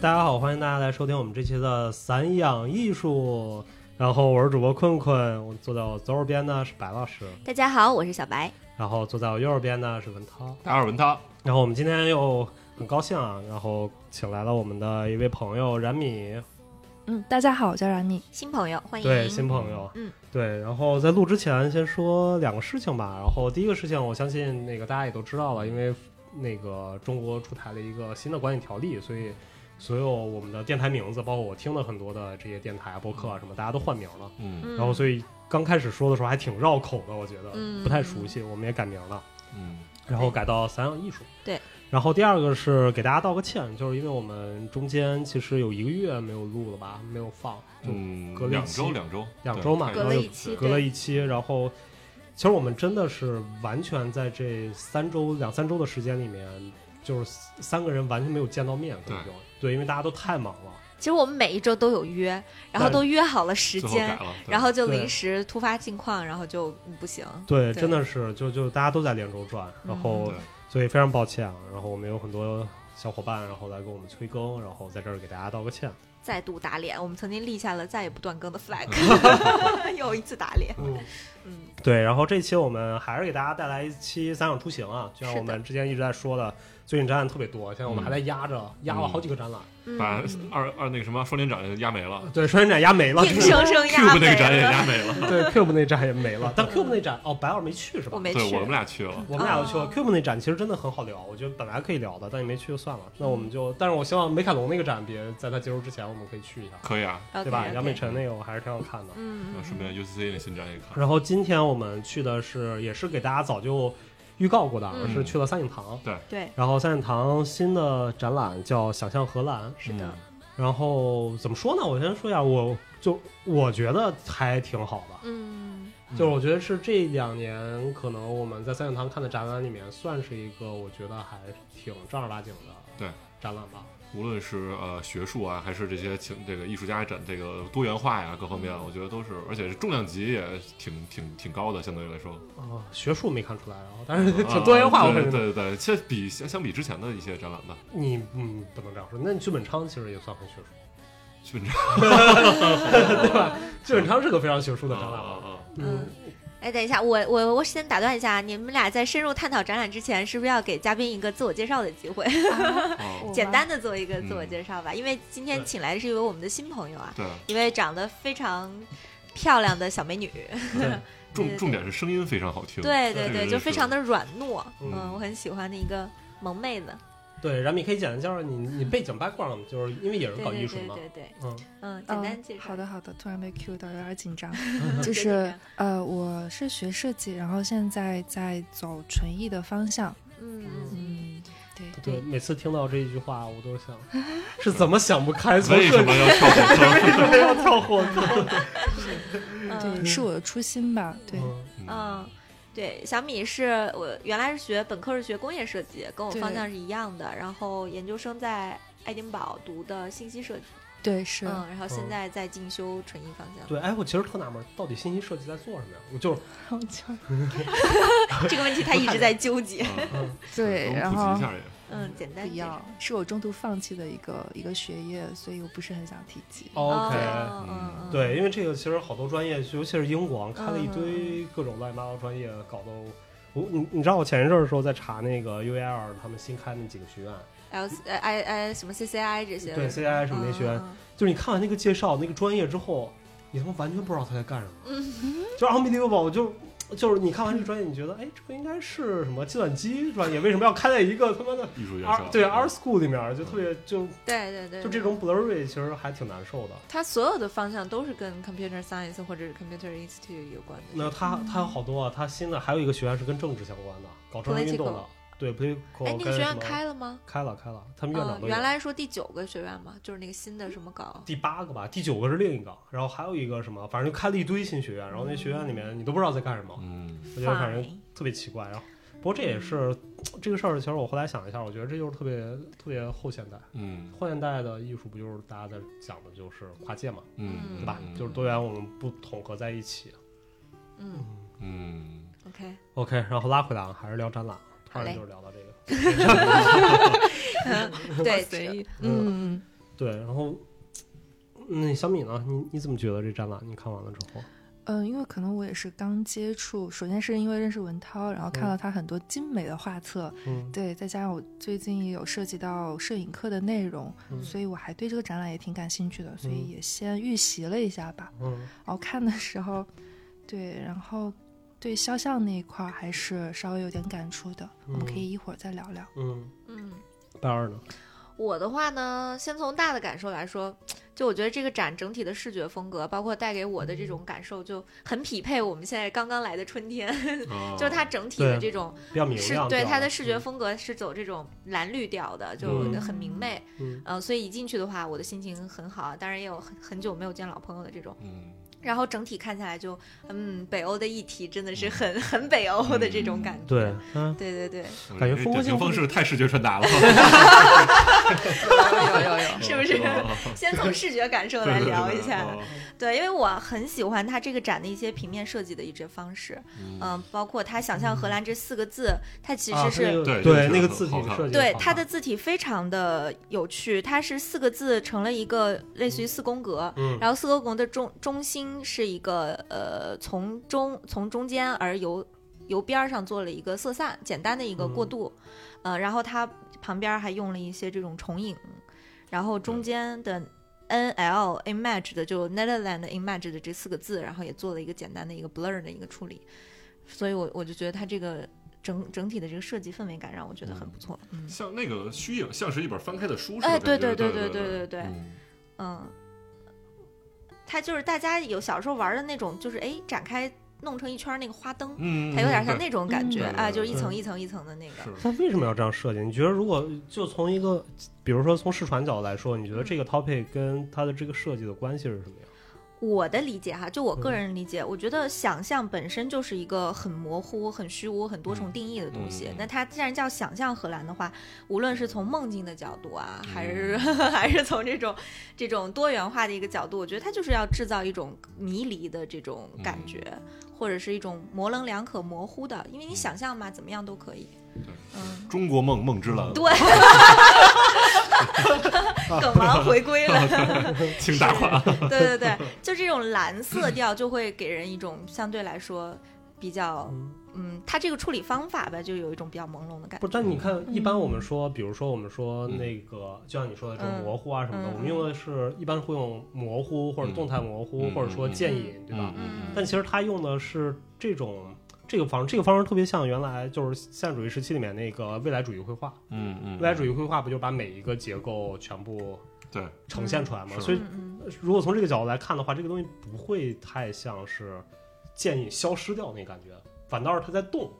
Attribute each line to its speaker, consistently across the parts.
Speaker 1: 大家好，欢迎大家来收听我们这期的散养艺术。然后我是主播困困，我坐在我左手边呢是白老师，
Speaker 2: 大家好，我是小白。
Speaker 1: 然后坐在我右手边呢是文涛。
Speaker 3: 达尔文涛，
Speaker 1: 然后我们今天又很高兴啊，然后请来了我们的一位朋友冉米，
Speaker 4: 嗯，大家好，我叫冉米。
Speaker 2: 新朋友，欢迎。
Speaker 1: 对，新朋友，
Speaker 2: 嗯，
Speaker 1: 对。然后在录之前，先说两个事情吧。然后第一个事情，我相信那个大家也都知道了，因为那个中国出台了一个新的管理条例，所以所有我们的电台名字，包括我听的很多的这些电台、播客啊什么，大家都换名了。
Speaker 3: 嗯
Speaker 2: 嗯
Speaker 1: 然后所以刚开始说的时候还挺绕口的，我觉得
Speaker 2: 嗯
Speaker 1: 不太熟悉，我们也改名了。
Speaker 3: 嗯，
Speaker 1: 然后改到散养艺术。
Speaker 2: 对。
Speaker 1: 然后第二个是给大家道个歉，就是因为我们中间其实有一个月没有录了吧，没有放，就
Speaker 3: 嗯
Speaker 1: 隔了一
Speaker 3: 两
Speaker 1: 期
Speaker 3: 周，两周，
Speaker 1: 两
Speaker 3: 对
Speaker 1: 周嘛
Speaker 3: 看
Speaker 2: 隔了一期
Speaker 1: 隔了一期。然后其实我们真的是完全在这三周两三周的时间里面，就是三个人完全没有见到面，根本就对，因为大家都太忙了。
Speaker 2: 其实我们每一周都有约，然后都约好了时
Speaker 3: 最后改
Speaker 2: 间，
Speaker 3: 了，对
Speaker 2: 然后就
Speaker 1: 对
Speaker 2: 临时突发境况，然后就嗯不行。
Speaker 1: 对，
Speaker 2: 对
Speaker 1: 真的是就就大家都在连轴转，然后、
Speaker 3: 对
Speaker 1: 所以非常抱歉啊。然后我们有很多小伙伴，然后来给我们催更，然后在这儿给大家道个歉。
Speaker 2: 再度打脸，我们曾经立下了再也不断更的 flag，又一 次打脸。
Speaker 1: 嗯。
Speaker 2: 嗯，
Speaker 1: 对，然后这期我们还是给大家带来一期三场出行啊，就像
Speaker 2: 是
Speaker 1: 我
Speaker 2: 的
Speaker 1: 们之前一直在说的，最近展览特别多，现在我们还在压着，压了好几个展览，
Speaker 2: 嗯
Speaker 3: 把
Speaker 2: 嗯
Speaker 3: 二二那个什么双年展压没了
Speaker 1: 对，双年展压没了，
Speaker 2: 硬生生
Speaker 1: 啊
Speaker 2: 压
Speaker 3: ，Cube 那
Speaker 2: 没
Speaker 3: 个展也
Speaker 2: 了。
Speaker 3: 压没了，
Speaker 1: 对 Cube 那展也没了，但 Cube 那展哦，白老师没去是吧？
Speaker 2: 我 没
Speaker 3: 对
Speaker 2: 去
Speaker 3: 我，们俩去了，
Speaker 1: 我们俩都去了、
Speaker 2: 哦
Speaker 1: Cube 那展，其实真的很好聊，我觉得本来可以聊的，但你没去就算了。那我们就，但是我希望美凯龙那个展别在它结束之前，我们可以去一下，
Speaker 3: 可以啊，
Speaker 2: OK，
Speaker 1: 对吧？
Speaker 2: OK
Speaker 1: 杨美辰那个我还是挺想看的。
Speaker 2: 嗯
Speaker 3: 然后
Speaker 2: 嗯，
Speaker 3: 顺便 UCC 那新展也看，
Speaker 1: 然后今天我们去的是，也是给大家早就预告过的，而是
Speaker 3: 嗯
Speaker 1: 去了三影堂。
Speaker 2: 对，
Speaker 1: 然后三影堂新的展览叫《想象荷兰》，
Speaker 2: 是
Speaker 3: 嗯
Speaker 2: 的，
Speaker 1: 然后怎么说呢？我先说一下，我就我觉得还挺好的，
Speaker 2: 嗯
Speaker 1: 就是我觉得是这两年可能我们在三影堂看的展览里面，算是一个我觉得还挺正儿八经的
Speaker 3: 对
Speaker 1: 展览吧。
Speaker 3: 无论是呃学术啊，还是这些情这个艺术家展这个多元化呀各
Speaker 2: 嗯
Speaker 3: 方面，我觉得都是，而且是重量级也挺挺挺高的，相对来说，
Speaker 1: 啊、学术没看出来，然后但是
Speaker 3: 啊
Speaker 1: 挺多元化，我感
Speaker 3: 对
Speaker 1: 觉。
Speaker 3: 对对对，其实比相相比之前的一些展览吧，
Speaker 1: 你嗯不能这样说，那剧本昌其实也算很学术，
Speaker 3: 基本
Speaker 1: 对吧？剧本昌是个非常学术的展览
Speaker 3: 啊
Speaker 1: 吧。
Speaker 3: 啊啊，
Speaker 2: 嗯。哎，等一下，我我我先打断一下，你们俩在深入探讨展览之前，是不是要给嘉宾一个自我介绍的机会？
Speaker 4: 啊
Speaker 3: 啊
Speaker 4: 我
Speaker 2: 简
Speaker 4: 吗
Speaker 2: 单的做一个自我介绍吧，因为今天
Speaker 1: 对
Speaker 2: 请来的是一位我们的新朋友啊，
Speaker 3: 对，
Speaker 2: 一位长得非常漂亮的小美女，
Speaker 1: 对，
Speaker 3: 重重点是声音非常好听，
Speaker 2: 对
Speaker 1: 对
Speaker 2: 对
Speaker 3: 对
Speaker 2: 对，就非常的软糯，
Speaker 1: 嗯
Speaker 2: 嗯，我很喜欢的一个萌妹子，
Speaker 1: 对，然后你可以简单介绍你你背景 background，就是因为也是
Speaker 2: 对
Speaker 1: 搞
Speaker 2: 对
Speaker 1: 艺术
Speaker 2: 对
Speaker 1: 嘛。
Speaker 2: 对对，
Speaker 1: 嗯，
Speaker 2: 嗯，
Speaker 4: 嗯
Speaker 2: 简单介绍，
Speaker 4: 好的，好的，突然被 Q 到，有点 紧张。就
Speaker 2: 对对
Speaker 4: 是
Speaker 2: 对
Speaker 4: 呃，我是学设计，然后现在在走纯艺的方向。
Speaker 2: 嗯嗯
Speaker 4: 嗯，对，
Speaker 1: 对，
Speaker 2: 对
Speaker 1: 每次听到这一句话，我都想 是怎么想不开，从
Speaker 3: 为什么要跳火
Speaker 1: 为
Speaker 3: 坑？
Speaker 1: 什么要跳火坑？
Speaker 4: 对，
Speaker 2: 嗯
Speaker 4: 是我的初心吧。对，
Speaker 1: 嗯
Speaker 2: 嗯。对，小米是我原来是学本科是学工业设计，跟我
Speaker 4: 对
Speaker 2: 方向是一样的，然后研究生在爱丁堡读的信息设计，
Speaker 4: 对，是。
Speaker 2: 嗯，然后现
Speaker 1: 嗯
Speaker 2: 在在进修纯艺方向。
Speaker 1: 对，哎，我其实特纳闷，到底信息设计在做什么呀？我就是，
Speaker 4: 好巧
Speaker 2: 这个问题他一直在纠结。
Speaker 1: 嗯
Speaker 4: 对，然
Speaker 3: 普及一
Speaker 4: 后
Speaker 3: 下也，
Speaker 2: 嗯，简单
Speaker 4: 不
Speaker 2: 介绍。
Speaker 4: 要，是我中途放弃的一个一个学业，所以我不是很想提及。
Speaker 1: ，OK，
Speaker 2: 哦嗯嗯
Speaker 1: 对，因为这个其实好多专业，尤其是英国啊，开了一
Speaker 2: 嗯
Speaker 1: 堆各种乱七八糟专业，搞得我我你你知道我前一阵儿的时候在查那个 UAL 他们新开那几个学院，
Speaker 2: L C 呃 I I 什么 C C I 这些，
Speaker 1: 对 CI 什么那学院，
Speaker 2: 嗯
Speaker 1: 就是你看完那个介绍那个专业之后，你他妈完全不知道他在干什么，
Speaker 2: 嗯
Speaker 1: 就是 unbelievable，就就是你看完这个专业，你觉得哎，这个应该是什么计算机专业，为什么要开在一个他妈的
Speaker 3: 艺术院校
Speaker 1: 二，对 R school 里面儿，就特别就
Speaker 2: 对对对，
Speaker 1: 就这种 blurry 其实还挺难受的。
Speaker 2: 它所有的方向都是跟 computer science 或者是 computer institute 有关的。
Speaker 1: 那它
Speaker 2: 嗯
Speaker 1: 它有好多啊，它新的还有一个学院是跟政治相关的，搞政治运动的
Speaker 2: Political，
Speaker 1: 对 p o l i t
Speaker 2: 哎
Speaker 1: i，
Speaker 2: 那个学院开了吗？
Speaker 1: 开了开了，他们院
Speaker 2: 嗯
Speaker 1: 长，都有
Speaker 2: 原来说第九个学院嘛，就是那个新的什么搞，
Speaker 1: 第八个吧，第九个是另一个，然后还有一个什么，反正就开了一堆新学院，然后那学院里面你都不知道在干什么，
Speaker 3: 嗯，
Speaker 1: 我觉得反正
Speaker 2: Fine
Speaker 1: 特别奇怪。然后不过这也是这个事儿，其实我后来想一下，我觉得这就是特别特别后现代，
Speaker 3: 嗯
Speaker 1: 后现代的艺术不就是大家在讲的就是跨界嘛，
Speaker 3: 嗯，
Speaker 1: 对吧？就是多，元我们不统合在一起。
Speaker 2: 嗯
Speaker 3: 嗯，
Speaker 2: ，OK，
Speaker 1: OK，然后拉回来啊，还是聊展览，突
Speaker 2: 好
Speaker 1: 然
Speaker 2: 嘞
Speaker 1: 就聊到这个。
Speaker 2: 对，
Speaker 4: 随意。嗯，
Speaker 1: 对，然后，嗯那小米呢？你你怎么觉得这展览？你看完了之后，
Speaker 4: 嗯，因为可能我也是刚接触，首先是因为认识文涛，然后看
Speaker 1: 嗯
Speaker 4: 到他很多精美的画册，
Speaker 1: 嗯，
Speaker 4: 对，再加上我最近也有涉及到摄影课的内容，
Speaker 1: 嗯
Speaker 4: 所以我还对这个展览也挺感兴趣的，所以
Speaker 1: 嗯
Speaker 4: 也先预习了一下吧。
Speaker 1: 嗯，
Speaker 4: 然后看的时候，对，然后对肖像那一块儿还是稍微有点感触的，我们可以一会儿再聊聊。
Speaker 1: 嗯，
Speaker 2: 嗯，
Speaker 1: 大二呢？
Speaker 2: 我的话呢，先从大的感受来说，就我觉得这个展整体的视觉风格，包括带给我的这种感受，就很匹配我们现在刚刚来的春天，
Speaker 3: 啊
Speaker 2: 就是它整体的
Speaker 1: 哦对
Speaker 2: 这种
Speaker 1: 比较明
Speaker 2: 是
Speaker 1: 亮，
Speaker 2: 对
Speaker 1: 吧
Speaker 2: 它的视觉，风格是走这种蓝绿调的，就
Speaker 1: 嗯
Speaker 2: 很明媚。
Speaker 1: 嗯
Speaker 2: 呃，所以一进去的话，我的心情很好，啊当然也有很很久没有见老朋友的这种。
Speaker 3: 嗯，
Speaker 2: 然后整体看下来就，嗯，北欧的议题真的是很很北欧的这种感觉。
Speaker 1: 对，嗯，
Speaker 2: 对对对，
Speaker 3: 我
Speaker 1: 感觉
Speaker 3: 这
Speaker 1: 风格
Speaker 3: 典
Speaker 1: 性
Speaker 3: 型
Speaker 1: 不
Speaker 3: 方
Speaker 1: 是
Speaker 3: 式太视觉传达了，
Speaker 2: 有有有， 是不是？
Speaker 3: 哦
Speaker 2: 先从视觉感 受来聊一下，
Speaker 3: 对对对对哦
Speaker 2: 对，因为我很喜欢它这个展的一些平面设计的一些方式，
Speaker 3: 嗯
Speaker 2: 嗯、包括它“想象荷兰”这四个字，它其实是、
Speaker 1: 啊它那个对
Speaker 3: 对就是
Speaker 1: 那个字体
Speaker 3: 好
Speaker 1: 的
Speaker 3: 看
Speaker 1: 设计，
Speaker 2: 对它的，字体非常的有趣，它是四个字成了一个类似于四宫格，
Speaker 1: 嗯
Speaker 2: 然后四宫格的中中心是一个呃从中从中间而由由边儿上做了一个色散，简单的一个过
Speaker 1: 嗯
Speaker 2: 渡，呃，然后它旁边还用了一些这种重影，然后中
Speaker 3: 对
Speaker 2: 间的 N L image 的就 Netherland image 的这四个字，然后也做了一个简单的一个 blur 的一个处理，所以我我就觉得它这个。整整体的这个设计氛围感让我觉得很不错，嗯，
Speaker 3: 像那个虚影，像是一本翻开的书似的
Speaker 2: 哎，
Speaker 3: 感觉。
Speaker 2: 对对
Speaker 3: 对
Speaker 2: 对
Speaker 3: 对
Speaker 2: 对对对嗯，它就是大家有小时候玩的那种，就是哎展开弄成一圈儿那个花灯，
Speaker 3: 嗯，
Speaker 2: 它有点像那种感觉
Speaker 3: 嗯
Speaker 2: 啊，
Speaker 3: 对对
Speaker 2: 就是一层
Speaker 1: 对
Speaker 2: 一层一层的那个。
Speaker 3: 是
Speaker 1: 它为什么要这样设计？你觉得如果就从一个，比如说从视传角度来说，你觉得
Speaker 2: 嗯
Speaker 1: 这个 topic 跟它的这个设计的关系是什么呀？
Speaker 2: 我的理解哈，就我个
Speaker 3: 嗯
Speaker 2: 人理解，我觉得想象本身就是一个很模糊、很虚无、很多重定义的东西。
Speaker 3: 嗯嗯
Speaker 2: 那它既然叫想象荷兰的话，无论是从梦境的角度啊，还是、
Speaker 3: 嗯
Speaker 2: 还是从这种这种多元化的一个角度，我觉得它就是要制造一种迷离的这种感
Speaker 3: 嗯
Speaker 2: 觉，或者是一种模棱两可、模糊的，因为你想象嘛，怎么样都可以。
Speaker 3: 嗯对
Speaker 2: 嗯，
Speaker 3: 中国梦梦之蓝，
Speaker 2: 对， 梗王回归了。
Speaker 3: 请打款啊。
Speaker 2: 对 对 对，就这种蓝色调就会给人一种相对来说比较，
Speaker 1: 嗯，
Speaker 2: 嗯，它这个处理方法吧，就有一种比较朦胧的感
Speaker 1: 不
Speaker 2: 觉。
Speaker 1: 是，但你
Speaker 2: 嗯
Speaker 1: 看，一般我们说，比如说我们说
Speaker 3: 嗯
Speaker 1: 那个，就像你说的这
Speaker 2: 嗯
Speaker 1: 种模糊啊什么的，
Speaker 2: 嗯
Speaker 1: 我们用的是一般会用模糊或者
Speaker 3: 嗯
Speaker 1: 动态模糊，
Speaker 3: 嗯
Speaker 1: 或者说渐隐，对吧？
Speaker 2: 嗯
Speaker 1: 但其实他用的是这种这个方式，这个方式特别像原来就是现代主义时期里面那个未来主义绘画。
Speaker 3: 嗯嗯，
Speaker 1: 未来主义绘画不就把每一个结构全部
Speaker 3: 对
Speaker 1: 呈现出来吗？
Speaker 3: 嗯
Speaker 1: 所以
Speaker 2: 嗯嗯，
Speaker 1: 如果从这个角度来看的话，这个东西不会太像是渐隐消失掉那感觉，反倒是它在动。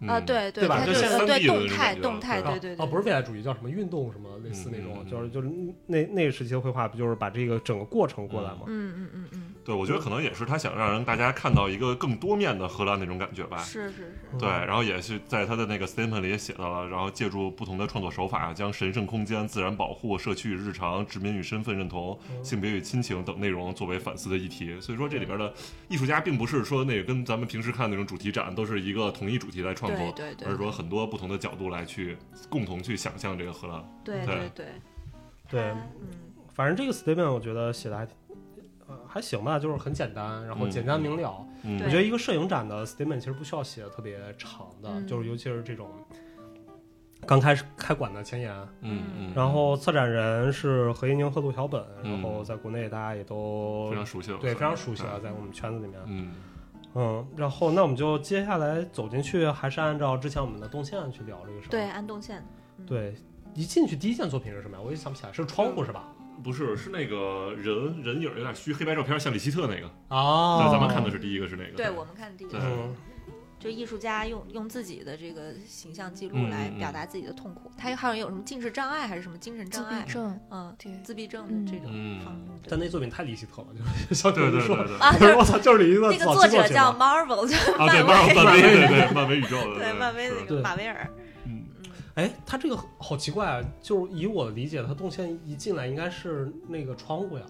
Speaker 3: 嗯
Speaker 2: 啊，对对，
Speaker 1: 对吧
Speaker 2: 它
Speaker 1: 就
Speaker 2: 就是
Speaker 1: 像
Speaker 2: 呃
Speaker 3: 三
Speaker 2: 对
Speaker 3: D 的
Speaker 2: 动态
Speaker 3: 那种感觉
Speaker 2: 动态，哎
Speaker 3: 对
Speaker 2: 对
Speaker 1: 啊
Speaker 2: 对
Speaker 1: 啊，
Speaker 2: 对，
Speaker 1: 不是未来主义，叫什么运动什么类似那
Speaker 3: 嗯
Speaker 1: 种，
Speaker 3: 嗯嗯
Speaker 1: 就是就是那那个时期的绘画，不就是把这个整个过程过来吗？
Speaker 2: 嗯嗯嗯嗯，
Speaker 3: 对，我觉得可能也是他想让人大家看到一个更多面的荷兰那种感觉吧。
Speaker 2: 是是是，
Speaker 1: 嗯
Speaker 3: 对，然后也是在他的那个 statement 里也写到了，然后借助不同的创作手法，啊将神圣空间、自然保护、社区与日常、殖民与身份认同、
Speaker 1: 嗯
Speaker 3: 性别与亲情等内容作为反思的议题。所以说，这里边的艺术家并不是说那个跟咱们平时看那种主题展都是一个同一主题来创
Speaker 2: 对
Speaker 3: 作，
Speaker 2: 对对
Speaker 3: 而是说很多不同的角度来去共同去想象这个荷兰。
Speaker 2: 对
Speaker 3: 对
Speaker 2: 对，
Speaker 1: 对
Speaker 2: 它嗯
Speaker 1: 反正这个 statement 我觉得写的还挺。呃，还行吧，就是很简单，然后
Speaker 3: 嗯
Speaker 1: 简单明了。
Speaker 3: 嗯，
Speaker 1: 我
Speaker 2: 对
Speaker 1: 觉得一个摄影展的 statement 其实不需要写得特别长的，
Speaker 2: 嗯
Speaker 1: 就是尤其是这种刚开始开馆的前言，
Speaker 3: 嗯嗯，
Speaker 1: 然后策展人是何一宁和陆小本，
Speaker 3: 嗯
Speaker 1: 然后在国内大家也都
Speaker 3: 非常熟悉了，
Speaker 1: 对非常熟悉啊，
Speaker 3: 了，
Speaker 1: 在我们圈子里面。
Speaker 3: 嗯，
Speaker 1: 嗯，然后那我们就接下来走进去，还是按照之前我们的动线去聊这个事儿。
Speaker 2: 对安动线，
Speaker 1: 对，一进去第一件作品是什么呀？我也想不起来，是窗户是吧？
Speaker 3: 不是，是那个人人影儿有点虚，黑白照片像里希特那个，
Speaker 1: 啊
Speaker 3: 那嗯咱们看的是第一个是那个，
Speaker 2: 对我们看第一
Speaker 3: 对
Speaker 2: 个。
Speaker 1: 嗯
Speaker 2: 就艺术家用用自己的这个形象记录
Speaker 3: 嗯
Speaker 2: 来
Speaker 3: 嗯
Speaker 2: 表
Speaker 3: 嗯
Speaker 2: 达自己的痛苦，他好像有什么近视障碍还是什么精神
Speaker 4: 自
Speaker 2: 障碍
Speaker 4: 闭，症，
Speaker 2: 嗯，
Speaker 4: 对，
Speaker 2: 自闭症的这种
Speaker 3: 嗯
Speaker 2: 方面。对
Speaker 1: 但那作品太李希特了，就是小
Speaker 3: 对
Speaker 1: 李
Speaker 3: 对
Speaker 1: 说，
Speaker 3: 对对。
Speaker 2: 啊，就
Speaker 1: 我说
Speaker 2: 是
Speaker 1: 我操，就是李希特
Speaker 2: 那个
Speaker 1: 早
Speaker 2: 作
Speaker 1: 期作
Speaker 2: 者
Speaker 1: 品
Speaker 2: 叫
Speaker 1: 吧
Speaker 2: Marvel，就是
Speaker 3: 啊，对，漫
Speaker 2: 威，
Speaker 3: 漫威，对对， 漫威宇宙的，
Speaker 2: 对漫威
Speaker 3: 是
Speaker 2: 那个
Speaker 1: 对
Speaker 2: 马维尔，
Speaker 3: 嗯，
Speaker 1: 哎，他这个好奇怪啊！就是以我的理解，他动线一进来应该是那个窗户呀，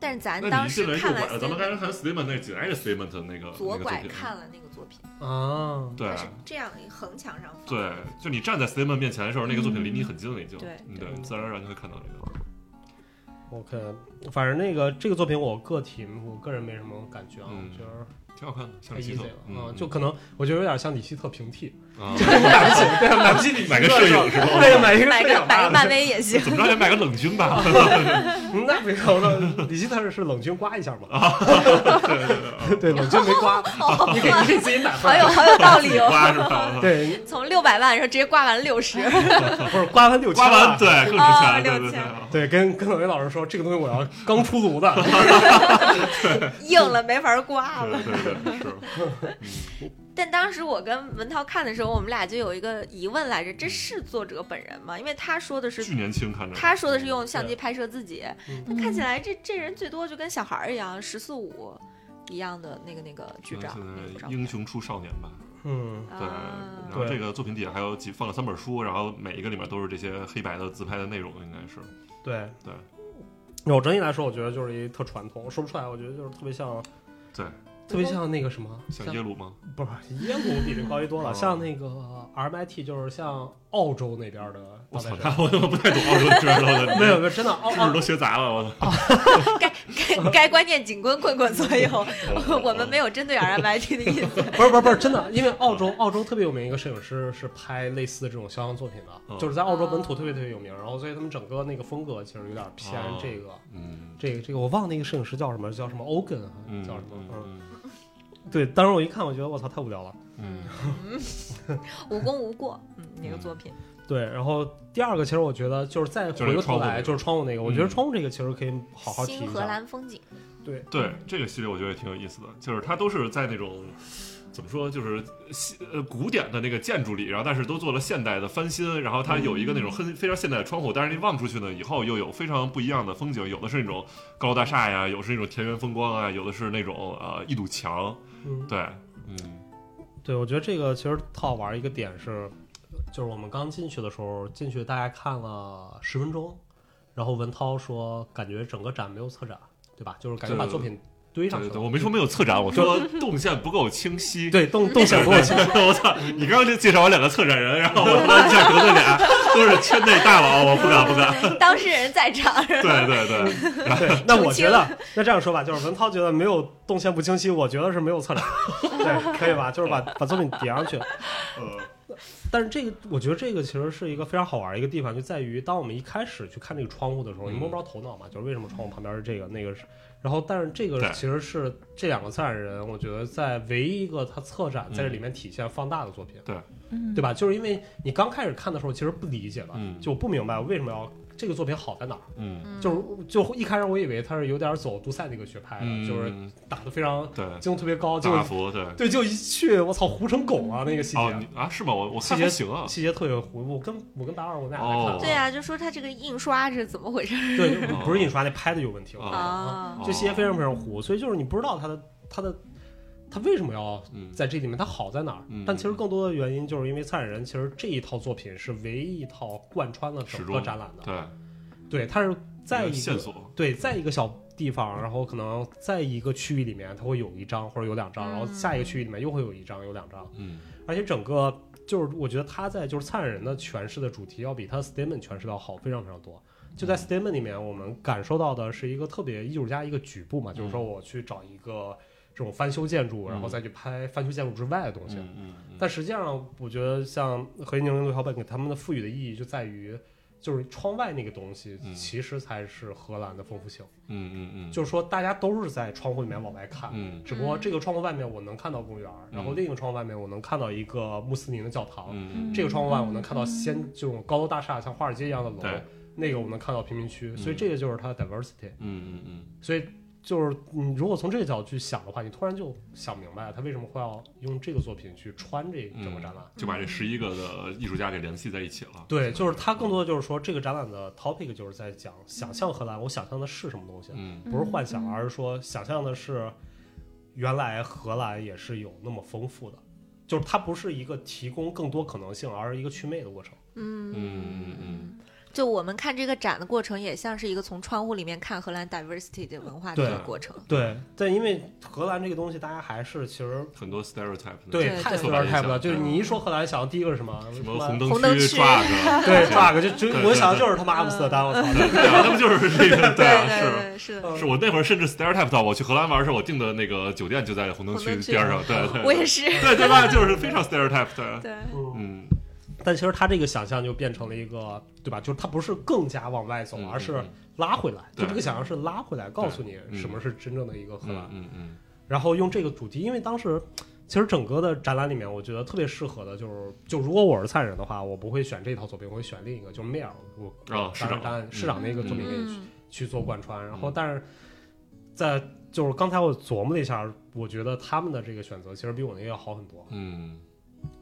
Speaker 2: 但是咱
Speaker 3: 那
Speaker 2: 哎当
Speaker 3: 你进
Speaker 2: 时
Speaker 3: 来就
Speaker 2: 看
Speaker 3: 拐
Speaker 2: 完
Speaker 3: 了，咱们
Speaker 2: Statement，
Speaker 3: 刚才看 statement 那紧挨着 statement 那个
Speaker 2: 左拐
Speaker 3: 看，
Speaker 2: 看了那个作品，
Speaker 3: 嗯
Speaker 1: 啊，
Speaker 3: 对
Speaker 2: 它是这样一横墙上放，
Speaker 3: 对，就你站在 statement 面前的时候，那个作品离你很近了，已经，
Speaker 2: 对
Speaker 3: 嗯对，你自然而然就会看到这个，
Speaker 1: OK，反正那个这个作品，我个体我个人没什么感觉啊，
Speaker 3: 嗯
Speaker 1: 我觉得
Speaker 3: 挺好看的，像
Speaker 1: 太
Speaker 3: 希
Speaker 1: easy
Speaker 3: 特
Speaker 1: 了，啊，
Speaker 3: 嗯，
Speaker 1: 就可能我觉得有点像李希特平 替，
Speaker 3: 啊，
Speaker 1: 买不起， 对，买不起李希特
Speaker 3: 买个摄影是吧
Speaker 1: 对，买一个
Speaker 2: 买
Speaker 1: 摄
Speaker 2: 个
Speaker 1: 影
Speaker 2: 买
Speaker 1: 吧
Speaker 2: 个 漫威也行。
Speaker 3: 怎么着也买个冷军 吧，
Speaker 1: 嗯那别搞了，李希特是冷军刮一下嘛，
Speaker 3: 啊
Speaker 1: 对，冷军没刮，
Speaker 2: 哦
Speaker 1: 你给你给自己买
Speaker 2: 好
Speaker 1: 回
Speaker 2: 有
Speaker 1: 来，
Speaker 2: 好有道理哦！
Speaker 3: 刮是吧？
Speaker 1: 对，
Speaker 2: 从六百万，然后直接刮完六十，
Speaker 1: 不是刮完六千
Speaker 3: 刮
Speaker 1: 了，
Speaker 3: 完对更值
Speaker 2: 啊
Speaker 3: 钱，对
Speaker 2: 六
Speaker 3: 对对
Speaker 2: 千
Speaker 3: 啊
Speaker 1: 对，跟跟冷云老师说，这个东西我要刚出炉的，
Speaker 2: 硬了没法刮了。
Speaker 3: 对对对是，
Speaker 2: 但当时我跟文涛看的时候，我们俩就有一个疑问来着：
Speaker 3: 嗯
Speaker 2: 这是作者本人吗？因为他说的是
Speaker 3: 巨年轻看着嗯
Speaker 2: 他说的是用相机拍摄自己，
Speaker 1: 嗯
Speaker 2: 但看起来这这人最多就跟小孩儿一样，十四五一样的那个那个剧照，那个
Speaker 3: 现
Speaker 2: 照
Speaker 3: 在
Speaker 2: 片
Speaker 3: 英雄出少年吧，
Speaker 1: 嗯
Speaker 3: 对，
Speaker 2: 啊
Speaker 3: 然后
Speaker 1: 对
Speaker 3: 这个作品底下还有几放了三本书，然后每一个里面都是这些黑白的自拍的内容，应该是，
Speaker 1: 对
Speaker 3: 对。
Speaker 1: 有整体来说，我觉得就是一特传统，说不出来，我觉得就是特别像，
Speaker 3: 对，
Speaker 1: 特别像那个什么，
Speaker 3: 像耶鲁吗？
Speaker 1: 不是耶鲁比这高一多了，
Speaker 3: 哦
Speaker 1: 像那个 RMIT 就是像澳洲那边的
Speaker 3: 我
Speaker 1: 高
Speaker 3: 操
Speaker 1: 材，生。
Speaker 3: 那我他妈不太懂澳洲知识了，
Speaker 1: 没有没有，真的澳
Speaker 3: 知识
Speaker 1: 澳
Speaker 3: 都学杂了，我操！
Speaker 2: 该 该观念紧跟棍棍所有，我们没有针对 RMIT 的意思。
Speaker 1: 不是不是不是真的，因为澳洲澳洲特别有名一个摄影师是拍类似这种肖像作品的，
Speaker 3: 嗯
Speaker 1: 就是在澳洲本土特别特别有名，然后所以他们整个那个风格其实有点偏
Speaker 3: 哦
Speaker 1: 这个
Speaker 3: 嗯，
Speaker 1: 这个这个，我忘了那个摄影师叫什么，叫什么 Ogan 啊
Speaker 3: 嗯，
Speaker 1: 叫什么？嗯，
Speaker 3: 嗯
Speaker 1: 对，当时我一看，我觉得我操太无聊了。
Speaker 3: 嗯
Speaker 2: 无功无过，嗯，那个作品，
Speaker 1: 对，然后第二个其实我觉得就是再回过头来
Speaker 3: 就
Speaker 1: 就是是窗户那个，我觉得窗户这个其实可以好好提
Speaker 2: 新
Speaker 1: 一
Speaker 2: 荷
Speaker 1: 下。
Speaker 2: 兰风景，
Speaker 1: 对，
Speaker 3: 对这个系列我觉得也挺有意思的，就是它都是在那种怎么说，就是西呃古典的那个建筑里，然后但是都做了现代的翻新，然后它有一个那种很非常现代的窗户，但是你望出去呢，以后又有非常不一样的风景，有的是那种高楼大厦呀，有的是那种田园风光啊，有的是那种呃一堵墙，
Speaker 1: 嗯，
Speaker 3: 对，嗯
Speaker 1: 对，我觉得这个其实特好玩儿一个点是，就是我们刚进去的时候，进去大概看了十分钟，然后文涛说感觉整个展没有策展，对吧？就是感觉把
Speaker 3: 对
Speaker 1: 作品堆
Speaker 3: 对
Speaker 1: 上去
Speaker 3: 对对，
Speaker 1: 了。
Speaker 3: 我没说没有策展，我说 动线不够清晰。
Speaker 1: 对，动动想多
Speaker 3: 我操！你刚刚就介绍我两个策展人，然后我他妈一下得罪俩，都是圈内大佬，我不敢不敢。
Speaker 2: 当事人在场，
Speaker 3: 对对对，
Speaker 1: 对，那我觉得，那这样说吧，就是文涛觉得没有动线不清晰，我觉得是没有策展，对，可以吧？就是把把作品叠上去。
Speaker 3: 呃，
Speaker 1: 但是这个，我觉得这个其实是一个非常好玩儿的一个地方，就在于当我们一开始去看这个窗户的时候，
Speaker 3: 嗯
Speaker 1: 你摸不着头脑嘛，就是为什么窗户旁边是这个那个是，然后但是这个
Speaker 3: 对
Speaker 1: 其实是这两个策展人，我觉得在唯一一个他策展在这
Speaker 3: 嗯
Speaker 1: 里面体现放大的作品，
Speaker 4: 嗯，
Speaker 1: 对吧？就是因为你刚开始看的时候其实不理解吧，
Speaker 3: 嗯
Speaker 1: 就我不明白我为什么要这个作品好在哪儿，
Speaker 3: 嗯，
Speaker 2: 嗯
Speaker 1: 就是就一开始我以为他是有点走杜塞那个学派的，就是
Speaker 3: 嗯
Speaker 1: 打得非常
Speaker 3: 对
Speaker 1: 精度特别高，就
Speaker 3: 大幅对。
Speaker 1: 对，就一去我操糊成狗啊那个细节。
Speaker 3: 哦，你啊是吗？我我
Speaker 1: 细
Speaker 3: 看
Speaker 1: 节
Speaker 3: 还行啊，
Speaker 1: 细节特别糊。我跟我跟达尔，我们俩来看了，
Speaker 3: 哦
Speaker 2: 对啊，就说他这个印刷是怎么回事
Speaker 1: 对，就不是印刷那拍的有问题，我
Speaker 3: 哦
Speaker 1: 觉得啊，
Speaker 2: 啊？
Speaker 1: 这细节非常非常糊，所以就是你不知道它的它的它为什么要
Speaker 3: 嗯
Speaker 1: 在这里面，它好在哪儿
Speaker 3: 嗯？
Speaker 1: 但其实更多的原因就是因为策展人其实这一套作品是唯一一套贯穿了
Speaker 3: 始
Speaker 1: 整个
Speaker 3: 终
Speaker 1: 展览的，
Speaker 3: 对，
Speaker 1: 对，它是在
Speaker 3: 有
Speaker 1: 一
Speaker 3: 线
Speaker 1: 个
Speaker 3: 索，
Speaker 1: 对在一个小地方，然后可能在一个区域里面，它会有一张或者有两张，然后下一个区域里面又会有一张有两张，
Speaker 3: 嗯
Speaker 1: 而且整个就是我觉得他在就是灿人的诠释的主题要比他 statement 诠释的要好非常非常多。就
Speaker 3: 嗯
Speaker 1: 在 statement 里面，我们感受到的是一个特别艺术家一个局部嘛，就是说我去找一个这种翻修建筑，
Speaker 3: 嗯
Speaker 1: 然后再去拍翻修建筑之外的东西。
Speaker 3: 嗯嗯嗯，
Speaker 1: 但实际上，我觉得像何一宁、刘小本给他们的赋予的意义就在于，就是窗外那个东西
Speaker 3: 嗯
Speaker 1: 其实才是荷兰的丰富性。
Speaker 3: 嗯嗯嗯，
Speaker 1: 就是说，大家都是在窗户里面往外看，
Speaker 3: 嗯
Speaker 1: 只不过这个窗户外面我能看到公园儿，然后
Speaker 3: 嗯
Speaker 1: 另一个窗户外面我能看到一个穆斯林的教堂，
Speaker 3: 嗯
Speaker 1: 这个窗户外我能看到先这种高楼大厦，像华尔街一样的楼
Speaker 3: 对，
Speaker 1: 那个我能看到贫民区，所以
Speaker 3: 嗯
Speaker 1: 这个就是它的 diversity。
Speaker 3: 嗯嗯嗯
Speaker 1: 所以就是你如果从这个角度去想的话，你突然就想明白了他为什么会要用这个作品去穿这整个展览。
Speaker 3: 嗯，就把这十一个的艺术家给联系在一起了。
Speaker 1: 对，就是它更多的就是说，这个展览的 topic 就是在讲想象荷兰，我想象的是什么东西，
Speaker 3: 嗯
Speaker 1: 不是幻想，而是说想象的是原来荷兰也是有那么丰富的，就是它不是一个提供更多可能性，而是一个祛魅的过程。
Speaker 2: 嗯
Speaker 3: 嗯嗯嗯，
Speaker 2: 就我们看这个展的过程，也像是一个从窗户里面看荷兰 diversity 的文化的一个
Speaker 1: 对
Speaker 2: 过程。
Speaker 1: 对，但因为荷兰这个东西，大家还是其实
Speaker 3: 很多 stereotype 的
Speaker 2: 对
Speaker 1: 太
Speaker 2: 对
Speaker 1: stereotype 了，
Speaker 3: 对
Speaker 1: 就是你一说荷兰，想到第一个是什么？
Speaker 3: 什
Speaker 1: 什
Speaker 3: 么
Speaker 2: 红
Speaker 3: 红灯
Speaker 2: 灯
Speaker 3: 区
Speaker 2: 区
Speaker 3: bug，
Speaker 1: 对 bug，就就
Speaker 3: 对
Speaker 1: 我
Speaker 3: 对
Speaker 1: 想的
Speaker 3: 对
Speaker 1: 就是他妈阿姆斯特丹，我操！
Speaker 3: 对，对他们就是这个，啊，
Speaker 2: 对
Speaker 3: 是。
Speaker 2: 对，是的。
Speaker 1: 嗯
Speaker 3: 是我那会儿甚至 stereotype 到我去荷兰玩的时候，我订的那个酒店就在红灯
Speaker 2: 红
Speaker 3: 区
Speaker 2: 灯区
Speaker 3: 边上，对对，
Speaker 2: 我也是，
Speaker 3: 对对吧？就是非常 stereotype 的，
Speaker 2: 对，
Speaker 1: 嗯
Speaker 3: 嗯，
Speaker 1: 但其实他这个想象就变成了一个，对吧？就是他不是更加往外走，
Speaker 3: 嗯
Speaker 1: 而是
Speaker 3: 嗯
Speaker 1: 拉回来。就
Speaker 3: 对
Speaker 1: 这个想象是拉回来，告诉你
Speaker 3: 嗯
Speaker 1: 什么是真正的一个荷兰
Speaker 3: 嗯。嗯嗯
Speaker 1: 然后用这个主题，因为当时其实整个的展览里面，我觉得特别适合的就是，就如果我是菜人的话，我不会选这套作品，我会选另一个，就是梅尔，我
Speaker 3: 嗯，啊，市嗯
Speaker 1: 当然当
Speaker 3: 长
Speaker 1: 然市长那个作品可以去
Speaker 2: 嗯，
Speaker 1: 去做贯穿。然后，但是在就是刚才我琢磨了一下，我觉得他们的这个选择其实比我那个要好很多，
Speaker 3: 嗯，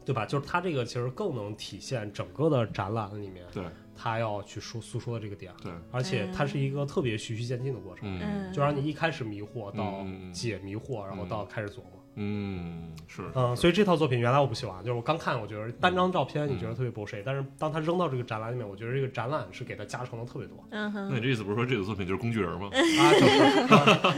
Speaker 1: 对吧？就是他这个其实更能体现整个的展览里面。
Speaker 3: 对
Speaker 1: 他要去说诉说的这个点儿，
Speaker 3: 对，
Speaker 1: 而且它是一个特别循序渐进的过程，
Speaker 3: 嗯
Speaker 2: 嗯，
Speaker 1: 就让你一开始迷惑到
Speaker 3: 嗯嗯嗯
Speaker 1: 解迷惑，然后到开始琢磨。
Speaker 3: 嗯是，
Speaker 1: 嗯，所以这套作品原来我不喜欢，就是我刚看，我觉得单张照片
Speaker 3: 嗯
Speaker 1: 你觉得特别 bullshit，、但是当它扔到这个展览里面，我觉得这个展览是给它加成了特别多
Speaker 2: 嗯
Speaker 3: 那
Speaker 2: 哼，
Speaker 3: 你这意思不是说这个作品就是工具人吗？
Speaker 2: 嗯
Speaker 1: 啊，就是、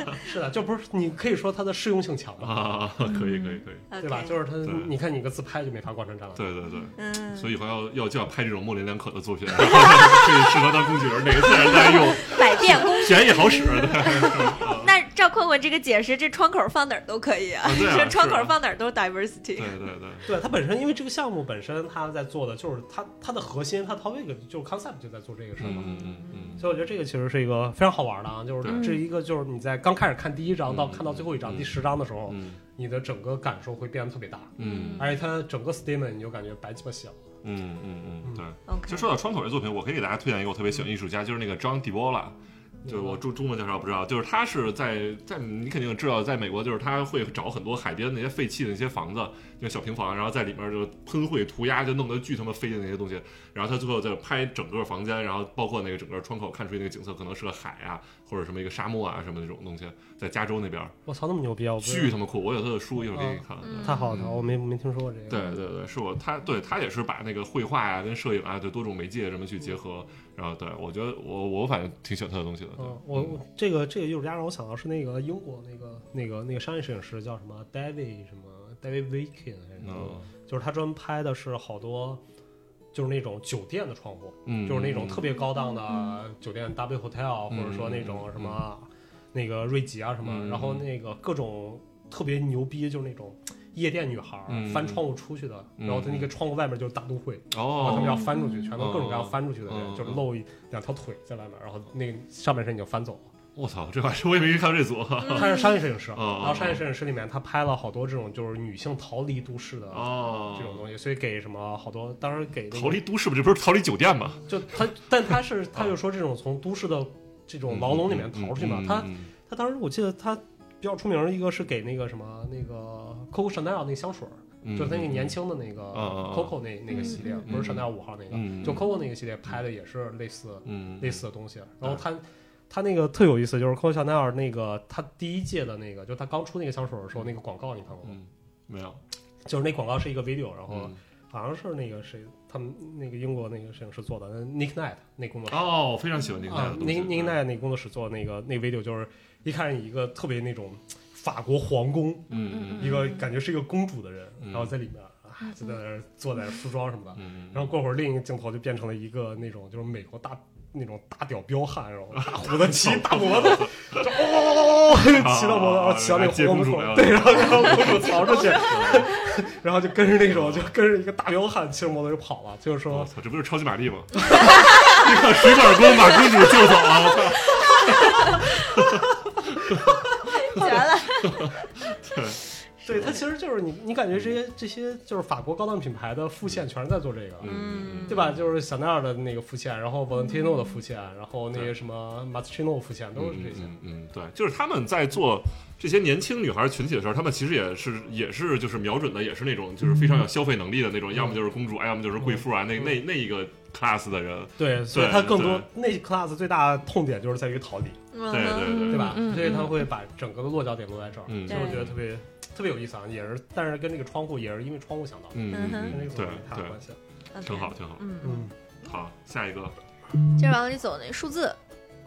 Speaker 1: 啊是的，就不是你可以说它的适用性强嘛，
Speaker 3: 啊，
Speaker 2: 嗯
Speaker 3: 可以可以可以，
Speaker 1: 对吧？就是它
Speaker 3: 对，
Speaker 1: 你看你个自拍就没法贯穿展览，
Speaker 3: 对对对。
Speaker 2: 嗯，
Speaker 3: 所以以后要要就要拍这种模棱两可的作品，然后 可以适合当工具人，哪个自然大家用，
Speaker 2: 百变宫。
Speaker 3: 便宜好使，
Speaker 2: 嗯
Speaker 3: 对，
Speaker 2: 那赵坤坤这个解释，这窗口放哪儿都可以啊，
Speaker 3: 啊对啊
Speaker 2: 这窗
Speaker 3: 是
Speaker 2: 口
Speaker 3: 啊
Speaker 2: 放哪儿都是 diversity。
Speaker 3: 对对对，
Speaker 1: 对它本身，因为这个项目本身它在做的就是它它的核心，它 topic 就是 concept 就在做这个事儿嘛。
Speaker 3: 嗯嗯嗯
Speaker 1: 所以我觉得这个其实是一个非常好玩的啊，就是
Speaker 3: 对
Speaker 1: 这一个就是你在刚开始看第一章到
Speaker 3: 嗯
Speaker 1: 看到最后一章、
Speaker 3: 嗯
Speaker 1: 第十章的时候，
Speaker 3: 嗯
Speaker 1: 你的整个感受会变得特别大，
Speaker 3: 嗯
Speaker 1: 而且它整个 statement 你就感觉白鸡巴写了。
Speaker 3: 嗯嗯嗯，对。
Speaker 2: OK，
Speaker 3: 其实说到窗口这作品，我可以给大家推荐一个我特别喜欢的艺术家，就是那个 John d e v o l a 就是我中中文叫啥我不知道，就是他是在在你肯定知道，在美国就是他会找很多海边那些废弃的那些房子，那小平房，然后在里面就喷绘涂鸦，就弄得巨他妈飞的那些东西，然后他最后再拍整个房间，然后包括那个整个窗口看出去那个景色，可能是个海啊，或者什么一个沙漠啊什么那种东西，在加州那边
Speaker 1: 我操，那么牛逼啊！我不知
Speaker 3: 巨
Speaker 1: 道
Speaker 3: 他妈酷，我有他的书，一会儿给你看。对
Speaker 1: 太好了，我没没听说过这个。
Speaker 3: 对对对，是我他对他也是把那个绘画呀、跟摄影啊，对多种媒介什么去结
Speaker 1: 嗯
Speaker 3: 合，然后对我觉得我我反正挺喜欢他的东西的。对
Speaker 1: 嗯，我我这个这个艺术家让我想到是那个英国那个那个那个商业摄影师叫什么 David 什么 David Viking 还是什么，
Speaker 3: 嗯
Speaker 1: 就是他专门拍的是好多就是那种酒店的窗户，
Speaker 3: 嗯，
Speaker 1: 就是那种特别高档的酒店 W Hotel，、
Speaker 3: 嗯
Speaker 1: 或者说那种什么、那个瑞吉啊什么，
Speaker 3: 嗯
Speaker 1: 然后那个各种特别牛逼，就是那种夜店女孩儿、
Speaker 3: 嗯
Speaker 1: 翻窗户出去的，
Speaker 3: 嗯
Speaker 1: 然后她那个窗户外面就是大都会，然后他们
Speaker 3: 哦，
Speaker 1: 要翻出去，全都各种各样
Speaker 3: 嗯
Speaker 1: 翻出去的人，
Speaker 3: 嗯
Speaker 1: 就是露一两条腿在外面，然后那个上半身已经翻走了。
Speaker 3: 我操，这玩意儿我也没看过这组。
Speaker 1: 他是商业摄影师，
Speaker 3: 嗯
Speaker 1: 然后商业摄影师里面他拍了好多这种就是女性逃离都市的。
Speaker 3: 哦，
Speaker 1: 这种东西，所以给什么好多，当时给那个
Speaker 3: 逃离都市吧，这不是逃离酒店吗？
Speaker 1: 就他，但他是
Speaker 3: 嗯
Speaker 1: 他就说这种从都市的这种牢笼里面逃出去
Speaker 3: 嗯
Speaker 1: 嘛。他他当时我记得他比较出名的一个是给那个什么那个 Coco Chanel 那香水儿，就是那个年，轻的那个
Speaker 3: 嗯嗯嗯
Speaker 1: Coco 那那个系列，
Speaker 4: 嗯
Speaker 1: 不是 Chanel 五号那个，
Speaker 3: 嗯
Speaker 1: 就 Coco 那个系列拍的也是类似
Speaker 3: 嗯
Speaker 1: 类似的东西。然后他他那个特有意思，就是 Coco Chanel 那个他第一届的那个，就他刚出那个香水儿的时候那个广告你看过吗？
Speaker 3: 嗯，没有，嗯
Speaker 1: 就是那广告是一个 video，然后好像是那个谁他们那个英国那个摄影师做的那，Nick Knight 那工作室。
Speaker 3: 哦，非常喜欢那
Speaker 1: 啊
Speaker 3: 个，嗯
Speaker 1: 那那奈那工作室做的那个那 video 就是一看你一个特别那种法国皇宫，
Speaker 3: 嗯
Speaker 1: 一个感觉是一个公主的人，
Speaker 3: 嗯
Speaker 1: 然后在里面啊就在那儿坐在那儿梳妆什么的，
Speaker 3: 嗯，
Speaker 1: 然后过会儿另一个镜头就变成了一个那种就是美国大那种大屌彪悍，然后 大胡子骑大摩托，就哦骑到摩托骑到那个
Speaker 3: 啊接
Speaker 1: 皇宫
Speaker 3: 公主
Speaker 1: 口，对，然后然后公主逃出去， 然后就跟着那种就跟着一个大彪悍骑着摩托就跑了，就是
Speaker 3: 我
Speaker 1: 说
Speaker 3: 操，这不是超级玛丽吗？ 一个水管工把公主救走了，我操！
Speaker 2: 绝了，
Speaker 3: 嗯
Speaker 1: 对，它其实就是你，你感觉这些这些就是法国高档品牌的复线全是在做这个，
Speaker 2: 嗯，
Speaker 1: 对吧？就是香奈儿的那个复线，然后 Valentino 的复线，然后那
Speaker 3: 对
Speaker 1: 些什么 Maschino 复线，都是这些。
Speaker 3: 嗯嗯嗯，对，就是他们在做这些年轻女孩群体的时候，他们其实也是也是就是瞄准的也是那种就是非常
Speaker 2: 嗯
Speaker 3: 有消费能力的那种，要么就是公主，要么就是贵妇啊，那那那一个 class 的人。
Speaker 1: 对，所以
Speaker 3: 对
Speaker 1: 它更多那 class 最大的痛点就是在于逃离，
Speaker 2: 嗯
Speaker 3: 对对对
Speaker 1: 对吧？
Speaker 4: 嗯嗯
Speaker 1: 所以它会把整个的落脚点落在这儿，
Speaker 3: 嗯
Speaker 1: 所以我觉得
Speaker 2: 对
Speaker 1: 特别特别有意思啊，也是，但是跟这个窗户也是因为窗户想到的，
Speaker 3: 嗯
Speaker 1: 跟这
Speaker 3: 嗯
Speaker 1: 个，
Speaker 3: 对
Speaker 1: 有太大
Speaker 3: 对
Speaker 1: 关，系。
Speaker 2: OK
Speaker 3: 挺好挺好。
Speaker 2: 嗯，
Speaker 1: 嗯，
Speaker 3: 好，下一个
Speaker 2: 接着往里走那数字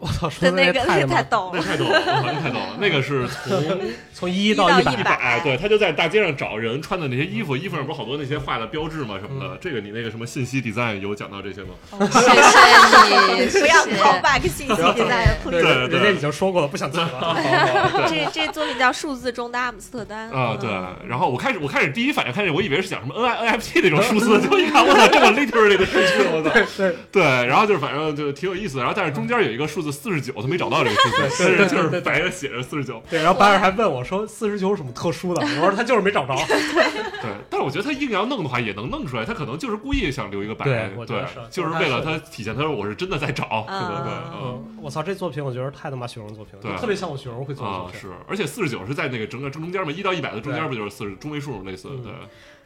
Speaker 1: 我操， 说
Speaker 2: 的
Speaker 1: 的
Speaker 2: 那
Speaker 1: 也
Speaker 2: 个
Speaker 1: 太
Speaker 2: 那
Speaker 1: 他妈
Speaker 2: 太逗
Speaker 3: 那
Speaker 2: 了，
Speaker 3: 太逗了，我操那太逗了，那个 是从
Speaker 1: 从一
Speaker 2: 一到
Speaker 1: 一
Speaker 2: 一
Speaker 1: 百，
Speaker 2: 百
Speaker 3: 哎，对，他就在大街上找人穿的那些衣服，衣服上不是好多那些画的标志嘛什么的。这个你那个什么信息 design 有讲到这些吗？
Speaker 5: 谢 谢你，
Speaker 2: 不要
Speaker 5: 谢谢
Speaker 2: call back 信息在 p
Speaker 1: 对
Speaker 2: l
Speaker 3: 对
Speaker 1: 人
Speaker 3: 对
Speaker 1: 家已经说过了，不想听了。
Speaker 2: 这这作品叫《数字中的阿姆斯特丹》
Speaker 3: 啊，对。然后我开始，我开始第一反应开始，我以为是讲什么 N I N F T 那种数字，结果一看，我操，这么 literally 的数字，我操。
Speaker 1: 对，
Speaker 3: 对，然后就是反正就挺有意思的。然后但是中间有一个数字四十九，他没找到这个数字，但是就是白的写着四十九。
Speaker 1: 对，然后白尔还问我说：“四十九有什么特殊的？”我说：“他就是没找着。
Speaker 3: 对，但是我觉得他硬要弄的话也能弄出来，他可能就是故意想留一个白，
Speaker 1: 对我觉
Speaker 3: 对
Speaker 1: 得是，
Speaker 3: 就
Speaker 1: 就是是
Speaker 3: 为了
Speaker 1: 他
Speaker 3: 他体现他说我是真的在找，对对对，
Speaker 2: 啊
Speaker 3: 嗯。”
Speaker 1: 我操，这作品我觉得太他妈雪荣作品了，
Speaker 3: 对
Speaker 1: 就特别像我雪荣会做的作
Speaker 3: 啊，
Speaker 1: 品。
Speaker 3: 是，而且四十九是在那个整个正中间嘛，一到一百的中间
Speaker 1: 对
Speaker 3: 不就是四十中位数类似？
Speaker 1: 嗯
Speaker 3: 对，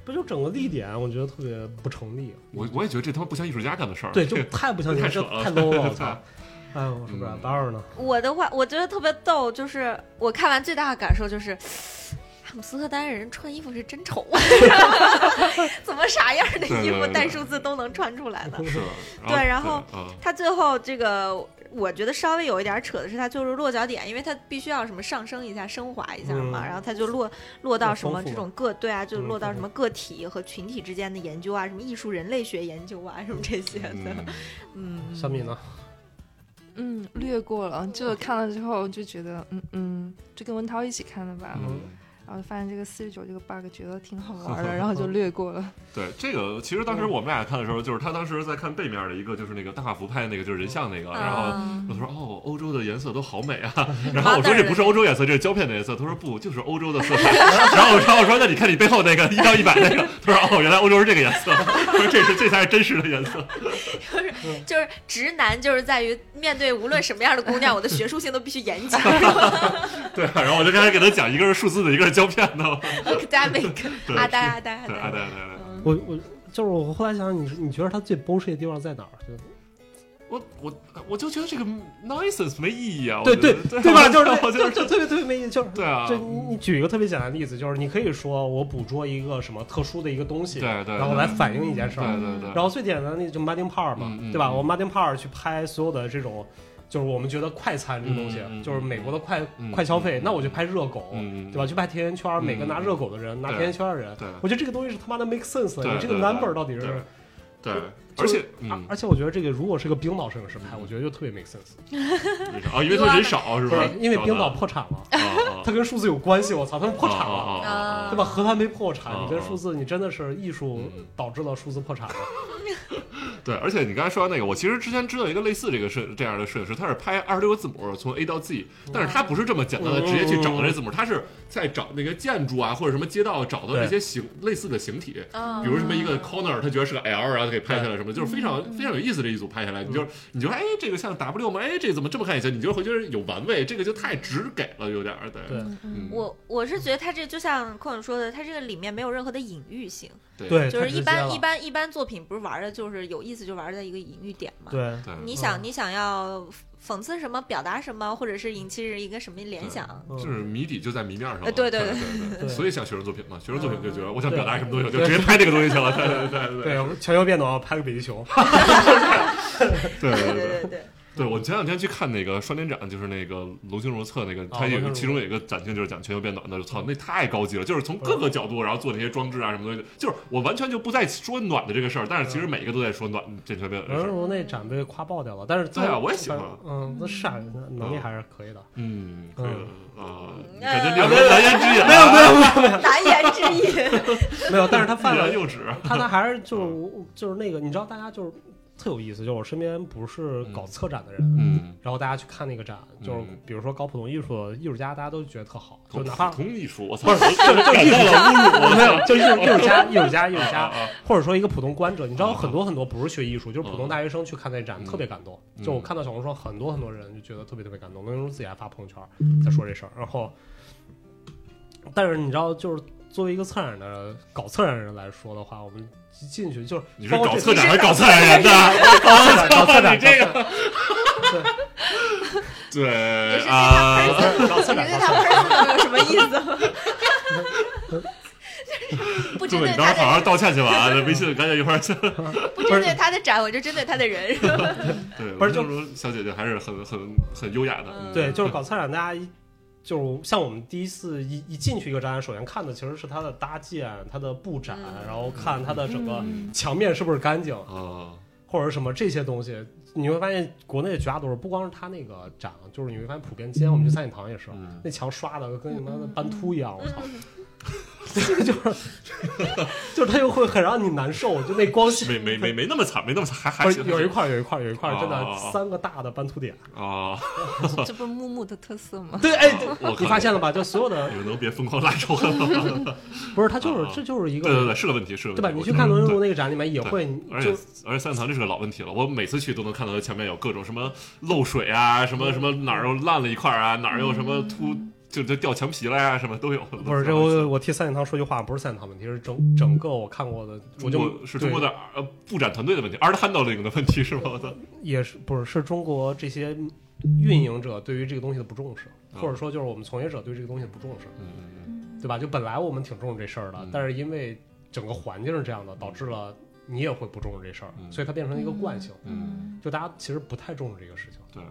Speaker 1: 不就整个立点，我觉得特别不成 立。
Speaker 3: 我我也觉得这他妈不像艺术家干的事儿。
Speaker 1: 对，就太不像你，
Speaker 3: 太
Speaker 1: 这
Speaker 3: 扯了
Speaker 1: 太 low 了， 我
Speaker 3: 对
Speaker 1: 操！哎呦，我说不是
Speaker 3: 嗯
Speaker 1: 白尔呢？
Speaker 2: 我的话，我觉得特别逗，就是我看完最大的感受就是，阿姆斯特丹人穿衣服是真丑， 怎么啥样的衣
Speaker 3: 对对
Speaker 2: 服
Speaker 3: 对
Speaker 2: 带数字都能穿出来呢？
Speaker 3: 是，
Speaker 2: 对然后
Speaker 3: 对啊，
Speaker 2: 他最后这个，我觉得稍微有一点扯的是，他就是落脚点，因为他必须要什么上升一下、升华一下嘛，
Speaker 1: 嗯
Speaker 2: 然后他就落落到什么
Speaker 1: 丰富
Speaker 2: 这
Speaker 1: 了
Speaker 2: 种个对啊，就
Speaker 1: 嗯
Speaker 2: 落到
Speaker 1: 丰
Speaker 2: 什
Speaker 1: 富
Speaker 2: 么个体和群体之间的研究啊，什么艺术人类学研究啊，什么这些 的，
Speaker 3: 嗯，
Speaker 2: 嗯，
Speaker 1: 小米呢？
Speaker 4: 嗯，略过了，就看了之后我就觉得，嗯嗯，就跟文涛一起看的吧，
Speaker 3: 嗯
Speaker 4: 然后发现这个四十九这个 bug 觉得挺好 玩的，然后就略过了。
Speaker 3: 对，这个其实当时我们俩看的时候，就是他当时在看背面的一个，就是那个大画幅拍那个，就是人像那个，然后。
Speaker 2: 啊
Speaker 3: 我说哦，欧洲的颜色都好美啊！然后我说这不是欧洲颜色，这是胶片的颜色。他说不，就是欧洲的色彩。然后我说我说那你看你背后那个一到一百那个，他说哦，原来欧洲是这个颜色。他说这是这才是真实的颜色。
Speaker 2: 就是直男，就是在于面对无论什么样的姑娘，我的学术性都必须严谨
Speaker 3: 对啊，然后我就开始给他讲，一个是数字的，一个是胶片的。
Speaker 2: ，academic，
Speaker 3: 对
Speaker 2: 阿呆阿呆阿
Speaker 3: 对，
Speaker 2: 呆，
Speaker 3: 啊，对对对。
Speaker 1: 我我就是我后来想想，你你觉得他最 bullshit 的地方在哪儿？就
Speaker 3: 我我我就觉得这个 nonsense 没意义啊！
Speaker 1: 哦对对
Speaker 3: 我觉得
Speaker 1: 对吧？ 就是
Speaker 3: 我
Speaker 1: 那就
Speaker 3: 觉得
Speaker 1: 就特别特别没意思，就是
Speaker 3: 对啊，
Speaker 1: 就你你举一个特别简单的例子，就是你可以说我捕捉一个什么特殊的一个东西，
Speaker 3: 对对对
Speaker 1: 然后来反映一件事
Speaker 3: 对
Speaker 1: 儿。
Speaker 3: 对对，
Speaker 1: 然后最简单的例子就 Madding p a r 嘛
Speaker 3: 嗯嗯嗯，
Speaker 1: 对吧？
Speaker 3: 嗯
Speaker 1: 我 Madding p a r 去拍所有的这种，就是我们觉得快餐这个东西
Speaker 3: 嗯嗯嗯，
Speaker 1: 就是美国的快
Speaker 3: 嗯
Speaker 1: 快消费
Speaker 3: 嗯，
Speaker 1: 那我就拍热狗，
Speaker 3: 嗯嗯嗯
Speaker 1: 对吧？去拍甜甜圈儿，每个拿热狗的人，拿
Speaker 3: 对
Speaker 1: 甜甜圈儿的人
Speaker 3: 对，
Speaker 1: 我觉得这个东西是他妈的 make sense
Speaker 3: 对
Speaker 1: 的。你这个
Speaker 3: 对
Speaker 1: number 到底
Speaker 3: 对
Speaker 1: 是？
Speaker 3: 对，而
Speaker 1: 就啊
Speaker 3: 且
Speaker 1: 而
Speaker 3: 嗯，
Speaker 1: 而且我觉得这个如果是个冰岛摄影师拍，我觉得就特别 make sense，
Speaker 3: 啊，因为他人少是
Speaker 1: 不
Speaker 3: 吧哦嗯
Speaker 1: 是？因为冰岛啊破产了， 它跟数字有关系，我操，他们破产了。
Speaker 3: 哦了
Speaker 1: 对吧？？荷兰没破产，
Speaker 3: 啊
Speaker 1: 你跟数字，你真的是艺术
Speaker 3: 嗯
Speaker 1: 导致了数字破产了。
Speaker 3: 对，而且你刚才说到那个，我其实之前知道一个类似这个摄这样的摄影师，他是拍二十六个字母从 A 到 Z，但是他不是这么简单的直接去找那字母，他是在找那个建筑啊或者什么街道找到那些形类似的形体，
Speaker 2: 嗯
Speaker 3: 比如什么一个 corner，他觉得是个 L，然后他给拍下来什么，就是非常非常有意思这一组拍下来，你就你就哎这个像 W 吗？哎这怎么这么看起来？你就会觉得有玩味，这个就太直给了，有点儿对
Speaker 1: 对
Speaker 3: 嗯
Speaker 2: 我我是觉得他这就像寇勇说的，他这个里面没有任何的隐喻性，
Speaker 3: 嗯
Speaker 1: 对，
Speaker 2: 就
Speaker 1: 太
Speaker 2: 是一
Speaker 1: 直接
Speaker 2: 般
Speaker 1: 了
Speaker 2: 一般一般作品不是玩的就是有意思就玩在一个隐喻点嘛。
Speaker 1: 对，
Speaker 3: 对
Speaker 2: 你想
Speaker 1: 嗯
Speaker 2: 你想要讽刺什么，表达什么，或者是引起一个什么联想，
Speaker 1: 嗯
Speaker 3: 就是谜底就在谜面上了，
Speaker 2: 呃对
Speaker 3: 对
Speaker 2: 对
Speaker 3: 对
Speaker 1: 对
Speaker 3: 所以像学生作品嘛，学生作品就觉得我想
Speaker 1: 对
Speaker 3: 表达什么东西，我就
Speaker 1: 对
Speaker 3: 直接拍这个东西去了，对对对对
Speaker 1: 对全球变暖，拍个北极熊，
Speaker 2: 对
Speaker 3: 对对对
Speaker 2: 对对，
Speaker 3: 对，我前两天去看那个双年展，就是那个楼星如厕那个，它
Speaker 1: 楼
Speaker 3: 有
Speaker 1: 星如
Speaker 3: 其中有一个展厅就是讲全球变暖的，
Speaker 1: 嗯
Speaker 3: 操，那太高级了，就是从各个角度，然后做那些装置啊什么东西，就是我完全就不再说暖的这个事儿，但是
Speaker 1: 嗯
Speaker 3: 其实每一个都在说暖全球变暖的
Speaker 1: 文
Speaker 3: 事儿，
Speaker 1: 如那展被夸爆掉了，但是
Speaker 3: 对啊我也喜欢
Speaker 1: 嗯，那是啊，能力还是可以的。
Speaker 3: 嗯，可以了啊，
Speaker 2: 嗯
Speaker 3: 感觉你有什么难言之啊隐，没有
Speaker 2: 难言之隐。
Speaker 1: 没有，但是他犯了，
Speaker 3: 幼稚，
Speaker 1: 他他还是
Speaker 3: 嗯
Speaker 1: 就是就是那个，你知道，大家就是特有意思，就是我身边不是搞策展的人。
Speaker 3: 嗯，
Speaker 1: 然后大家去看那个展，就是
Speaker 3: 嗯
Speaker 1: 比如说搞普通艺术的艺术家，大家都觉得特好，就
Speaker 3: 同
Speaker 1: 哪怕
Speaker 3: 同意说，我操
Speaker 1: 不，是，就是就是艺术家，没有， 就是艺术艺术家，艺术家，艺术
Speaker 3: 啊
Speaker 1: 家
Speaker 3: 啊啊，
Speaker 1: 或者说一个普通观者，你知
Speaker 3: 啊
Speaker 1: 道
Speaker 3: 啊
Speaker 1: 很多很多不是学艺术，就是普
Speaker 3: 嗯
Speaker 1: 通大学生去看那展，
Speaker 3: 嗯
Speaker 1: 特别感动。
Speaker 3: 嗯
Speaker 1: 就我看到小红书上很多很多人就觉得特别特别感动，那时候自己还发朋友圈在说这事儿。然后，但是你知道，就是作为一个策展的搞策展人来说的话，我们一进去就是
Speaker 3: 你是
Speaker 1: 包括
Speaker 3: 搞
Speaker 1: 这
Speaker 3: 策展还是搞策展人的？ 我
Speaker 1: 搞
Speaker 3: 操
Speaker 1: 策展
Speaker 3: 你这
Speaker 1: 搞
Speaker 3: 个
Speaker 1: 对，
Speaker 3: 对
Speaker 2: 也是
Speaker 3: 啊，
Speaker 1: 搞策
Speaker 2: 你
Speaker 1: 展
Speaker 2: 对
Speaker 1: 搞
Speaker 2: 他
Speaker 1: 策展，
Speaker 2: personal 有什么意思吗？不针
Speaker 3: 对
Speaker 2: 对
Speaker 3: 你当
Speaker 2: 他
Speaker 3: 时好
Speaker 2: 的
Speaker 3: 好道歉去吧 啊，微信赶紧一会儿去。
Speaker 2: 不针对他的展，我就针对他的人。是吧
Speaker 3: 对，
Speaker 1: 不是就
Speaker 3: 吴静茹小姐姐还是很很很优雅的，
Speaker 2: 嗯
Speaker 1: 对，就是搞策展，大家一就是像我们第一次一一进去一个展览，首先看的其实是它的搭建、它的布展，
Speaker 2: 嗯
Speaker 1: 然后看它的整个
Speaker 4: 嗯
Speaker 1: 墙面是不是干净，
Speaker 3: 啊，
Speaker 1: 或者是什么这些东西。你会发现，国内绝大多数不光是它那个展，就是你会发现普遍街，我们去三里堂也是，
Speaker 3: 嗯
Speaker 1: 那墙刷的跟你妈的斑秃一样，我操！ 就是就是它又会很让你难受，就那光线
Speaker 3: 没没没没那么惨，没那么惨，还
Speaker 1: 不
Speaker 3: 还
Speaker 1: 是
Speaker 3: 行
Speaker 1: 有一块儿有一块儿有一块儿真
Speaker 3: 哦
Speaker 1: 的
Speaker 3: 哦哦
Speaker 1: 三个大的斑秃点。
Speaker 3: 啊，
Speaker 4: 这不是木木的特色吗？
Speaker 1: 对，哎，
Speaker 3: 我
Speaker 1: 你
Speaker 3: 靠
Speaker 1: 发现了吧？就所有 的
Speaker 3: 你们能别疯狂拉仇恨 了吗？
Speaker 1: 不是，它就是
Speaker 3: 啊
Speaker 1: 这就是一
Speaker 3: 对对
Speaker 1: 个
Speaker 3: 对，是个问题，是个问题
Speaker 1: 对吧？你去
Speaker 3: 我
Speaker 1: 看
Speaker 3: 承
Speaker 1: 罗
Speaker 3: 认
Speaker 1: 云
Speaker 3: 对
Speaker 1: 路那个展里面也会
Speaker 3: 而且
Speaker 1: 就
Speaker 3: 而且三里堂这是个老问题了，我每次去都能看到前面有各种什么漏水啊，什么什么哪儿又烂了一块儿啊，哪儿又什么秃，就就掉墙皮了呀、什么都有。
Speaker 1: 嗯不是这我我替三件堂说句话，不是三件堂问题，是整整个我看过的，我
Speaker 3: 中
Speaker 1: 就
Speaker 3: 国是中国
Speaker 1: 对
Speaker 3: 的呃布展团队的问题，二 d handling 的问题是吗？我操，
Speaker 1: 也是不是是中国这些运营者对于这个东西的不重视，
Speaker 3: 嗯
Speaker 1: 或者说就是我们从业者对这个东西的不重视，
Speaker 3: 嗯嗯
Speaker 1: 对吧？就本来我们挺重视这事儿的
Speaker 3: 嗯，
Speaker 1: 但是因为整个环境是这样的，导致了你也会不重视这事儿，
Speaker 3: 嗯
Speaker 1: 所以它变成了一个惯性，
Speaker 3: 嗯，
Speaker 1: 就大家其实不太重视这个事情
Speaker 3: 对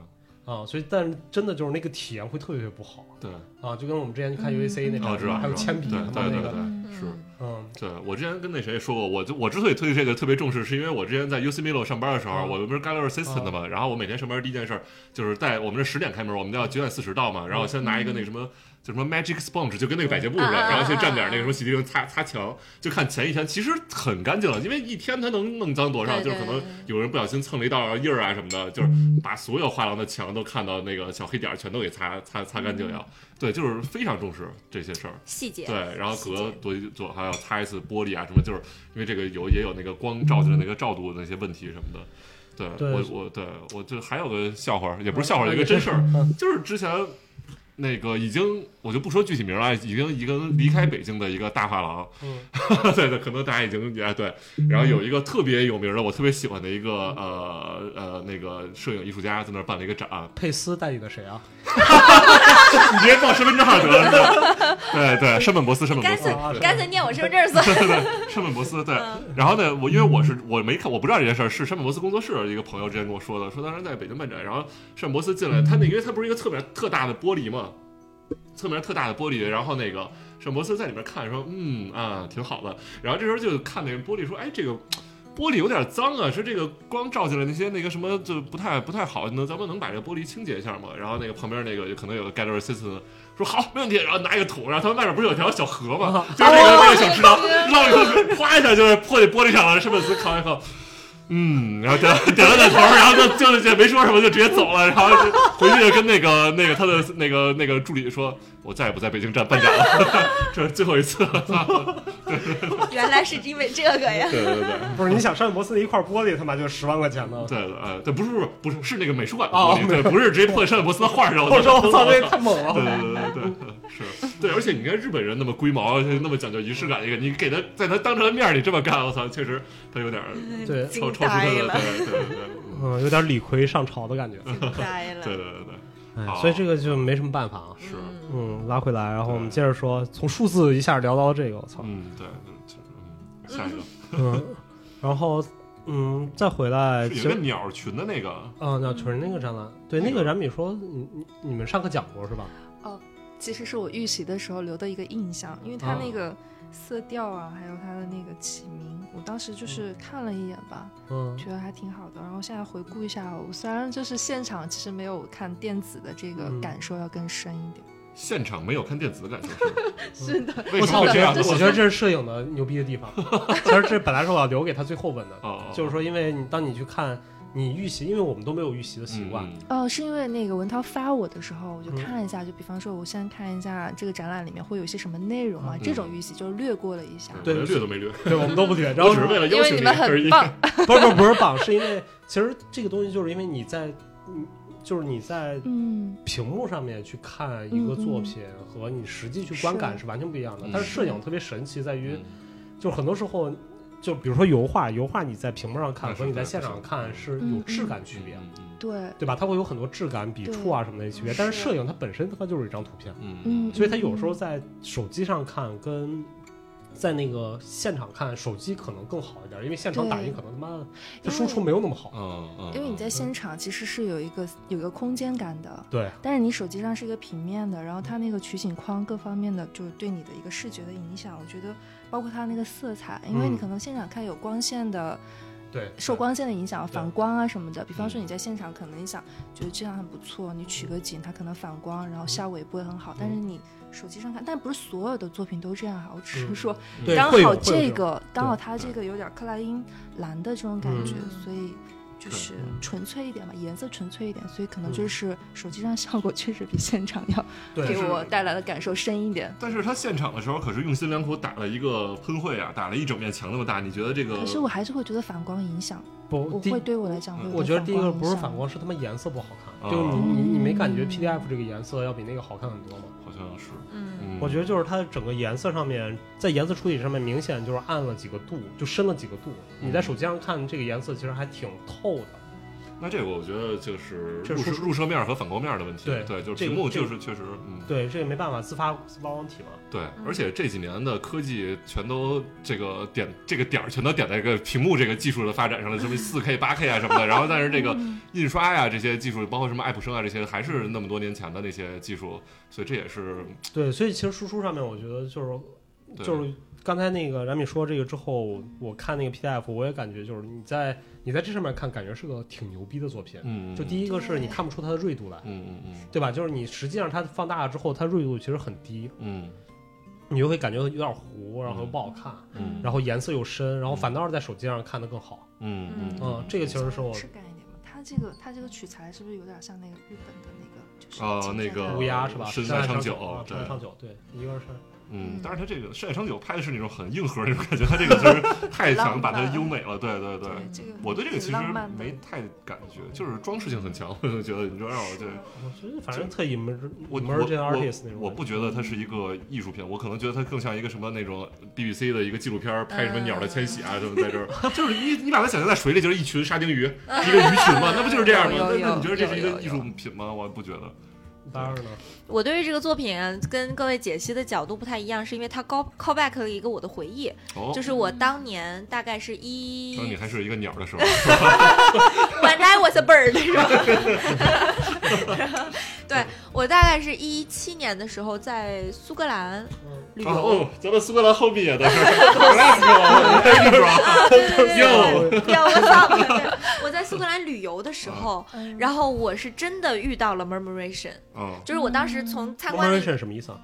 Speaker 1: 啊，所以但是真的就是那个体验会特别特别不好。
Speaker 3: 对，
Speaker 1: 啊，就跟我们之前去看 UAC 那
Speaker 4: 嗯
Speaker 1: 场，
Speaker 3: 哦知道
Speaker 1: 还有
Speaker 3: 知道
Speaker 1: 铅笔
Speaker 3: 对
Speaker 1: 他妈
Speaker 3: 对
Speaker 1: 那
Speaker 3: 对
Speaker 1: 个，
Speaker 3: 对，是。
Speaker 1: 嗯，
Speaker 3: 对我之前跟那谁说过，我就我之所以对这个特别重视，是因为我之前在 UC Milo 上班的时候，
Speaker 1: 嗯
Speaker 3: 我们不是 Gallery Assistant 的
Speaker 2: 嗯
Speaker 3: 嘛，然后我每天上班第一件事儿就是在我们这十点开门，我们都要九点四十到嘛，然后我先拿一个那个什么。就什么 Magic Sponge，就跟那个百洁布似的，
Speaker 2: 嗯嗯嗯
Speaker 3: 然后去蘸点那个什么洗涤灵擦擦墙，就看前一天其实很干净了，因为一天它能弄脏多少，
Speaker 2: 对嗯
Speaker 3: 就是可能有人不小心蹭了一道印儿啊什么的，就是把所有画廊的墙都看到那个小黑点儿全都给擦擦擦干净
Speaker 2: 嗯
Speaker 3: 了。对，就是非常重视这些事儿。
Speaker 2: 细节
Speaker 3: 对，然后
Speaker 2: 细
Speaker 3: 隔
Speaker 2: 节
Speaker 3: 多做还要擦一次玻璃啊什么，就是因为这个有也有那个光照进来那个照度的那些问题什么的。对
Speaker 1: 对
Speaker 3: 我我对我就还有个笑话，也不是笑话，有一个真事儿，
Speaker 1: 嗯，
Speaker 3: 就是之前那个已经我就不说具体名了，已经已经离开北京的一个大发廊，
Speaker 1: 嗯
Speaker 3: 对对，可能大家已经哎对，然后有一个特别有名的，我特别喜欢的一个呃呃那个摄影艺术家在那儿办了一个 展，
Speaker 1: 佩斯代理的谁啊？
Speaker 3: 你直接报身份证儿得了， 是吧对对，山本博斯，山本博
Speaker 2: 干
Speaker 3: 斯
Speaker 2: 脆，
Speaker 1: 啊对
Speaker 2: 干脆念我身份证算了。
Speaker 3: 山本博斯对，然后呢，我因为我是我没看，我不知道这件事儿，是山本博斯工作室一个朋友之前跟我说的，说当时在北京办展，然后山本博斯进来，他那因为他不是一个侧面特大的玻璃嘛，侧面特大的玻璃，然后那个山本博斯在里面看说，嗯啊，挺好的，然后这时候就看那个玻璃说，哎，这个。玻璃有点脏啊，说这个光照进来那些那个什么就不太不太好，能咱们能把这个玻璃清洁一下吗？然后那个旁边那个就可能有个 gallery assistant 说好没问题，然后拿一个桶，然后他们外面不是有条小河吗？就是那个那个小池塘，绕一口水，哗一下就是泼在玻璃上了，是不是？看完以后。嗯，然后点点了点头，然后就就也没说什么，就直接走了。然后就回去就跟那个那个他的那个那个助理说，我再也不在北京站办展了，这是最后一次了。
Speaker 2: 原来是因为这个 呀。
Speaker 3: 对对对。
Speaker 1: 不是，你想山姆博斯那一块玻璃，他妈就十万块钱呢。
Speaker 3: 对的，呃，对，不是不是不是是那个美术馆的
Speaker 1: 哦
Speaker 3: 玻璃，对，不是直接破山本博斯的画上。
Speaker 1: 我说我操，这
Speaker 3: 对
Speaker 1: 也太猛了！
Speaker 3: 对对对对， 是对，而且你看日本人那么龟毛，那么讲究仪式感，一个你给他在他当着他面儿你这么干，我操，确实他有点儿
Speaker 1: 对，
Speaker 3: 超超出他的，对 对对对
Speaker 1: 嗯，有点李逵上朝的感觉。
Speaker 2: 呆
Speaker 3: 对
Speaker 2: 了。
Speaker 3: 对对对，
Speaker 1: 哎
Speaker 3: 嗯好，
Speaker 1: 所以这个就没什么办法啊。
Speaker 3: 是，
Speaker 1: 嗯，拉回来，然后我们接着说，从数字一下聊到这个，我操，
Speaker 3: 嗯，对，就是嗯，下一个
Speaker 1: 嗯，然后嗯，再回来，其
Speaker 3: 哎是有一个
Speaker 1: 实
Speaker 3: 鸟群的那个，
Speaker 1: 啊，那纯那个展览，对，那个冉米说，你你你们上课讲过是吧？
Speaker 4: 其实是我预习的时候留的一个印象，因为它那个色调啊，还有它的那个起名，我当时就是看了一眼吧，
Speaker 1: 嗯，
Speaker 4: 觉得还挺好的。然后现在回顾一下，我虽然就是现场其实没有看电子的这个
Speaker 1: 嗯
Speaker 4: 感受要更深一点，
Speaker 3: 现场没有看电子的感觉， 是吗
Speaker 4: 是的，
Speaker 3: 为
Speaker 1: 我
Speaker 3: 什么
Speaker 1: 操！我
Speaker 3: 会这
Speaker 1: 觉
Speaker 3: 样
Speaker 1: 得
Speaker 3: 呢？
Speaker 1: 我觉得这是摄影的牛逼的 地方。其实这本来是我要留给他最后问的，
Speaker 3: 哦，
Speaker 1: 就是说，因为你当你去看你预习，因为我们都没有预习的习惯，
Speaker 3: 嗯
Speaker 4: 哦，是因为那个文涛发我的时候，我就
Speaker 1: 嗯
Speaker 4: 看了一下，就比方说我先看一下这个展览里面会有一些什么内容啊，
Speaker 3: 嗯
Speaker 4: 这种预习就是略过了一下。
Speaker 1: 对
Speaker 3: 我连略都没略，
Speaker 1: 对，我们都不 学。然
Speaker 3: 我
Speaker 1: 后
Speaker 3: 只是为了
Speaker 4: 因
Speaker 3: 邀
Speaker 4: 为
Speaker 3: 请
Speaker 4: 你们
Speaker 3: 而已
Speaker 4: 很。棒，
Speaker 1: 不是不是不是榜，是因为其实这个东西就是因为你在，嗯就是你在
Speaker 4: 嗯，
Speaker 1: 屏幕上面去看一个作品和你实际去观感
Speaker 4: 是
Speaker 1: 是完全不一样的
Speaker 3: 嗯。
Speaker 1: 但是摄影特别神奇，在于就是很多时候。就比如说油画，油画你在屏幕上看
Speaker 3: 那是
Speaker 1: 和你在
Speaker 3: 对
Speaker 1: 现
Speaker 3: 是
Speaker 1: 场看是有
Speaker 4: 嗯
Speaker 1: 质感区别的，
Speaker 3: 嗯
Speaker 4: 对，
Speaker 1: 对吧？它会有很多质感、笔触啊什么的区别。但是
Speaker 4: 是
Speaker 1: 摄影它本身它就是一张图片，
Speaker 3: 嗯嗯
Speaker 4: 嗯，
Speaker 1: 所以它有时候在手机上看跟在那个现场看手机可能更好一点，因为现场打
Speaker 4: 对
Speaker 1: 印可能他妈的
Speaker 4: 因为
Speaker 1: 它输出没有那么好。
Speaker 3: 嗯嗯，
Speaker 4: 因为你在现场其实是有一个有一个空间感的，
Speaker 1: 对，
Speaker 4: 但是你手机上是一个平面的，然后它那个取景框各方面的，就是对你的一个视觉的影响，我觉得包括它那个色彩，因为
Speaker 1: 嗯
Speaker 4: 你可能现场看有光线的、
Speaker 1: 对，
Speaker 4: 受光线的影响，
Speaker 1: 对嗯
Speaker 4: 反光啊什么的。比方说你在现场可能你想觉得这样很不错，你取个景，它可能反光，
Speaker 1: 嗯
Speaker 4: 然后效果也不会很好。但是你手机上看，但不是所有的作品都这样啊，我只是
Speaker 1: 嗯
Speaker 4: 说
Speaker 1: 对
Speaker 4: 刚
Speaker 1: 会有
Speaker 4: 好
Speaker 1: 会有这
Speaker 4: 这
Speaker 1: 种
Speaker 4: 个，刚好它这个有点克莱因蓝的这种感觉，
Speaker 1: 嗯
Speaker 4: 所以。就是纯粹一点吧，颜色纯粹一点，所以可能
Speaker 1: 嗯
Speaker 4: 就是手机上效果确实比现场要
Speaker 1: 对
Speaker 4: 给
Speaker 3: 是
Speaker 4: 我带来的感受深一点。
Speaker 3: 但是他现场的时候可是用心良苦打了一个喷绘啊，打了一整面墙那么大，你觉得这个？
Speaker 4: 可是我还是会觉得反光影响，我
Speaker 1: 不，呃第
Speaker 4: 会对我来讲会有
Speaker 1: 我
Speaker 4: 点
Speaker 1: 觉得第一个
Speaker 4: 影
Speaker 1: 不是
Speaker 4: 响
Speaker 1: 反光，是他妈颜色不好看。
Speaker 3: 哦
Speaker 1: 就是你你你没感觉
Speaker 4: 嗯
Speaker 1: PDF 这个颜色要比那个好看很多吗？
Speaker 3: 好像是，
Speaker 2: 嗯，
Speaker 3: 嗯
Speaker 1: 我觉得就是它整个颜色上面，在颜色处理上面明显就是暗了几个度，就深了几个度。
Speaker 3: 嗯
Speaker 1: 你在手机上看这个颜色其实还挺透的。
Speaker 3: 那这个我觉得就是
Speaker 1: 这
Speaker 3: 入
Speaker 1: 是
Speaker 3: 射入射面和反光面的问题，
Speaker 1: 对
Speaker 3: 对，就是
Speaker 1: 这个
Speaker 3: 屏幕
Speaker 1: 这个
Speaker 3: 就是确实，嗯，
Speaker 1: 对，这也没办法，自发自发光体嘛。
Speaker 3: 对，
Speaker 4: 嗯
Speaker 3: 而且这几年的科技全都这个点这个点儿全都点在这个屏幕这个技术的发展上了，什么四 K、八 K 啊什么的。然后，但是这个
Speaker 4: 嗯
Speaker 3: 印刷呀、这些技术，包括什么爱普生啊这些，还是那么多年前的那些技术，所以这也是嗯
Speaker 1: 对，所以其实输出上面，我觉得就是
Speaker 3: 对
Speaker 1: 就是刚才那个冉米说这个之后，我看那个 PDF，我也感觉就是你在你在这上面看，感觉是个挺牛逼的作品。
Speaker 3: 嗯，
Speaker 1: 就第一个是你
Speaker 4: 对
Speaker 1: 看不出它的锐度来，
Speaker 3: 嗯嗯嗯
Speaker 1: 对吧？就是你实际上它放大了之后，它锐度其实很低，
Speaker 3: 嗯
Speaker 1: 你就会感觉有点糊，然后又
Speaker 3: 嗯
Speaker 1: 不好看，
Speaker 3: 嗯
Speaker 1: 然后颜色又深，然后反倒是在手机上看的更好。
Speaker 3: 嗯嗯
Speaker 1: 嗯，这个其实是我
Speaker 4: 质感一点嘛。它这个它这个取材是不是有点像那个日本的那个？就是
Speaker 3: 啊
Speaker 4: 金
Speaker 3: 那
Speaker 4: 在
Speaker 3: 个
Speaker 4: 的
Speaker 1: 哦乌鸦是吧？
Speaker 3: 深
Speaker 1: 山
Speaker 3: 海长
Speaker 1: 久
Speaker 3: 久，
Speaker 1: 啊
Speaker 3: 对
Speaker 1: 深海长久，对，一个是
Speaker 3: 嗯，但是它这个《山海长久》拍的是那种很硬核那种感觉，它这个就是太想把它优美了，对对对。
Speaker 4: 对这个
Speaker 3: 我对这个其实
Speaker 4: 挺浪漫的
Speaker 3: 没太感觉，就是装饰性很强， 我就觉得你说让我这
Speaker 4: 嗯
Speaker 1: 我觉得反正特 emergent
Speaker 3: 我
Speaker 1: emergent
Speaker 3: 我
Speaker 1: artist 那种感觉。
Speaker 3: 我不觉得它是一个艺术品，我可能觉得它更像一个什么那种 BBC 的一个纪录片儿，拍什么鸟的迁徙
Speaker 4: 嗯
Speaker 3: 啊什么在这儿，就是你你把它想象在水里就是一群沙丁鱼， 一个鱼群嘛，那不就是这样吗？那
Speaker 4: 有有
Speaker 3: 那你觉得这是一
Speaker 4: 有
Speaker 3: 个
Speaker 4: 有
Speaker 3: 艺术品吗？我不觉得。
Speaker 1: 当然了，
Speaker 2: 我对于这个作品啊跟各位解析的角度不太一样，是因为它 call call back 了一个我的回忆，
Speaker 3: 哦
Speaker 2: 就，是我当年大概是一
Speaker 3: 当你还是一个鸟的时候，
Speaker 2: When I was a bird，是 吧？对我大概是一七年的时候在苏格兰旅游，
Speaker 3: 啊哦，咱们苏格兰后面啊也 的 是，Glasgow，Edinburgh，哟，
Speaker 2: 要我操！对我在苏格兰旅游的时候，
Speaker 4: 嗯
Speaker 2: 然后我是真的遇到了 murmuration，
Speaker 3: 嗯，
Speaker 2: 就是我当时从参观了一
Speaker 1: murmuration 什么意思啊？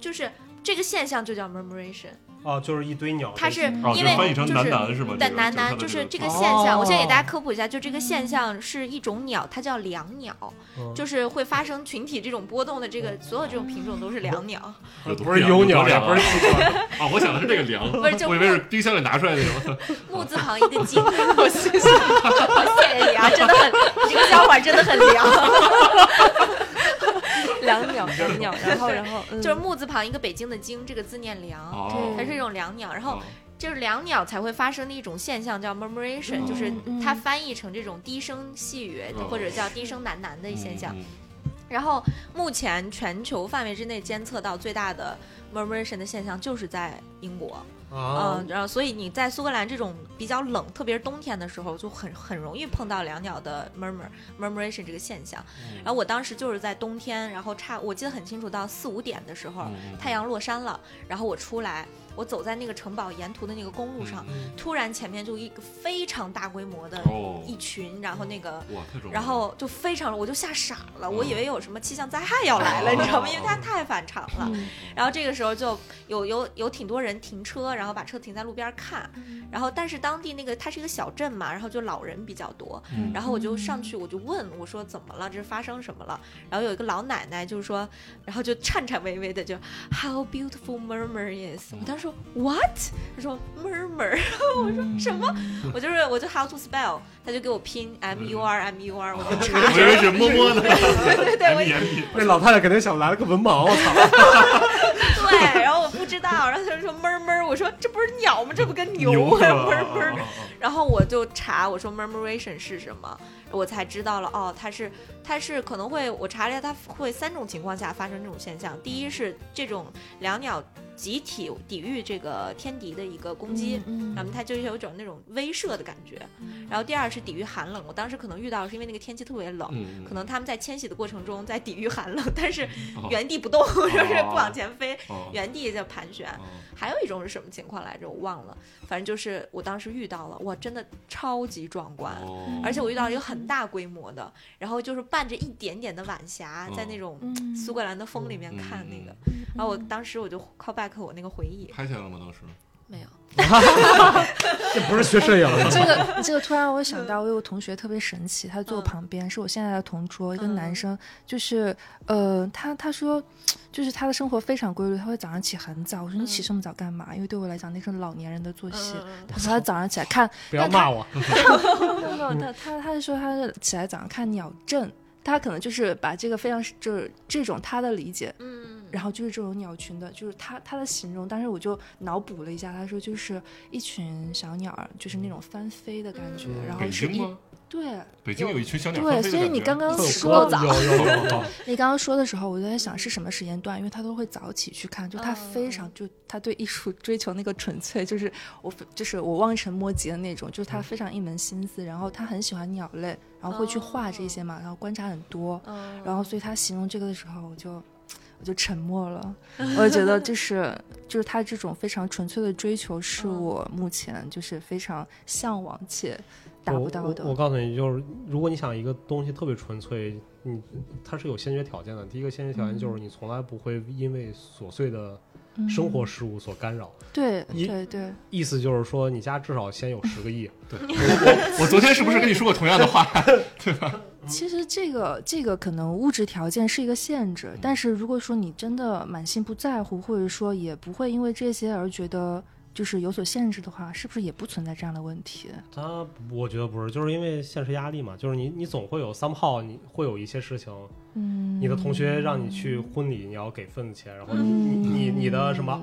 Speaker 2: 就是这个现象就叫 murmuration，
Speaker 1: 哦，就是一堆鸟。
Speaker 2: 它是
Speaker 3: 哦，
Speaker 2: 因
Speaker 3: 就
Speaker 2: 为
Speaker 3: 翻译成
Speaker 2: 就
Speaker 3: 男
Speaker 2: 是
Speaker 3: 男是吗？
Speaker 2: 对
Speaker 3: 这个
Speaker 2: 南南
Speaker 3: 就
Speaker 2: 就是
Speaker 3: 它
Speaker 2: 是
Speaker 3: 的
Speaker 2: 这
Speaker 3: 个哦
Speaker 2: 个现象，我先给大家
Speaker 4: 哦
Speaker 2: 科普一下，就这个
Speaker 4: 嗯
Speaker 2: 现象是一种鸟，它叫椋鸟，
Speaker 1: 嗯
Speaker 2: 就是会发生群体这种波动的这个所有这种品种都是椋鸟，
Speaker 3: 有多
Speaker 1: 不是
Speaker 3: 少
Speaker 1: 有
Speaker 3: 有
Speaker 1: 鸟，
Speaker 3: 多
Speaker 1: 也
Speaker 3: 少
Speaker 1: 不是鸡鸟。
Speaker 3: 啊，我想的是这个凉，
Speaker 2: 不 是就
Speaker 3: 我以为是冰箱里拿出来那种。
Speaker 2: 木字旁一个 金，我谢谢，谢谢你啊，真的很，你这个笑话真的很 凉，
Speaker 4: 两鸟 两鸟，然后然后
Speaker 2: 就是木字旁一个北京的京，这个字念梁。
Speaker 3: 哦，
Speaker 2: 它是一种椋鸟，然后
Speaker 3: 哦
Speaker 2: 就是椋鸟才会发生的一种现象叫 murmuration，、
Speaker 3: 嗯
Speaker 2: 就是
Speaker 4: 嗯
Speaker 2: 它翻译成这种低声细语、
Speaker 3: 哦
Speaker 2: 或者叫低声喃喃的现象。
Speaker 3: 嗯
Speaker 2: 然后目前全球范围之内监测到最大的 murmuration 的现象就是在英国，
Speaker 1: 啊
Speaker 3: 哦
Speaker 2: 嗯，，然后所以你在苏格兰这种比较冷，特别是冬天的时候，就很很容易碰到两鸟的 murmur murmuration 这个现象。
Speaker 3: 嗯
Speaker 2: 然后我当时就是在冬天，然后差我记得很清楚，到四五点的时候，
Speaker 3: 嗯
Speaker 2: 太阳落山了，然后我出来，我走在那个城堡沿途的那个公路上，
Speaker 1: 嗯
Speaker 2: 突然前面就一个非常大规模的
Speaker 3: 哦，嗯
Speaker 2: 一群，然后那个。
Speaker 3: 哇，太重要了。
Speaker 2: 然后就非常，我就吓傻了，我以为有什么气象灾害要来了，你知道吗？因为它太反常了。
Speaker 4: 嗯
Speaker 2: 然后这个时候就有有有挺多人停车，然后把车停在路边看。然后但是当地那个它是一个小镇嘛，然后就老人比较多。
Speaker 3: 嗯，
Speaker 2: 然后我就上去，我就问我说怎么了？这是发生什么了？然后有一个老奶奶就是说，然后就颤颤巍巍的就 How beautiful murmur is！我当时说 What？她说 murmur，我 说什么？
Speaker 3: 嗯
Speaker 2: 我就是我就 How to spell，她就给我拼 M U R M U R，我就查
Speaker 3: 我以为是摸摸的，哎
Speaker 2: 对对 对，我
Speaker 3: 眼皮
Speaker 1: 那老太太肯定想来了个文盲，我操！
Speaker 2: 对，然后我不知道，然后他就说哞哞，我说这不是鸟吗？这不跟牛
Speaker 3: 牛
Speaker 2: 吗？
Speaker 3: 是吧
Speaker 2: 哞哞，
Speaker 3: 啊
Speaker 2: 然后我就查，我说 murmuration 是什么，我才知道了，哦，它是它是可能会，我查了一下，它会三种情况下发生这种现象，第一是这种两鸟集体抵御这个天敌的一个攻击。
Speaker 4: 嗯
Speaker 2: 那么它就有一种那种威慑的感觉，然后第二是抵御寒冷。我当时可能遇到是因为那个天气特别冷，
Speaker 3: 嗯，
Speaker 2: 可能他们在迁徙的过程中在抵御寒冷，但是
Speaker 3: 哦
Speaker 2: 原地不动， 就是不往前飞，
Speaker 3: 哦
Speaker 2: 原地在盘旋。
Speaker 3: 哦
Speaker 2: 还有一种是什么情况来着？我忘了，反正就是我当时遇到了，哇，真的超级壮观。
Speaker 3: 哦
Speaker 2: 而且我遇到了一个很大规模的，然后就是伴着一点点的晚霞，
Speaker 3: 哦
Speaker 2: 在那种
Speaker 4: 嗯
Speaker 2: 苏格兰的风里面看那
Speaker 3: 嗯
Speaker 2: 个，然后我当时我就 call back 我那个回忆，
Speaker 3: 拍下来了吗？当时
Speaker 5: 没有，
Speaker 1: 这不是学摄影 的，
Speaker 4: 这个这个突然我想到，我有个同学特别神奇，他坐我旁边，是我现在的同桌，一个男生，就是呃，他他说，就是他的生活非常规律，他会早上起很早。我说你起这么早干嘛？因为对我来讲那是老年人的作息。
Speaker 2: 嗯
Speaker 4: 他说他早上起来看，
Speaker 1: 不要骂我。
Speaker 4: 没有他他他是说他是起来早上看鸟阵，他可能就是把这个非常就是这种他的理解，
Speaker 2: 嗯，
Speaker 4: 然后就是这种鸟群的，就是它它的形容，当时我就脑补了一下，他说就是一群小鸟儿，就是那种翻飞的感觉，然后
Speaker 3: 北
Speaker 4: 是
Speaker 3: 京
Speaker 4: 一
Speaker 3: 吗？
Speaker 4: 对
Speaker 3: 北京有一群小鸟
Speaker 4: 对，
Speaker 3: 翻飞的
Speaker 4: 所以
Speaker 3: 感
Speaker 4: 你
Speaker 3: 觉
Speaker 4: 刚刚
Speaker 1: 会有
Speaker 4: 说
Speaker 1: 鸽子有有有有，
Speaker 4: 你刚刚说的时候，我就在想是什么时间段，因为他都会早起去看，就他非常就他对艺术追求那个纯粹，就是我就是我望尘莫及的那种，就是他
Speaker 1: 嗯
Speaker 4: 非常一门心思，然后他很喜欢鸟类，然后会去画这些嘛，然后观察很多，然后所以他形容这个的时候，我就我就沉默了，我就觉得 就是就是他这种非常纯粹的追求，是我目前就是非常向往且达不到的
Speaker 1: 我我。我告诉你，就是如果你想一个东西特别纯粹，你它是有先决条件的。第一个先决条件就是你从来不会因为琐碎的
Speaker 4: 嗯
Speaker 1: 生活事物所干扰。
Speaker 4: 对
Speaker 1: 一
Speaker 4: 对对，
Speaker 1: 意思就是说，你家至少先有十个 亿。
Speaker 3: 我昨天是不是跟你说过同样 的话？
Speaker 4: 其实这个这个可能物质条件是一个限制，
Speaker 3: 嗯
Speaker 4: 但是如果说你真的满心不在乎，或者说也不会因为这些而觉得就是有所限制的话，是不是也不存在这样的问题？
Speaker 1: 它我觉得不是，就是因为现实压力嘛，就是你你总会有 somehow 你会有一些事情，
Speaker 4: 嗯，
Speaker 1: 你的同学让你去婚礼，你要给份子钱，然后你
Speaker 4: 嗯
Speaker 1: 你你你的什么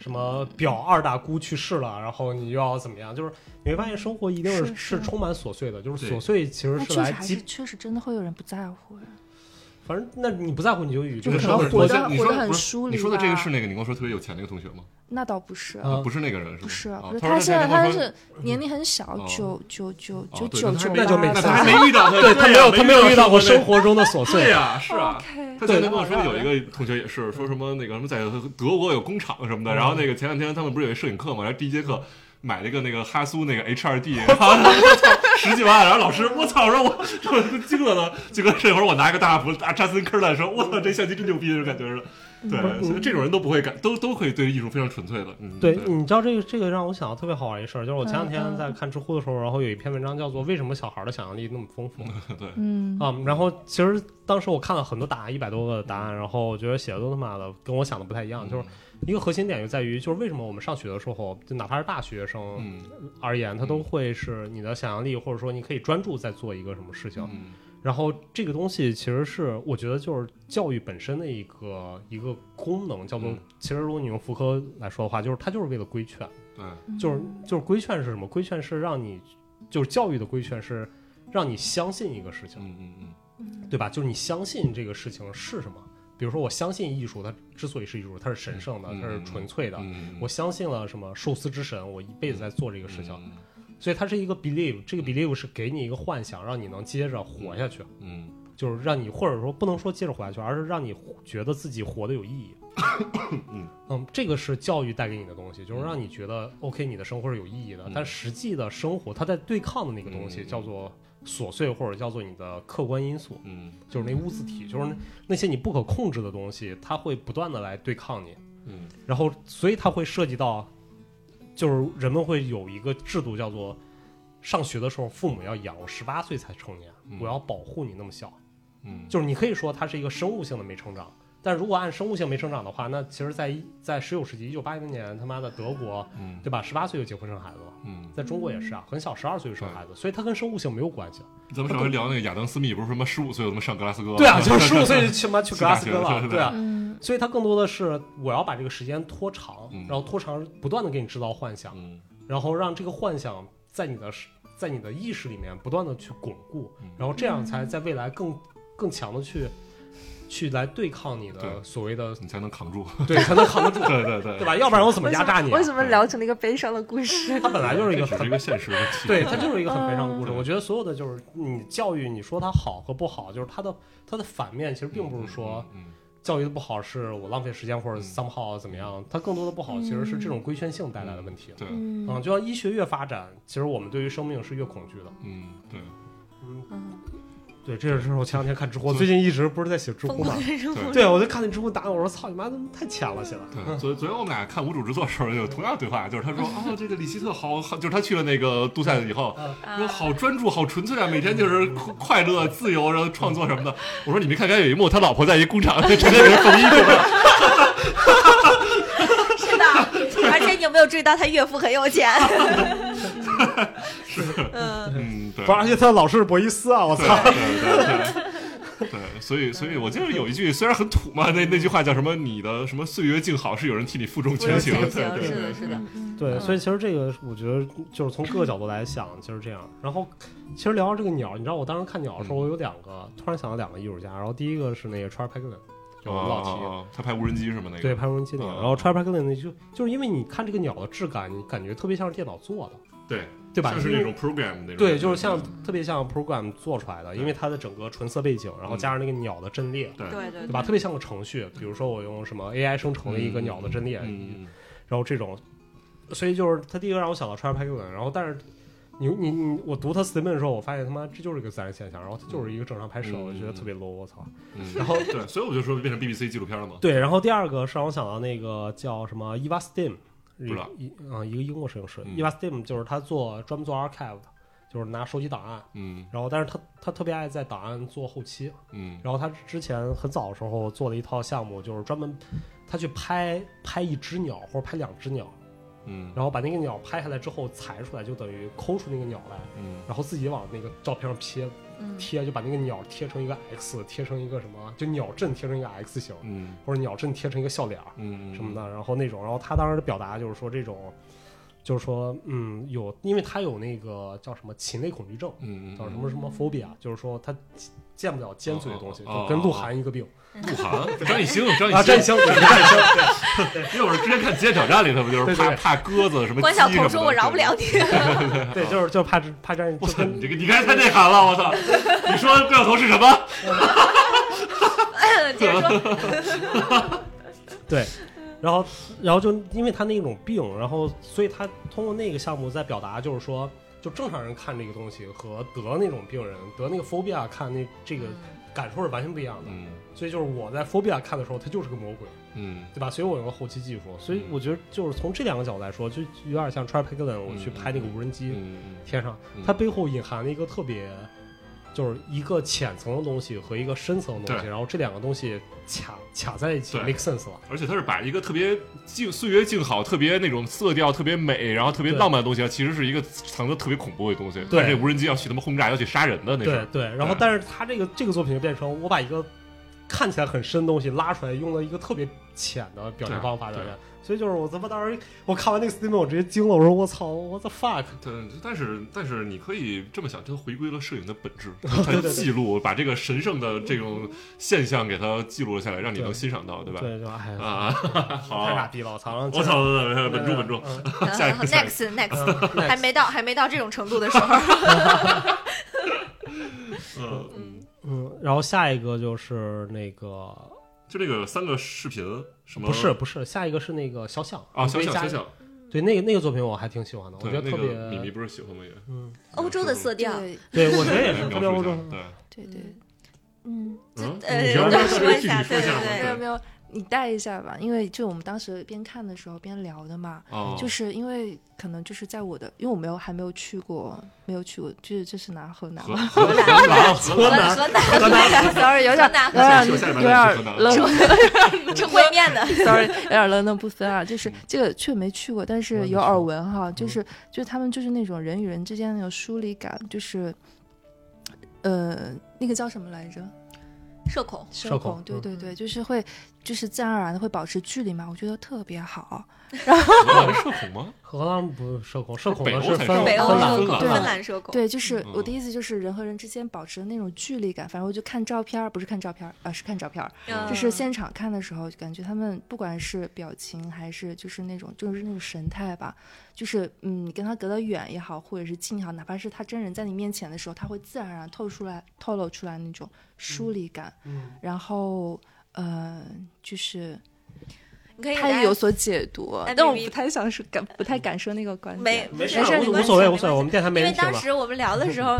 Speaker 1: 什么表二大姑去世了，然后你又要怎么样？就是你会发现生活一定是
Speaker 4: 是是
Speaker 1: 充满琐碎的，就是
Speaker 3: 对
Speaker 1: 琐碎其实
Speaker 4: 那
Speaker 1: 是
Speaker 4: 确
Speaker 1: 来
Speaker 4: 实还
Speaker 1: 激
Speaker 4: 是确实真的会有人不在乎，
Speaker 1: 反正那你不在乎，你就与这
Speaker 4: 就
Speaker 1: 个
Speaker 4: 可
Speaker 1: 社
Speaker 4: 能
Speaker 1: 会
Speaker 4: 活
Speaker 1: 脱
Speaker 3: 我
Speaker 1: 节。
Speaker 4: 得
Speaker 3: 你
Speaker 4: 活
Speaker 3: 说
Speaker 4: 得很
Speaker 3: 不是
Speaker 4: 疏离。
Speaker 3: 你说的这个是？那个你跟我说特别有钱那个同学吗？
Speaker 4: 那倒不是。
Speaker 1: 啊
Speaker 3: 不是那个人是吗？
Speaker 4: 不是，
Speaker 3: 啊
Speaker 4: 不是，
Speaker 3: 他说
Speaker 4: 他现在
Speaker 3: 跟
Speaker 4: 他
Speaker 3: 你说
Speaker 4: 是年龄很小，
Speaker 3: 哦
Speaker 4: 九九九
Speaker 3: 哦
Speaker 4: 九
Speaker 3: 对
Speaker 4: 九
Speaker 3: 那他
Speaker 4: 九
Speaker 3: 没
Speaker 1: 那就没
Speaker 4: 八，
Speaker 3: 那
Speaker 1: 事
Speaker 3: 他还没遇到他，哎
Speaker 1: 对他没有，他没有遇到过生
Speaker 3: 活。
Speaker 1: 活中的琐
Speaker 3: 对
Speaker 1: 碎。
Speaker 3: 呀，是啊。
Speaker 4: OK，
Speaker 3: 他昨天跟我说，有一个同学也是说什么那个什么在德国有工厂什么的，然后那个前两天他们不是有一摄影课嘛，然后第一节课买了一个那个哈苏那个 H 二 D，然后我操十几万，然后老师我操，让我我都惊了呢。结果这会儿我拿一个大幅大扎森科兰说，我操，这相机真牛逼，就感觉是。
Speaker 4: 嗯
Speaker 3: 对，所以这种人都不会感，都都可以对艺术非常纯粹的。嗯，
Speaker 1: 对，
Speaker 3: 对，
Speaker 1: 你知道这个这个让我想到特别好玩一事儿，就是我前两
Speaker 4: 嗯
Speaker 1: 天
Speaker 4: 嗯
Speaker 1: 在看知乎的时候，然后有一篇文章叫做《为什么小孩的想象力那么丰 富》
Speaker 3: 对
Speaker 4: 嗯，
Speaker 3: 哦
Speaker 1: 啊、然后其实当时我看了很多答案，一百多个答案，然后我觉得写的都他妈的跟我想的不太一样，
Speaker 3: 嗯
Speaker 1: 就是一个核心点就在于，就是为什么我们上学的时候，就哪怕是大学生
Speaker 3: 嗯
Speaker 1: 而言，他都会是你的想象力，或者说你可以专注在做一个什么事情。
Speaker 3: 嗯
Speaker 1: 然后这个东西其实是我觉得就是教育本身的一个一个功能，叫做
Speaker 3: 嗯
Speaker 1: 其实如果你用福柯来说的话，就是它就是为了规劝，
Speaker 3: 对，
Speaker 1: 就是就是规劝是什么？规劝是让你就是教育的规劝是让你相信一个事情，
Speaker 3: 嗯嗯嗯
Speaker 1: 对吧？就是你相信这个事情是什么？比如说我相信艺术，它之所以是艺术，它是神圣的，
Speaker 3: 嗯
Speaker 1: 它是纯粹的。
Speaker 3: 嗯，
Speaker 1: 我相信了什么寿司之神，我一辈子在做这个
Speaker 3: 这
Speaker 1: 事情，所以它是一个 believe，这个 believe 是给你一个幻想，让你能接着活下去。
Speaker 3: 嗯，
Speaker 1: 就是让你或者说不能说接着活下去，而是让你觉得自己活得有意义。
Speaker 3: 嗯
Speaker 1: 这个是教育带给你的东西，就是让你觉得 OK，你的生活是有意义的。
Speaker 3: 嗯
Speaker 1: 但实际的生活，它在对抗的那个东西
Speaker 3: 嗯
Speaker 1: 叫做琐碎，或者叫做你的客观因素，
Speaker 3: 嗯
Speaker 1: 就是那污字体，就是那那些你不可控制的东西，它会不断的来对抗你。
Speaker 3: 嗯
Speaker 1: 然后，所以它会涉及到，就是人们会有一个制度叫做，上学的时候父母要养，我十八岁才成年，
Speaker 3: 嗯
Speaker 1: 我要保护你那么小。
Speaker 3: 嗯，
Speaker 1: 就是你可以说它是一个生物性的没成长，但如果按生物性没成长的话，那其实在一，在十九世纪一九八零年，他妈的德国，
Speaker 3: 嗯
Speaker 1: 对吧？十八岁就结婚生孩子了，
Speaker 3: 嗯。
Speaker 1: 在中国也是啊，很小十二岁就生孩子，所以它跟生物性没有关系。
Speaker 3: 咱们上回聊那个亚当斯密，不是什么十五岁有什么上格拉斯哥？
Speaker 1: 对 啊，就是十五岁就去妈去格拉斯哥
Speaker 3: 去大学
Speaker 1: 了，
Speaker 3: 了
Speaker 1: 对啊。
Speaker 4: 嗯
Speaker 1: 所以它更多的是我要把这个时间拖长
Speaker 3: 嗯，
Speaker 1: 然后拖长不断的给你制造幻想，
Speaker 3: 嗯
Speaker 1: 然后让这个幻想在你的在你的意识里面不断的去巩固
Speaker 3: 嗯，
Speaker 1: 然后这样才在未来更更强的去去来对抗你的
Speaker 3: 对
Speaker 1: 所谓的
Speaker 3: 你才能扛住。
Speaker 1: 对才能扛得住，
Speaker 3: 对对 对
Speaker 1: 对吧？要不然我怎么
Speaker 4: 为
Speaker 1: 压
Speaker 4: 什
Speaker 1: 榨你、
Speaker 4: 么
Speaker 1: 啊
Speaker 4: 为？什么聊成了一个悲伤的故事？
Speaker 1: 他本来就是一个
Speaker 3: 这只
Speaker 1: 很
Speaker 3: 是一个现实问题。
Speaker 1: 对，它就是一个很悲伤的故事。
Speaker 3: 嗯
Speaker 1: 我觉得所有的就是你教育，你说它好和不好，就是它的它的反面，其实并不是说
Speaker 3: 嗯，嗯
Speaker 1: 教育的不好是我浪费时间或者
Speaker 3: 嗯
Speaker 1: somehow 怎么样，它更多的不好其实是这种规劝性带来的问题
Speaker 3: 嗯。对，
Speaker 4: 嗯
Speaker 1: 嗯，就像医学越发展，其实我们对于生命是越恐惧的。
Speaker 3: 嗯对
Speaker 1: 对，这就是我前两天看知乎，我最近一直不是在写知
Speaker 2: 疯
Speaker 1: 乎嘛
Speaker 2: 狂，的人物，
Speaker 1: 对我就看那知乎答案，我说操你妈，怎么太浅了写的。
Speaker 3: 对。昨昨天我们俩看《无主之作》的时候，有同样的对话，就是他说啊，这个里希特好，好就是他去了那个杜塞以后，
Speaker 1: 嗯
Speaker 3: 说好专注，好纯粹啊，每天就是快快乐、自由，然后创作什么的。我说你没看刚才有一幕，他老婆在一工厂整天给人缝衣服吗？
Speaker 2: 是的。而且你有没有注意到他岳父很有钱？
Speaker 3: 啊
Speaker 2: 是，嗯，
Speaker 3: 嗯，对。
Speaker 1: 不是，而且他的老师是博伊斯啊，我
Speaker 3: 对
Speaker 1: 操！
Speaker 3: 对对对对，所以所以，我记得有一句虽然很土嘛，那那句话叫什么？你的什么岁月静好，是有人替你负重
Speaker 2: 不
Speaker 3: 前
Speaker 2: 是
Speaker 3: 行。
Speaker 2: 前
Speaker 3: 对
Speaker 2: 行，
Speaker 3: 对
Speaker 2: 是
Speaker 3: 对
Speaker 2: 的，，是的，
Speaker 1: 对，
Speaker 2: 嗯
Speaker 1: 所以其实这个我觉得就是从各个角度来想，就是这样。然后其实聊到这个鸟，你知道我当时看鸟的时候，
Speaker 3: 嗯
Speaker 1: 我有两个突然想到两个艺术家，然后第一个是那个 Try Packlin，就我
Speaker 3: 哦
Speaker 1: 们老提。
Speaker 3: 哦哦他拍无人机是吗？那个
Speaker 1: 对，拍无人机那个，
Speaker 3: 嗯
Speaker 1: 然后 Try Packlin 那就就是因为你看这个鸟的质感，你感觉特别像是电脑做的，
Speaker 3: 对
Speaker 1: 对吧？
Speaker 3: 像是
Speaker 1: 因为
Speaker 3: 那种 program 那种。嗯
Speaker 1: 对，就是像特别像 program 做出来的，因为它的整个纯色背景，然后
Speaker 3: 嗯
Speaker 1: 加上那个鸟的阵列，
Speaker 3: 对
Speaker 2: 对对
Speaker 1: 对吧？特别像个程序，比如说我用什么 AI 生成了一个鸟的阵列，
Speaker 3: 嗯，嗯
Speaker 1: 然后这种，所以就是他第一个让我想到 Trap Hacklin，然后但是你你你我读他 statement 的时候，我发现他妈这就是一个自然现象，然后它就是一个正常拍摄，
Speaker 3: 嗯
Speaker 1: 我觉得特别 low，我操。
Speaker 3: 嗯
Speaker 1: 然后
Speaker 3: 对，所以我就说变成 BBC 纪录片了嘛。
Speaker 1: 对，然后第二个是让我想到那个叫什么 Eva Steam，
Speaker 3: 知道
Speaker 1: 一啊一个英国摄影师
Speaker 3: 嗯
Speaker 1: Eva Steam 就是他做专门做 archive 的，就是拿收集档案。
Speaker 3: 嗯
Speaker 1: 然后，但是他他特别爱在档案做后期。
Speaker 3: 嗯
Speaker 1: 然后他之前很早的时候做了一套项目，就是专门他去拍拍一只鸟或者拍两只鸟，
Speaker 3: 嗯
Speaker 1: 然后把那个鸟拍下来之后裁出来，就等于抠出那个鸟来，
Speaker 3: 嗯
Speaker 1: 然后自己往那个照片上贴
Speaker 2: 嗯
Speaker 1: 贴，就把那个鸟贴成一个 X，贴成一个什么，就鸟阵贴成一个 X 型，
Speaker 3: 嗯
Speaker 1: 或者鸟阵贴成一个笑脸儿
Speaker 3: 嗯
Speaker 1: 什么的，然后那种，然后他当时的表达就是说这种，就是说嗯有，因为他有那个叫什么禽类恐惧症，
Speaker 3: 嗯嗯
Speaker 1: 叫什
Speaker 3: 嗯
Speaker 1: 么什么 phobia，就是说他见不了尖嘴的东西，
Speaker 3: 哦哦
Speaker 1: 就跟鹿晗一个 病
Speaker 3: 鹿晗、张艺兴、张艺
Speaker 1: 啊，
Speaker 3: 兴
Speaker 1: 占，星对占星，对
Speaker 3: 因为我是之前看《极限挑战》里头，不就是
Speaker 1: 对
Speaker 3: 怕
Speaker 1: 对
Speaker 3: 怕鸽子什么鸡什么的？
Speaker 2: 关晓彤说：“我饶不了你。
Speaker 1: 对，就是就是怕这怕占，
Speaker 3: 我
Speaker 1: 就
Speaker 3: 操，
Speaker 1: 跟
Speaker 3: 你这个你刚才太内涵了，我操！你说摄像头是什么？”
Speaker 2: 接着说，
Speaker 1: 对，然后然后就因为他那种病，然后所以他通过那个项目在表达，就是说，就正常人看这个东西和得那种病人得那个 phobia 看那这
Speaker 2: 嗯
Speaker 1: 个感受是完全不一样的。
Speaker 3: 嗯
Speaker 1: 所以就是我在 phobia 看的时候，他就是个魔鬼，
Speaker 3: 嗯
Speaker 1: 对吧？所以我有个后期技术，所以我觉得就是从这两个角度来说，就有点像 t r a p p i c l i n 我去拍那个无人机、
Speaker 3: 嗯
Speaker 1: 天上
Speaker 3: 嗯，
Speaker 1: 它背后隐含了一个特别。就是一个浅层的东西和一个深层的东西，
Speaker 3: 对
Speaker 1: 然后这两个东西卡卡在一起
Speaker 3: 对
Speaker 1: ，make sense 了。
Speaker 3: 而且它是把一个特别静、岁月静好、特别那种色调特别美，然后特别
Speaker 1: 对
Speaker 3: 浪漫的东西，啊其实是一个藏的特别恐怖的东西。
Speaker 1: 对
Speaker 3: 但是这无人机要去他妈轰炸，要去杀人的那
Speaker 1: 对
Speaker 3: 是。
Speaker 1: 对，然后
Speaker 3: 对
Speaker 1: 但是他这个这个作品就变成我把一个看起来很深的东西拉出来，用了一个特别浅的表现方法表
Speaker 3: 对
Speaker 1: 现，所以就是我他妈当时我看完那个 Steam 我直接惊了，我说我操，what the fuck！
Speaker 3: 对，但是但是你可以这么想，它回归了摄影的本 质，
Speaker 1: 对
Speaker 3: 它
Speaker 1: 对
Speaker 3: 记录把这个神圣的这种现象给它记录了下来，让你
Speaker 1: 对
Speaker 3: 能欣赏到，对吧？
Speaker 1: 对，就哎呀，
Speaker 3: 啊，
Speaker 1: 太傻
Speaker 3: 好，
Speaker 1: 逼了，我操！
Speaker 3: 我操，稳住稳住， 下一个下一个
Speaker 2: next next，
Speaker 1: 嗯
Speaker 2: 还没到还没到这种程度 的时候，
Speaker 3: 嗯嗯，
Speaker 1: 嗯，然后下一个就是那个
Speaker 3: 就这个三个视频什么
Speaker 1: 不是不是，下一个是那个小象
Speaker 3: 啊，小
Speaker 1: 回
Speaker 3: 小
Speaker 1: 家
Speaker 3: 小小，
Speaker 1: 对那个那个作品我还挺喜欢的，我
Speaker 3: 对
Speaker 1: 觉得
Speaker 3: 那
Speaker 1: 特别
Speaker 3: 个米米不是喜欢吗？也
Speaker 1: 嗯，
Speaker 2: 欧洲的色调，
Speaker 4: 对
Speaker 1: 对我觉得也
Speaker 3: 来
Speaker 1: 是特别
Speaker 3: 描述
Speaker 1: 欧
Speaker 3: 一
Speaker 1: 洲
Speaker 3: 下，，对。
Speaker 4: 对对，嗯，
Speaker 3: 嗯
Speaker 2: 呃
Speaker 1: 你，要
Speaker 2: 我
Speaker 1: 不要
Speaker 2: 说一
Speaker 3: 具体
Speaker 2: 下，
Speaker 3: 说
Speaker 2: 对
Speaker 3: 一下吗
Speaker 4: 没
Speaker 2: 对
Speaker 4: 有没有，你带一下吧，因为就我们当时边看的时候边聊的嘛，
Speaker 3: 哦，
Speaker 4: 就是因为可能就是在我的，因为我没有还没有去过，没有去过，就是这是哪河南
Speaker 3: 荷
Speaker 2: 嗯
Speaker 3: 荷荷兰荷
Speaker 2: 对，河
Speaker 3: 兰
Speaker 2: 南河南河南
Speaker 4: ，sorry 有
Speaker 2: 河
Speaker 4: 点
Speaker 2: 南
Speaker 4: 有点
Speaker 3: 下
Speaker 4: 有
Speaker 3: 下
Speaker 4: 点
Speaker 3: 礼拜
Speaker 4: 有
Speaker 3: 再去
Speaker 4: 点
Speaker 3: 河南
Speaker 4: 冷
Speaker 2: 吃烩面的，
Speaker 4: ，sorry 有点冷冷不分啊，就是这个确没去过，但是有耳闻哈，就是就是他们就是那种人与人之间那种疏离感，就是呃那个叫什么来着？
Speaker 2: 社恐，
Speaker 1: 社
Speaker 4: 社
Speaker 1: 恐
Speaker 4: 恐，对
Speaker 1: 嗯
Speaker 4: 对对，就是会，就是自然而然的会保持距离嘛，我觉得特别好。
Speaker 3: 荷兰社恐吗？
Speaker 1: 荷兰不是社恐，社恐
Speaker 3: 北
Speaker 1: 的
Speaker 3: 欧
Speaker 1: 是
Speaker 3: 才
Speaker 1: 芬
Speaker 3: 社
Speaker 2: 北欧
Speaker 1: 芬兰啊
Speaker 2: 社恐，
Speaker 4: 对
Speaker 2: 芬兰社恐，
Speaker 4: 对，就是我的
Speaker 3: 嗯
Speaker 4: 意思，就是人和人之间保持的那种距离感。反正我就看照片儿，不是看照片儿，啊，是看照片儿，
Speaker 2: 嗯
Speaker 4: 就是现场看的时候，感觉他们不管是表情还是就是那种就是那种神态吧，就是嗯，你跟他隔得远也好，或者是近也好，哪怕是他真人在你面前的时候，他会自然而然透出来透露出来那种疏离感，
Speaker 1: 嗯，
Speaker 4: 然后呃，就是
Speaker 2: 你可以给
Speaker 4: 他
Speaker 2: 大家
Speaker 4: 也有所解读
Speaker 2: 哎，
Speaker 4: 但我
Speaker 2: 比比
Speaker 4: 不太想是感不太敢说那个观点。
Speaker 2: 嗯没
Speaker 1: 没
Speaker 2: 没
Speaker 1: 事
Speaker 2: 事
Speaker 1: 儿，
Speaker 2: 没
Speaker 1: 无
Speaker 2: 关
Speaker 1: 无所谓，
Speaker 2: 系
Speaker 1: 无所谓，我们电台没
Speaker 2: 因为
Speaker 1: 人听
Speaker 2: 当
Speaker 1: 了。啊
Speaker 2: 时我们聊的时候，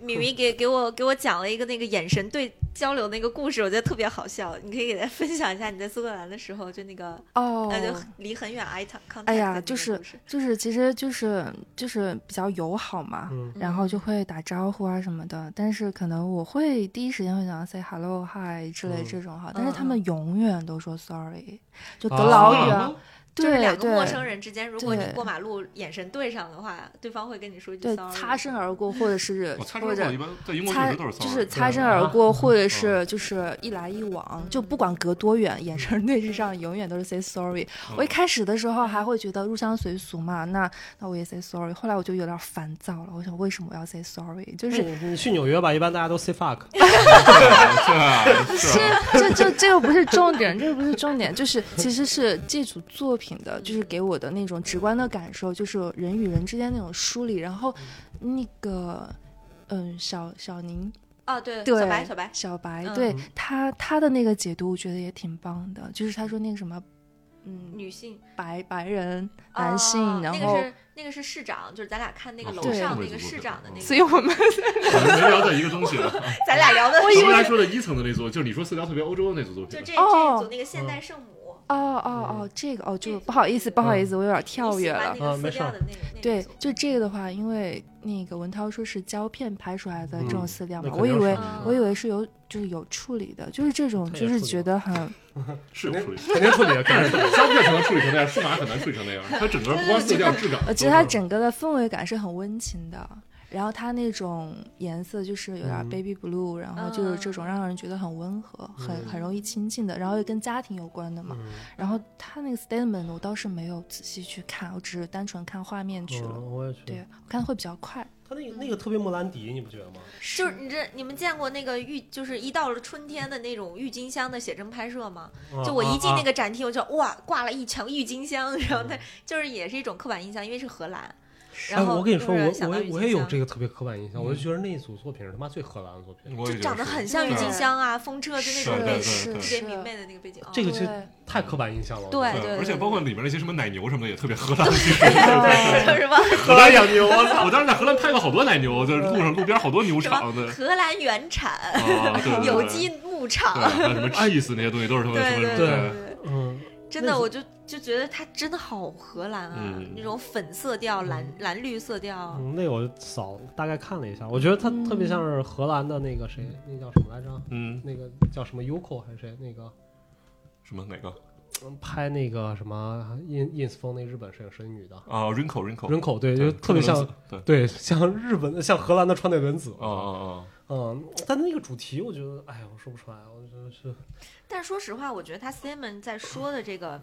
Speaker 2: 米米给给我给我讲了一个那个眼神对交流那个故事，我觉得特别好笑。你可以给大家分享一下你在苏格兰的时候，就那个、
Speaker 4: 哦，
Speaker 2: 呃，就离很远 eye contact
Speaker 4: 哎呀
Speaker 2: 的那个
Speaker 4: 就是
Speaker 2: 故事
Speaker 4: 就是其实就是就是比较友好嘛，
Speaker 1: 嗯
Speaker 4: 然后就会打招呼啊什么的。但是可能我会第一时间会想要 say hello hi 之类
Speaker 1: 嗯
Speaker 4: 这种哈，但是
Speaker 2: 嗯嗯
Speaker 4: 他
Speaker 2: 哦
Speaker 4: 们永远都说 sorry，就隔
Speaker 1: 啊
Speaker 4: 老远，
Speaker 3: 啊
Speaker 2: 就是
Speaker 4: 对
Speaker 2: 两个
Speaker 4: 对
Speaker 2: 陌生人之间，如果你
Speaker 4: 对
Speaker 2: 过马路眼神对上的话，对方会跟你说一句
Speaker 4: 对
Speaker 2: sorry，
Speaker 4: 擦身而过，或者是
Speaker 3: 哦我擦
Speaker 4: 或
Speaker 3: 身
Speaker 4: 者
Speaker 3: 口一般在英国确
Speaker 4: 擦
Speaker 3: 实都是
Speaker 4: 就
Speaker 3: sorry，
Speaker 4: 是擦身而过，或者是就是一来一往，就不管隔多远，眼神对视上，永远都是 say sorry。我一开始的时候还会觉得入乡随俗嘛，那那我也 say sorry。后来我就有点烦躁了，我想为什么我要 say sorry？就是
Speaker 1: 你你去纽约吧，一般大家都 say fuck。
Speaker 3: 对是啊
Speaker 4: 这这这又不是重点，这又不是重点，就是其实是这组作品的，就是给我的那种直观的感受，就是人与人之间那种疏离。然后那个，嗯，小小宁，
Speaker 2: 哦对，
Speaker 4: 对，
Speaker 2: 小白小白，
Speaker 4: 小白，
Speaker 2: 嗯
Speaker 4: 对他他的那个解读，我觉得也挺棒的。就是他说那个什么，嗯，
Speaker 2: 女性
Speaker 4: 白白人男性，
Speaker 2: 哦
Speaker 4: 然
Speaker 2: 那
Speaker 4: 后
Speaker 2: 个是那个是市长，就是咱俩看那个
Speaker 3: 哦
Speaker 2: 楼
Speaker 4: 对
Speaker 2: 上
Speaker 3: 对
Speaker 2: 那个
Speaker 3: 对对
Speaker 2: 市
Speaker 3: 对
Speaker 2: 长的那
Speaker 4: 所
Speaker 2: 个，
Speaker 4: 以我 们
Speaker 3: 我们没聊到一个东西。
Speaker 2: 咱俩聊的
Speaker 3: 我们
Speaker 2: 是
Speaker 3: 刚才说的一层的那组，就是你说色调特别欧洲的那组作
Speaker 2: 就
Speaker 3: 品
Speaker 2: 这这
Speaker 4: 哦
Speaker 2: 一组那个现代圣母，
Speaker 4: 哦哦哦，这个哦，
Speaker 2: 这
Speaker 4: 就
Speaker 2: 个
Speaker 4: 不好意思，不好意思，我有点跳
Speaker 2: 你喜
Speaker 4: 跃
Speaker 2: 欢
Speaker 4: 了。
Speaker 2: 那个
Speaker 1: 嗯没
Speaker 2: 色
Speaker 1: 事
Speaker 2: 调
Speaker 1: 儿
Speaker 2: 的那个那个
Speaker 4: 对
Speaker 2: 组，
Speaker 4: 就这个的话，因为那个文涛说是胶片拍出来的这种
Speaker 1: 嗯
Speaker 4: 饲料
Speaker 1: 那
Speaker 4: 嘛，
Speaker 1: 肯
Speaker 4: 我以
Speaker 1: 定是
Speaker 4: 为
Speaker 1: 嗯
Speaker 4: 我以为是有就是有处理的，就是这种
Speaker 1: 它也
Speaker 4: 就是
Speaker 1: 处理
Speaker 4: 觉
Speaker 1: 了
Speaker 4: 得很
Speaker 3: 是有处理，
Speaker 1: 肯定处理的，
Speaker 3: 但是胶片才能处理成那样，数码很难处理成那样。它整个不光色调质感，
Speaker 4: 我觉得呃它整个的氛围感是很温情的。然后它那种颜色就是有点
Speaker 1: 嗯
Speaker 4: baby blue，、然后就是这种让人觉得很温和、
Speaker 1: 嗯
Speaker 4: 很很容易亲近的，然后又跟家庭有关的嘛。然后它那个 statement 我倒是没有仔细去看，我只是单纯看画面去了。
Speaker 1: 嗯，我也去。
Speaker 4: 对，我看会比较快。
Speaker 1: 他那个那个特别莫兰迪，你不觉得吗？
Speaker 2: 就是你这你们见过那个郁，就是一到了春天的那种郁金香的写真拍摄吗？
Speaker 1: 嗯啊
Speaker 2: 就我一进那
Speaker 1: 个
Speaker 2: 个展厅，我就哇挂了一墙郁金香，然后它就是也是一种刻板印象，因为是荷兰。然
Speaker 1: 哎，
Speaker 2: 后
Speaker 1: 我跟你
Speaker 2: 就
Speaker 1: 说，
Speaker 2: 是
Speaker 1: 我
Speaker 2: 想
Speaker 1: 我
Speaker 2: 到
Speaker 1: 也
Speaker 2: 郁
Speaker 1: 我
Speaker 2: 金
Speaker 1: 也有
Speaker 2: 香
Speaker 1: 这个特别刻板印象，我就觉得那一组作品是他妈最荷兰的作品，
Speaker 3: 我也
Speaker 2: 就
Speaker 3: 觉
Speaker 2: 长得
Speaker 3: 是
Speaker 2: 很像郁
Speaker 3: 对
Speaker 2: 金香啊，风车就那
Speaker 3: 是对
Speaker 2: 种
Speaker 3: 对
Speaker 2: 背
Speaker 3: 对
Speaker 2: 景，
Speaker 4: 是
Speaker 2: 特别
Speaker 4: 是
Speaker 2: 明媚的那个背景。哦
Speaker 1: 这个就
Speaker 4: 对
Speaker 1: 太刻板印象了。我觉
Speaker 2: 对
Speaker 1: 得
Speaker 3: 对，
Speaker 2: 对
Speaker 3: 嗯而且
Speaker 2: 对
Speaker 3: 包括里面那些什么奶牛什么的也特别荷 兰。
Speaker 2: 对啊是吧？
Speaker 3: 荷兰养牛，我操！我当时在荷兰拍过好多奶牛，就是路上路边好多牛
Speaker 2: 什么
Speaker 3: 场的
Speaker 2: 荷兰原产
Speaker 3: 啊，对对对
Speaker 2: 有机牧
Speaker 3: 对，
Speaker 2: 场？
Speaker 3: 还有什么 cheese 那些东西都是他
Speaker 2: 对
Speaker 3: 们什么
Speaker 1: 对
Speaker 2: 对
Speaker 3: 对
Speaker 2: 对，
Speaker 1: 嗯，
Speaker 2: 真
Speaker 1: 那
Speaker 2: 的
Speaker 1: 组
Speaker 2: 我就就觉得它真的好荷兰啊
Speaker 3: 嗯，
Speaker 2: 那种粉色调、蓝蓝绿色调。
Speaker 1: 嗯那个我扫大概看了一下，我觉得他特
Speaker 2: 嗯
Speaker 1: 别像是荷兰的那个谁，那叫什么来着？
Speaker 3: 嗯，
Speaker 1: 那个叫什么 Uko 还是谁？那个
Speaker 3: 什么哪个
Speaker 1: 嗯拍那个什么 ins ins 风那日本摄影师女的
Speaker 3: 啊？Rinko Rinko，
Speaker 1: 人口，哦对，就特别像，
Speaker 3: 对，
Speaker 1: 对，像日本像荷兰的川内文子。
Speaker 3: 哦哦
Speaker 1: 嗯，但那个主题我觉得，哎呀，我说不出来，我觉得是，
Speaker 2: 但说实话，我觉得他 Simon 在说的这个，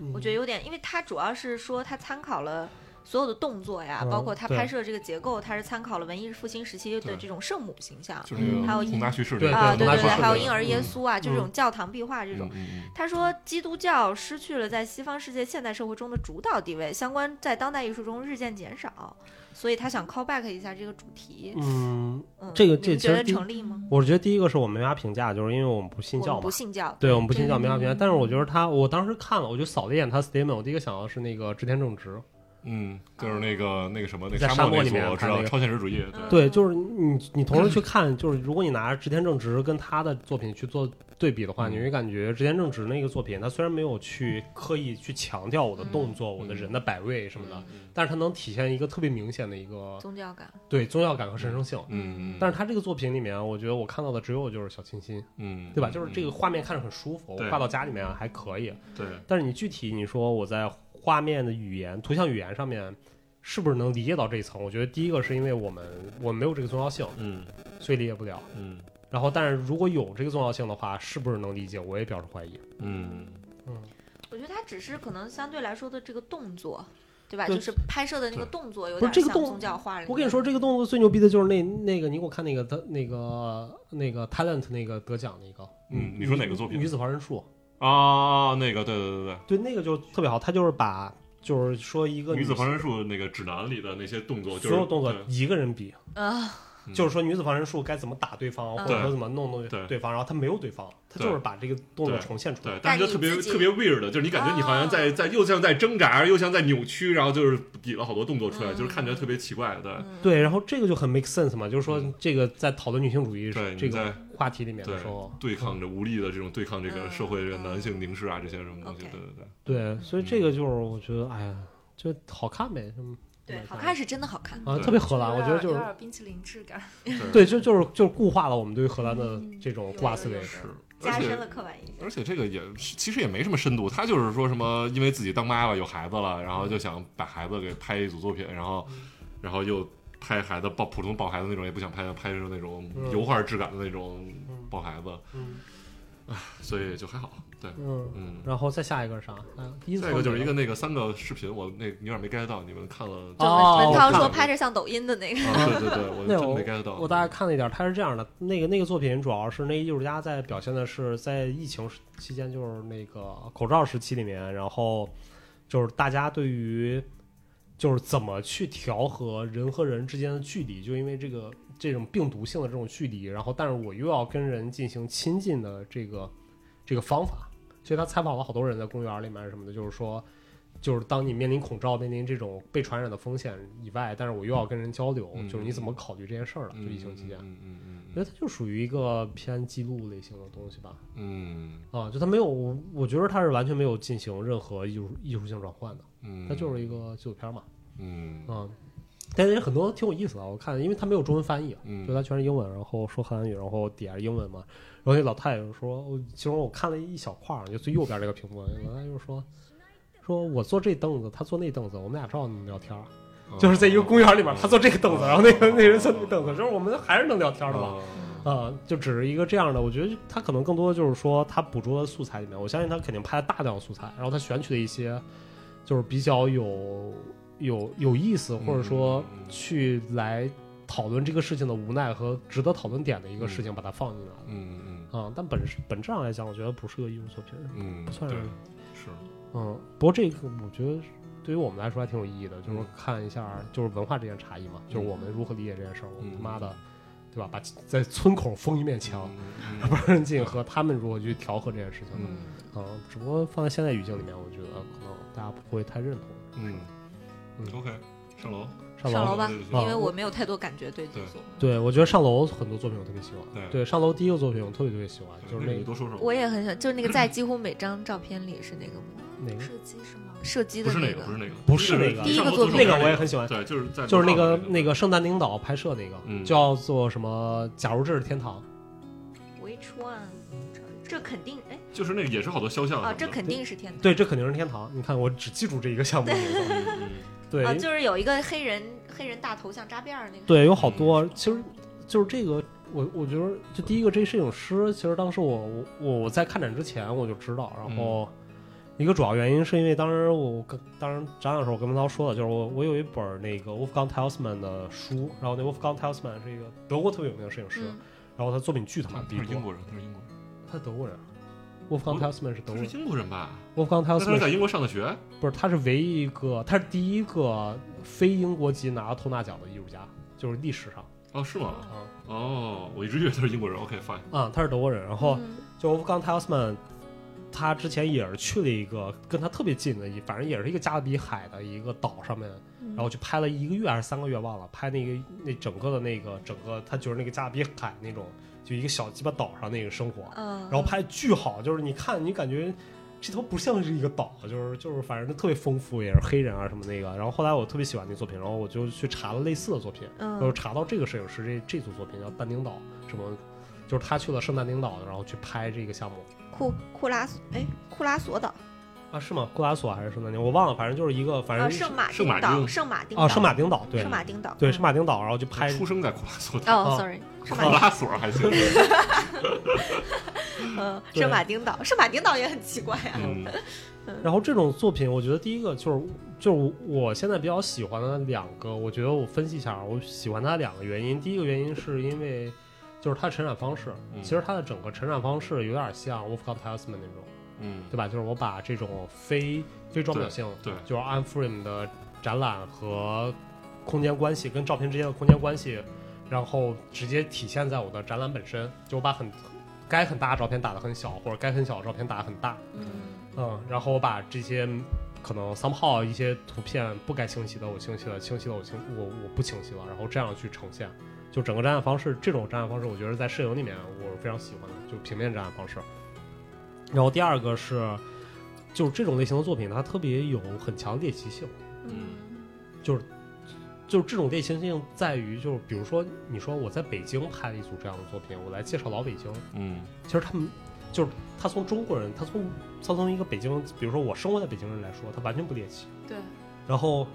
Speaker 1: 嗯
Speaker 2: 我觉得有点，因为他主要是说他参考了。所有的动作呀，
Speaker 1: 嗯
Speaker 2: 包括他
Speaker 1: 对
Speaker 2: 拍摄这个结构，他是参考了文艺复兴时期
Speaker 3: 对
Speaker 2: 的这种圣母形象
Speaker 3: 哦，就是那
Speaker 2: 嗯还有
Speaker 3: 个
Speaker 2: 一
Speaker 3: 宏大叙事
Speaker 1: 对
Speaker 2: 啊，对
Speaker 1: 红
Speaker 2: 对
Speaker 1: 大
Speaker 2: 对，
Speaker 1: 叙事
Speaker 2: 还有
Speaker 1: 对
Speaker 2: 婴儿耶稣啊，就这
Speaker 1: 嗯
Speaker 2: 种教堂壁画这种
Speaker 3: 嗯。嗯
Speaker 2: 他说，基督教失去了在西方世界现代社会中的主导地位，相关在当代艺术中日渐减少，所以他想 call back 一下这个主题。
Speaker 1: 嗯，
Speaker 2: 嗯，
Speaker 1: 这个
Speaker 2: 你们
Speaker 1: 这其
Speaker 2: 觉
Speaker 1: 实
Speaker 2: 得
Speaker 1: 第一
Speaker 2: 成立吗？
Speaker 1: 我觉得第一个是我没法评价，就是因为我们不信
Speaker 2: 我
Speaker 1: 教
Speaker 2: 们
Speaker 1: 嘛
Speaker 2: 不，信教，
Speaker 1: 对我们不信教
Speaker 4: 对
Speaker 1: 没法评价。但是我觉得他，我当时看了，我就扫了一眼他 statement，我第一个想到是那个织田正直，
Speaker 3: 嗯，就是那个那个什么那
Speaker 1: 呃在
Speaker 3: 个
Speaker 1: 沙漠
Speaker 3: 那
Speaker 1: 里面
Speaker 3: 组，我知
Speaker 1: 拍那
Speaker 3: 道
Speaker 1: 个
Speaker 3: 超现实主义，对
Speaker 2: 嗯
Speaker 1: 对，就是你你同时去看，就是如果你拿织田正直跟他的作品去做对比的话，
Speaker 3: 嗯
Speaker 1: 你会感觉织田正直那个作品，他虽然没有去
Speaker 4: 嗯
Speaker 1: 刻意去强调我的动作、我的
Speaker 3: 嗯
Speaker 1: 人的摆位什么
Speaker 4: 嗯
Speaker 1: 的，但是他能体现一个特别明显的一个
Speaker 2: 宗教感。
Speaker 1: 对宗教感和神圣性。
Speaker 3: 嗯，
Speaker 1: 但是他这个作品里面，我觉得我看到的只有就是小清新，
Speaker 3: 嗯，
Speaker 1: 对吧？就是这个画面看着很舒服，
Speaker 3: 对
Speaker 1: 挂到家里面还可以。
Speaker 3: 对，
Speaker 1: 但是你具体你说我在画面的语言、图像语言上面，是不是能理解到这一层？我觉得第一个是因为我们我们没有这个重要性，
Speaker 3: 嗯
Speaker 1: 所以理解不了。
Speaker 3: 嗯
Speaker 1: 然后，但是如果有这个重要性的话，是不是能理解？我也表示怀疑。
Speaker 3: 嗯
Speaker 2: 我觉得他只是可能相对来说的这个动作，对吧？
Speaker 1: 对
Speaker 2: 就是拍摄的那个动作有
Speaker 1: 不是
Speaker 2: 点
Speaker 1: 这个
Speaker 2: 像
Speaker 1: 动
Speaker 2: 宗教画里面。
Speaker 1: 我跟你说，这个动作最牛逼的就是那那个，你给我看那个他那个那个 talent 那个得奖那个，
Speaker 3: 嗯你说哪个作品
Speaker 1: 女子黄人树，
Speaker 3: 啊，那个对对对对。
Speaker 1: 对，那个就特别好，他就是把就是说一个
Speaker 3: 女子防身术那个指南里的那些动作，就是
Speaker 1: 所有动作
Speaker 3: 对
Speaker 1: 一个人比，
Speaker 2: 啊，
Speaker 3: 嗯
Speaker 1: 就是说女子防身术该怎么打对方，或者说怎么弄弄
Speaker 3: 对
Speaker 1: 对方，然后他没有对方，他就是把这个动作
Speaker 3: 对
Speaker 1: 重现出来
Speaker 3: 对，。但是就特别特别 weird 的，就是你感觉你好像
Speaker 1: 啊
Speaker 3: 在、在又像在挣扎，又像在扭曲，然后就是比了好多动作出来，
Speaker 2: 嗯
Speaker 3: 就是看起来特别奇怪。对、
Speaker 4: 嗯
Speaker 1: 对，然后这个就很 make sense 嘛，就是说这个在讨论女性主义
Speaker 3: 嗯对，
Speaker 1: 这
Speaker 3: 你
Speaker 1: 个
Speaker 3: 在
Speaker 1: 话题里面的
Speaker 3: 对
Speaker 1: 时候，
Speaker 3: 对抗着无力的这种对抗这个
Speaker 2: 嗯
Speaker 3: 社会这个
Speaker 2: 嗯
Speaker 3: 男性凝视啊这些什么东西。
Speaker 1: 嗯
Speaker 2: OK
Speaker 3: 对对对，嗯
Speaker 1: 对，所以这个就是我觉得，哎呀，就好看呗，嗯
Speaker 2: 对，
Speaker 1: 蛮
Speaker 2: 好
Speaker 1: 好
Speaker 2: 看是真的好看。
Speaker 1: 啊，
Speaker 3: 对
Speaker 1: 特别荷兰，我觉得就
Speaker 4: 有
Speaker 1: 是
Speaker 4: 点冰淇淋质感。
Speaker 1: 对，就就是就是固化了我们对荷兰的
Speaker 4: 嗯
Speaker 1: 这种
Speaker 4: 有
Speaker 1: 固化
Speaker 4: 有
Speaker 1: 思维
Speaker 4: 有。
Speaker 3: 是，
Speaker 2: 加
Speaker 3: 而且
Speaker 2: 深了刻板印象。
Speaker 3: 而且这个也其实也没什么深度，他就是说什么因为自己当妈了有孩子了，然后就想把孩子给拍一组作品，然后
Speaker 1: 嗯
Speaker 3: 然后又拍孩子抱普通抱孩子那种也不想拍，拍成那种
Speaker 1: 嗯
Speaker 3: 油画质感的那种
Speaker 1: 嗯
Speaker 3: 抱孩子，
Speaker 1: 嗯
Speaker 3: 所以就还好。对，
Speaker 1: 嗯，
Speaker 3: 嗯。
Speaker 1: 然后再下一个是啥？啊第一
Speaker 3: 再一个就是一个那个三个视频，我那有点没 get 到，你们看了？
Speaker 1: 哦
Speaker 2: 就
Speaker 3: 啊，
Speaker 2: 文
Speaker 3: 我
Speaker 2: 涛
Speaker 3: 看
Speaker 2: 说
Speaker 3: 了
Speaker 2: 拍着像抖音的那个，
Speaker 3: 对对 对，我
Speaker 1: 那
Speaker 3: 真
Speaker 1: 我
Speaker 3: 没 get 到。
Speaker 1: 我大概看了一点，他是这样的，那个那个作品主要是那艺术家在表现的是在疫情时期间，就是那个口罩时期里面，然后就是大家对于就是怎么去调和人和人之间的距离，就因为这个这种病毒性的这种距离，然后但是我又要跟人进行亲近的这个这个方法，所以他采访了好多人在公园里面什么的，就是说。就是当你面临口罩、面临这种被传染的风险以外，但是我又要跟人交流，
Speaker 3: 嗯
Speaker 1: 就是你怎么考虑这件事儿了？就
Speaker 3: 嗯
Speaker 1: 疫情期啊间，
Speaker 3: 嗯嗯嗯
Speaker 1: 我觉
Speaker 3: 嗯
Speaker 1: 得它就属于一个偏记录类型的东西吧。
Speaker 3: 嗯
Speaker 1: 啊，就它没有，我我觉得它是完全没有进行任何艺术艺术性转换的，
Speaker 3: 嗯，
Speaker 1: 它就是一个纪录片嘛。
Speaker 3: 嗯
Speaker 1: 啊，但是很多挺有意思的，啊我看，因为它没有中文翻译，啊
Speaker 3: 嗯
Speaker 1: 就它全是英文，然后说荷兰语，然后底下是英文嘛。然后那老太太就说，我其中我看了一小块儿，就最右边这个屏幕，老太太就说。说我坐这凳子，他坐那凳子，我们俩照样能聊天儿，
Speaker 3: 哦
Speaker 1: 就是在一个公园里面，他坐这个凳子，然后那个那人坐那凳子，就是我们还是能聊天的
Speaker 3: 道
Speaker 1: 嘛。啊、就只是一个这样的，我觉得他可能更多的就是说他捕捉的素材里面，我相信他肯定拍了大量的素材，然后他选取的一些就是比较有有有意思，或者说
Speaker 3: 嗯嗯嗯
Speaker 1: 去来讨论这个事情的无奈和值得讨论点的一个事情，把它放进来了。
Speaker 3: 嗯嗯
Speaker 1: 啊、但本本质上来讲，我觉得不是个艺术作品，
Speaker 3: 嗯，
Speaker 1: 不算是
Speaker 3: 对是
Speaker 1: 嗯。不过这个我觉得对于我们来说还挺有意义的，就是
Speaker 3: 嗯
Speaker 1: 看一下就是文化之间的差异嘛，就是我们如何理解这件事儿。我
Speaker 3: 嗯
Speaker 1: 他妈的，对吧？把在村口封一面墙，
Speaker 3: 嗯
Speaker 1: 不让人进和他们如何去调和这件事情的。
Speaker 3: 嗯
Speaker 1: 嗯，只不过放在现在语境里面，我觉得呃可能大家不会太认同。
Speaker 3: 嗯嗯
Speaker 1: 嗯
Speaker 3: ，OK，上楼。
Speaker 1: 上
Speaker 2: 上
Speaker 1: 楼，
Speaker 2: 楼吧，
Speaker 3: 哦对对
Speaker 1: 对
Speaker 2: 因为我没有太多感觉对这些。
Speaker 1: 对我觉得上楼很多作品我特别喜欢。
Speaker 3: 对
Speaker 1: 上楼第一个作品我特别特别喜欢，就是
Speaker 3: 那
Speaker 1: 那
Speaker 3: 你多说说，
Speaker 2: 我也很喜欢，就是那个在几乎每张照片里是那个
Speaker 1: 哪个？
Speaker 4: 射击是吗？
Speaker 2: 射击
Speaker 3: 不
Speaker 2: 的
Speaker 3: 是那
Speaker 2: 个
Speaker 3: 个，不是那个，
Speaker 1: 不是那个
Speaker 2: 第一个作品
Speaker 1: 那个我也很喜欢，
Speaker 3: 对，就是在
Speaker 1: 就是那个那个圣诞领导拍摄那个，
Speaker 3: 嗯
Speaker 1: 叫做什么？假如这是天堂，
Speaker 2: Which one？这肯定哎
Speaker 3: 就是那个也是好多肖像
Speaker 2: 哦，这肯定是天堂。
Speaker 1: 对，这肯定是天堂。你看，我只记住这一个 项目名
Speaker 3: 嗯
Speaker 1: 字。对，
Speaker 2: 啊，就是有一个黑人黑人大头像扎辫儿那个。嗯
Speaker 1: 对，有好
Speaker 3: 嗯
Speaker 1: 多，其实就是这个，我我觉得，就第一个这摄影师，其实当时我我我在看展之前我就知道，然
Speaker 3: 嗯
Speaker 1: 后一个主要原因是因为当时我跟当时展览的时候我跟文涛说的，就是我我有一本儿那个 Wolfgang Telsmann 的书，然后那 Wolfgang Telsmann 是一个德国特别有名的摄影师，
Speaker 2: 嗯，
Speaker 1: 然后他作品巨他妈
Speaker 3: 嗯他
Speaker 1: 逼
Speaker 3: 是英
Speaker 1: 多，
Speaker 3: 国人，他是英国人，
Speaker 1: 他是德国人。Wolfgang
Speaker 3: 我
Speaker 1: Telsmann 是德
Speaker 3: 他
Speaker 1: 国人
Speaker 3: 是英国人吧？
Speaker 1: ，Wolfgang
Speaker 3: 那他
Speaker 1: Telsmann
Speaker 3: 是在
Speaker 1: 是
Speaker 3: 英国上的学，
Speaker 1: 不是他是唯一一个，他是第一个非英国籍拿托纳奖的艺术家，就是历史上
Speaker 3: 哦，是吗？
Speaker 1: 啊
Speaker 3: 哦，我一直以为他是英国人。OK，fine。
Speaker 1: 啊、他是德国人，然后。
Speaker 2: 嗯
Speaker 1: 就 Wolfgang Telsmann，他之前也是去了一个跟他特别近的一，反正也是一个加勒比海的一个岛上面，然后去拍了一个月还是三个月忘了，拍那个那整个的那个整个，他就是那个加勒比海那种，就一个小鸡巴岛上那个生活，
Speaker 2: 嗯，
Speaker 1: 然后拍得巨好，就是你看你感觉。这他妈不像是一个岛，就是就是，反正特别丰富，也是黑人啊什么那个。然后后来我特别喜欢那作品，然后我就去查了类似的作品，然后
Speaker 2: 嗯
Speaker 1: 查到这个摄影师这这组作品叫但丁岛，什么，就是他去了圣但丁岛，然后去拍这个项目。
Speaker 2: 库库拉索哎库拉索岛
Speaker 1: 啊，是吗？布拉索还是圣诞丁？我忘了，反正就是一个，反
Speaker 2: 啊
Speaker 1: 正是
Speaker 2: 圣马
Speaker 3: 圣马
Speaker 2: 丁岛
Speaker 3: 丁
Speaker 2: 哦圣马丁
Speaker 1: 啊，圣
Speaker 2: 岛
Speaker 1: 马丁岛，对
Speaker 2: 圣，马嗯丁岛
Speaker 1: 对，圣马丁岛，然后就拍
Speaker 3: 出生在库拉索，
Speaker 2: 哦
Speaker 1: 啊
Speaker 2: ，sorry 圣
Speaker 3: 库
Speaker 2: 马丁
Speaker 3: 拉索还行。
Speaker 2: 嗯，
Speaker 1: 对
Speaker 2: 圣马丁岛，圣马丁岛也很奇怪啊。
Speaker 3: 嗯
Speaker 1: 然后这种作品，我觉得第一个就是就是我现在比较喜欢的两个，我觉得我分析一下，啊我喜欢它两个原因。第一个原因是因为就是它的陈产方式，
Speaker 3: 嗯
Speaker 1: 其实它的整个陈产方式有点像 Wolf of Tasman 那种，
Speaker 3: 嗯
Speaker 1: 对吧？就是我把这种非非装裱性，
Speaker 3: 对对
Speaker 1: 就是 unframe 的展览和空间关系跟照片之间的空间关系，然后直接体现在我的展览本身，就我把很该很大的照片打得很小，或者该很小的照片打得很大，
Speaker 2: 嗯
Speaker 1: 嗯，然后我把这些可能 somehow 一些图片不该清晰的我清晰了，清晰的我清我我不清晰了，然后这样去呈现，就整个展览方式，这种展览方式，我觉得在摄影里面我是非常喜欢的，就平面展览方式。然后第二个是，就是这种类型的作品，它特别有很强的猎奇性，
Speaker 2: 嗯
Speaker 1: 就是这种猎奇性在于，就是比如说你说我在北京拍了一组这样的作品，我来介绍老北京，
Speaker 3: 嗯
Speaker 1: 其实他们就是他从中国人，他从他从一个北京，比如说我生活在北京人来说，他完全不猎奇。
Speaker 2: 对。
Speaker 1: 然后